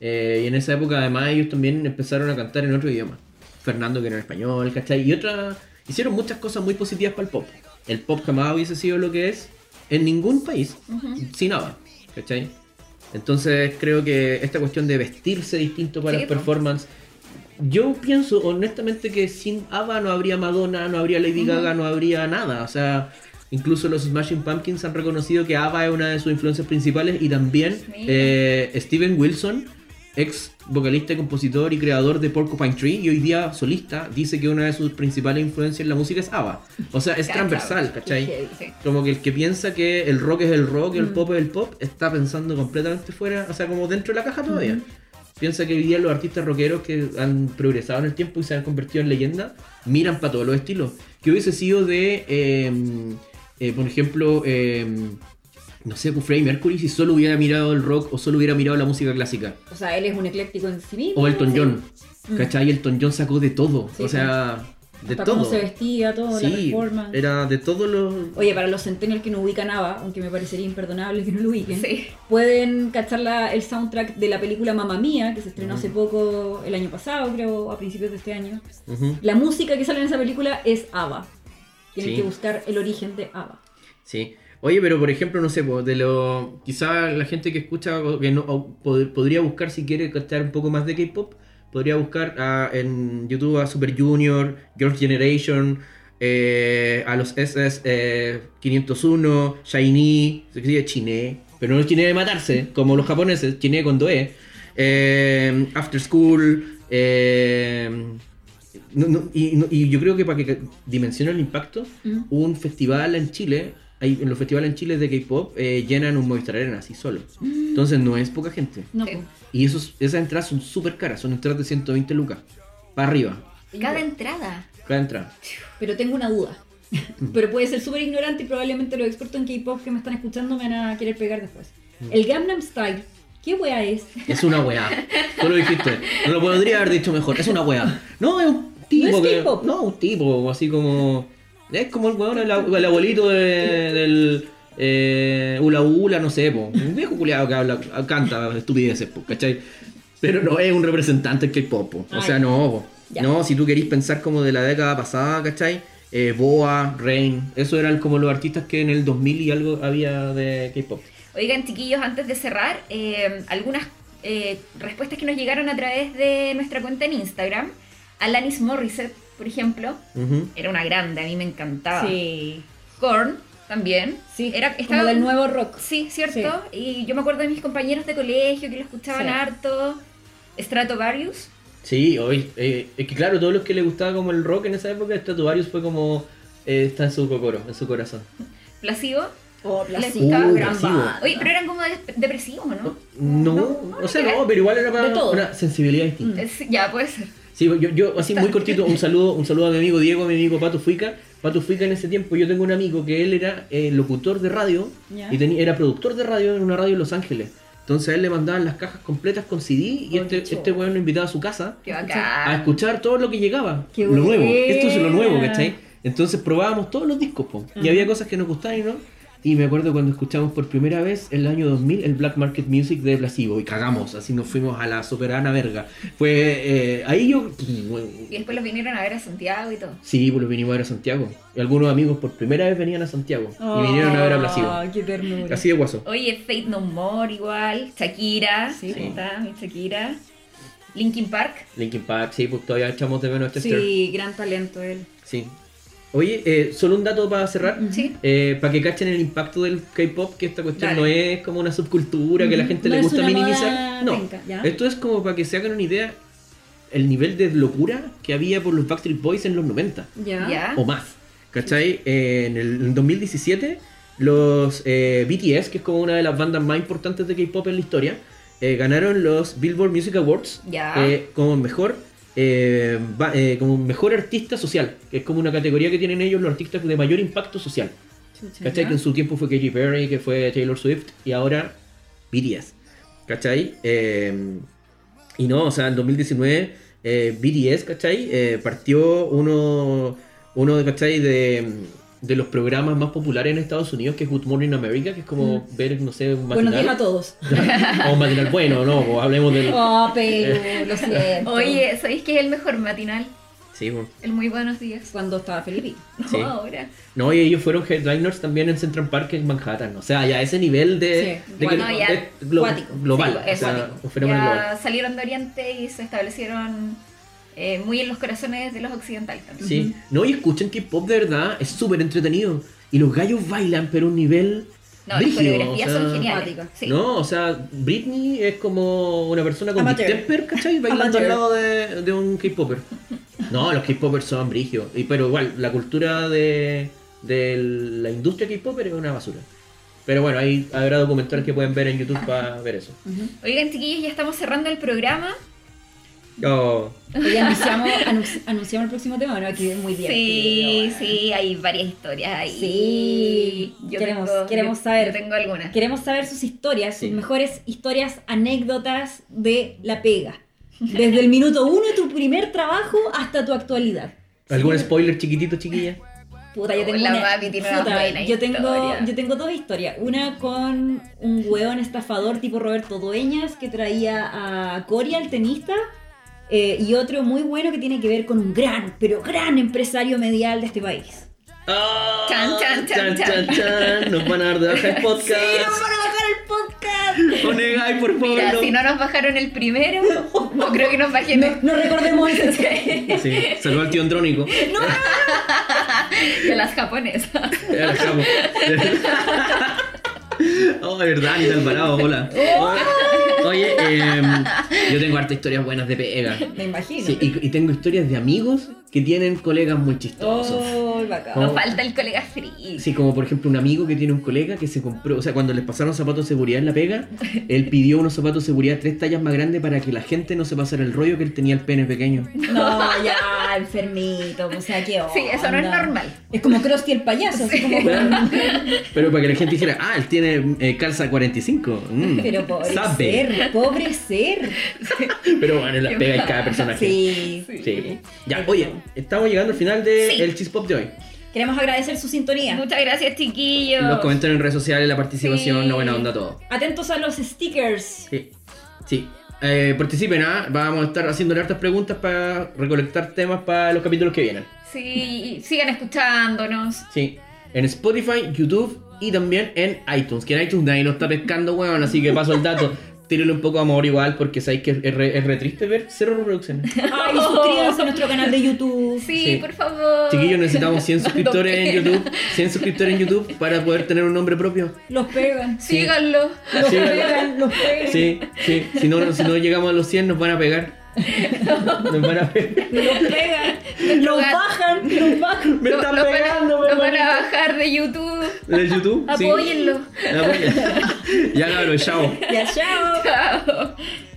Speaker 3: eh, y en esa época además ellos también empezaron a cantar en otro idioma. Fernando que era en español, ¿cachai? Y otra, hicieron muchas cosas muy positivas para el pop. El pop jamás hubiese sido lo que es en ningún país sin ABBA, ¿cachai? Entonces creo que esta cuestión de vestirse distinto para
Speaker 2: Sí,
Speaker 3: las
Speaker 2: po.
Speaker 3: performances yo pienso honestamente que sin ABBA no habría Madonna, no habría Lady Gaga, no habría nada. O sea, incluso los Smashing Pumpkins han reconocido que ABBA es una de sus influencias principales y también
Speaker 2: Mira.
Speaker 3: eh, Steven Wilson, ex vocalista, compositor y creador de Porcupine Tree y hoy día solista, dice que una de sus principales influencias en la música es ABBA. O sea, es
Speaker 2: Cacha,
Speaker 3: transversal, ¿cachai?
Speaker 2: Sí.
Speaker 3: Como que el que piensa que el rock es el rock,
Speaker 1: Mm.
Speaker 3: el pop es el pop, está pensando completamente fuera, o sea, como dentro de la caja todavía. Piensa que hoy día los artistas rockeros que han progresado en el tiempo y se han convertido en leyenda, miran para todos los estilos. Que hubiese sido de, eh, eh, por ejemplo, eh, no sé, pues Freddie Mercury si solo hubiera mirado el rock o solo hubiera mirado la música clásica.
Speaker 1: O sea, él es un ecléctico en sí mismo.
Speaker 3: O Elton
Speaker 1: sí. Mm.
Speaker 3: John, ¿cachai? Elton John sacó de todo,
Speaker 1: Sí, pues.
Speaker 3: o sea, de
Speaker 1: Hasta
Speaker 3: todo.
Speaker 1: cómo se vestía, todo, la
Speaker 3: Sí,
Speaker 1: performance.
Speaker 3: era de todos los...
Speaker 1: Oye, para los centennials que no ubican ABBA, aunque me parecería imperdonable que no lo ubiquen,
Speaker 2: Sí.
Speaker 1: pueden cachar la- el soundtrack de la película Mamma Mía, que se estrenó hace poco, el año pasado, creo, a principios de este año.
Speaker 3: Ujú.
Speaker 1: La música que sale en esa película es ABBA. Tienen
Speaker 3: Sí.
Speaker 1: que buscar el origen de ABBA.
Speaker 3: Sí. Oye, pero por ejemplo, no sé, pues, de lo. Quizá la gente que escucha o que no o pod- podría buscar si quiere captar un poco más de K-pop, podría buscar a- en YouTube a Super Junior, Girls Generation, eh, a los SS eh, 501, Shiny, se escribe Chiné, pero no es Chiné de matarse, como los japoneses, Chiné con doe, eh, After School, eh, no, no, y, no- y yo creo que para que dimensione el impacto, hubo un festival en Chile, hay, en los festivales en Chile de K-pop eh, llenan un Movistar Arena así solo. Entonces no es poca gente.
Speaker 1: No,
Speaker 2: Sí.
Speaker 1: pues.
Speaker 3: Y esos, esas entradas son súper caras, son entradas de 120 lucas. Para arriba,
Speaker 2: Cada entrada.
Speaker 3: cada entrada.
Speaker 1: pero tengo una duda. pero puede ser súper ignorante y probablemente los expertos en K-pop que me están escuchando me van a querer pegar después. El Gangnam Style, ¿qué wea es?
Speaker 3: Es una weá. Tú lo dijiste. No lo podría haber dicho mejor. Es una weá. No, es un tipo.
Speaker 1: No es
Speaker 3: que-
Speaker 1: K-pop.
Speaker 3: no, un tipo, así como. Es como el weón, el, ab- el abuelito de- del. Eh, hula Hula, no sé, po. Un viejo culiado que habla, canta estupideces, po, ¿cachai? Pero no es un representante del K-pop, po. O
Speaker 1: Ay.
Speaker 3: sea, no, po.
Speaker 1: Ya.
Speaker 3: No, si tú querís pensar como de la década pasada, ¿cachai? Eh, Boa, Rain, eso eran como los artistas que en el 2000 y algo había de K-pop.
Speaker 2: Oigan, chiquillos, antes de cerrar, eh, algunas eh, respuestas que nos llegaron a través de nuestra cuenta en Instagram. Alanis Morissette, por ejemplo,
Speaker 3: Ujú.
Speaker 2: era una grande, a mí me encantaba.
Speaker 1: Sí.
Speaker 2: Korn también.
Speaker 1: Sí,
Speaker 2: Era,
Speaker 1: como
Speaker 2: estaba
Speaker 1: del nuevo rock.
Speaker 2: Sí, cierto. Y yo me acuerdo de mis compañeros de colegio que lo escuchaban
Speaker 1: Sí.
Speaker 2: harto. Stratovarius.
Speaker 3: Sí, hoy, eh, es que claro, todos los que les gustaba como el rock en esa época, Stratovarius fue como, eh, está en su cocoro, en su corazón.
Speaker 2: Placebo.
Speaker 1: Oh,
Speaker 2: Uh,
Speaker 1: Placebo, gran
Speaker 3: Placebo.
Speaker 1: banda.
Speaker 2: Oye, pero eran como de- depresivos, ¿no?
Speaker 3: Oh, No, o sea, no, pero igual era para
Speaker 1: Ah, De todo.
Speaker 3: una sensibilidad
Speaker 1: Mm.
Speaker 3: distinta.
Speaker 2: Eh, sí, ya, puede ser.
Speaker 3: Sí, yo, yo así muy cortito, un saludo, un saludo a mi amigo Diego, a mi amigo Pato Fuica. Pato Fuica en ese tiempo, yo tengo un amigo que él era eh, locutor de radio
Speaker 1: Ya.
Speaker 3: y tenía, era productor de radio en una radio en Los Ángeles. Entonces a él le mandaban las cajas completas con CD y
Speaker 1: Oh,
Speaker 3: este,
Speaker 1: qué chulo.
Speaker 3: este weón lo invitaba a su casa
Speaker 2: Qué
Speaker 3: a
Speaker 2: bacán.
Speaker 3: escuchar todo lo que llegaba.
Speaker 1: Qué
Speaker 3: lo nuevo. Esto es lo nuevo,
Speaker 1: buena.
Speaker 3: ¿cachai? Entonces probábamos todos los discos, po. Y había cosas que nos gustaban y no. Y me acuerdo cuando escuchamos por primera vez el año 2000 el Black Market Music de Placebo y cagamos, así nos fuimos a la soberana verga. Fue eh, ahí yo.
Speaker 2: Y después los vinieron a ver a Santiago y todo.
Speaker 3: Sí, pues los vinimos a ver a Santiago. Y algunos amigos por primera vez venían a Santiago y vinieron a ver a Placebo.
Speaker 1: Ah, qué ternura.
Speaker 3: Así de guaso.
Speaker 2: Oye, Fate No More igual. Shakira.
Speaker 1: Sí,
Speaker 2: ahí está, mi Shakira. Linkin Park.
Speaker 3: Linkin Park, sí, pues todavía echamos de menos a Chester.
Speaker 1: Sí, gran talento él.
Speaker 3: Sí. Oye, eh, solo un dato para cerrar.
Speaker 2: Sí.
Speaker 3: para Eh, que cachen el impacto del K-pop, que esta cuestión
Speaker 2: Dale.
Speaker 3: no es como una subcultura que la gente
Speaker 1: Mm, No
Speaker 3: le
Speaker 1: es
Speaker 3: gusta
Speaker 1: una moda
Speaker 3: minimizar. No,
Speaker 1: penca, ¿ya?
Speaker 3: esto es como para que se hagan una idea el nivel de locura que había por los Backstreet Boys en los 90
Speaker 1: Ya.
Speaker 2: Ya.
Speaker 3: o más. ¿Cachai? Eh, en el en 2017 los eh, BTS, que es como una de las bandas más importantes de K-pop en la historia, eh, ganaron los Billboard Music Awards
Speaker 2: Ya.
Speaker 3: eh, como mejor eh, ba- eh, como mejor artista social, que es como una categoría que tienen ellos los artistas de mayor impacto social. ¿Cachai? Que en su tiempo fue Katy Perry, que fue Taylor Swift y ahora BTS. ¿Cachai? Eh, y no, o sea, en 2019 eh, BTS, ¿cachai? Eh, partió uno, uno ¿cachai? De, de los programas más populares en Estados Unidos, que es Good Morning America, que es como ver, no sé, un
Speaker 1: Mm. Buenos días a
Speaker 3: matinal.
Speaker 1: todos.
Speaker 3: [LAUGHS] o un matinal bueno, no, o hablemos del...
Speaker 1: [LAUGHS] Oh, pero lo siento.
Speaker 2: Oye, ¿sabéis que es el mejor matinal?
Speaker 3: Sí, bueno.
Speaker 2: El muy buenos días. [LAUGHS]
Speaker 1: Cuando estaba Felipe.
Speaker 2: No,
Speaker 3: Sí.
Speaker 2: ahora.
Speaker 3: No, y ellos fueron headliners también en Central Park en Manhattan. O sea, ya ese nivel de.
Speaker 1: Sí.
Speaker 3: de que-
Speaker 2: Bueno, ya.
Speaker 3: de glo-
Speaker 1: Cuático.
Speaker 3: global.
Speaker 2: Sí,
Speaker 3: o sea,
Speaker 2: exótico.
Speaker 3: un fenómeno
Speaker 2: Ya
Speaker 3: global.
Speaker 2: salieron de Oriente y se establecieron eh, muy en los corazones de los occidentales también.
Speaker 3: Sí. No, y escuchen que pop de verdad es súper entretenido. Y los gallos bailan, pero a un nivel.
Speaker 2: No,
Speaker 3: brígido,
Speaker 2: las coreografías
Speaker 3: o sea,
Speaker 2: son geniales.
Speaker 1: Cuático.
Speaker 2: Sí.
Speaker 3: No, o sea, Britney es como una persona con
Speaker 1: Amateur. [LAUGHS]
Speaker 3: temper, ¿cachai? Bailando
Speaker 1: Amateur.
Speaker 3: al lado de, de un K-Popper. No, los K-Popers son brígidos. Y- Pero igual, la cultura de, de la industria K-Popper es una basura. Pero bueno, ahí habrá documentales que pueden ver en YouTube para ver eso.
Speaker 2: Oigan, chiquillos, ya estamos cerrando el programa.
Speaker 3: Oh.
Speaker 1: Oye, anunciamos, anunci- anunciamos el próximo tema, ¿no? Aquí es muy bien.
Speaker 2: Sí, sí, hay varias historias ahí.
Speaker 1: Sí. Queremos- queremos
Speaker 2: yo-
Speaker 1: saber.
Speaker 2: yo tengo algunas.
Speaker 1: Queremos saber sus historias, sus
Speaker 3: Sí.
Speaker 1: mejores historias, anécdotas de la pega. Desde el minuto uno de tu primer trabajo hasta tu actualidad.
Speaker 3: ¿Algún spoiler chiquitito, chiquilla?
Speaker 1: Puta, yo tengo
Speaker 2: La
Speaker 1: una-
Speaker 2: Mavi tiene una
Speaker 1: puta,
Speaker 2: buena
Speaker 1: yo tengo,
Speaker 2: historia.
Speaker 1: yo tengo dos historias. Una con un hueón estafador tipo Roberto Dueñas que traía a Coria, el tenista. eh, y otro muy bueno que tiene que ver con un gran, pero gran empresario medial de este país.
Speaker 3: Ah,
Speaker 2: Chan, chan, chan,
Speaker 3: chan, chan. Nos van a dar de baja
Speaker 2: [LAUGHS]
Speaker 3: el podcast.
Speaker 1: para bajar el podcast!
Speaker 3: Onegai, por favor.
Speaker 2: Mira,
Speaker 3: no.
Speaker 2: si no nos bajaron el
Speaker 3: [LAUGHS]
Speaker 2: primero, no creo que nos bajen el
Speaker 1: No recordemos eso.
Speaker 3: [LAUGHS] Sí, saludó al
Speaker 2: [LAUGHS]
Speaker 3: tío Andrónico.
Speaker 2: de las japonesas.
Speaker 3: Ya lo llamo. Oh, verdad, Anita Alvarado, hola.
Speaker 2: Oh.
Speaker 3: Oye, em, yo tengo harta historias buenas de pega.
Speaker 1: Me imagino.
Speaker 3: Sí, y, y tengo historias de amigos que tienen colegas muy chistosos.
Speaker 1: Oh, bacán.
Speaker 3: [LAUGHS] No.
Speaker 2: Nos falta el colega Free.
Speaker 3: Sí, como por ejemplo un amigo que tiene un colega que se compró, o sea, cuando les pasaron zapatos de seguridad en
Speaker 1: [LAUGHS]
Speaker 3: la pega, él pidió unos zapatos de seguridad tres tallas más grandes para que la gente no se pasara el rollo que él tenía el pene pequeño.
Speaker 1: No, ya, enfermito, o sea, qué onda.
Speaker 2: Sí, eso no es normal.
Speaker 1: Es como Krusty el payaso, así como...
Speaker 3: [LAUGHS] Pero para que la gente dijera, ah, él tiene eh, calza 45. mm,
Speaker 1: Pero pobre
Speaker 3: sabe.
Speaker 1: ser, pobre ser.
Speaker 3: Pero bueno, en la pega hay cada personaje.
Speaker 1: Sí.
Speaker 3: Sí. Ya, oye, estamos llegando al final del
Speaker 2: Sí.
Speaker 3: el Cheese Pop de hoy.
Speaker 1: Queremos agradecer su sintonía.
Speaker 2: Muchas gracias, chiquillos.
Speaker 3: Los comentarios en redes sociales, la participación,
Speaker 2: Sí.
Speaker 3: la buena onda, todo.
Speaker 1: Atentos a los [LAUGHS] stickers.
Speaker 3: Sí, sí. Eh, participen, ¿ah? Vamos a estar haciéndole hartas preguntas para recolectar temas para los capítulos que vienen.
Speaker 2: Sí, y sigan escuchándonos.
Speaker 3: Sí. En Spotify, YouTube y también en iTunes. Que en iTunes nadie nos está pescando, weón, así que paso el dato.
Speaker 2: [LAUGHS]
Speaker 3: Tírenle un poco de amor igual porque sabéis que es re, es re triste ver cero reproducciones.
Speaker 1: Ay, suscríbanse a nuestro canal de YouTube.
Speaker 2: Sí,
Speaker 3: Sí.
Speaker 2: por favor.
Speaker 3: Chiquillos,
Speaker 2: [LAUGHS]
Speaker 3: necesitamos 100
Speaker 2: Dando
Speaker 3: suscriptores en
Speaker 2: pena.
Speaker 3: YouTube. 100 suscriptores en YouTube para poder tener un nombre propio.
Speaker 1: Los pegan.
Speaker 2: Síganlo.
Speaker 1: Los
Speaker 3: Sí.
Speaker 1: pegan, los pegan.
Speaker 3: Sí, sí. Si no, si no llegamos a los 100 nos van a pegar. Nos van a pegar.
Speaker 2: [LAUGHS]
Speaker 1: Los pegan. Los bajan, los bajan.
Speaker 3: Me
Speaker 2: Lo-
Speaker 3: están
Speaker 2: lo van a-
Speaker 3: pegando,
Speaker 2: lo van
Speaker 3: hermanito.
Speaker 2: a bajar de YouTube.
Speaker 3: De YouTube. sí.
Speaker 2: Apóyenlo.
Speaker 3: Apoyen. Ya cabrón, chao.
Speaker 1: Ya, chao.
Speaker 2: Chao.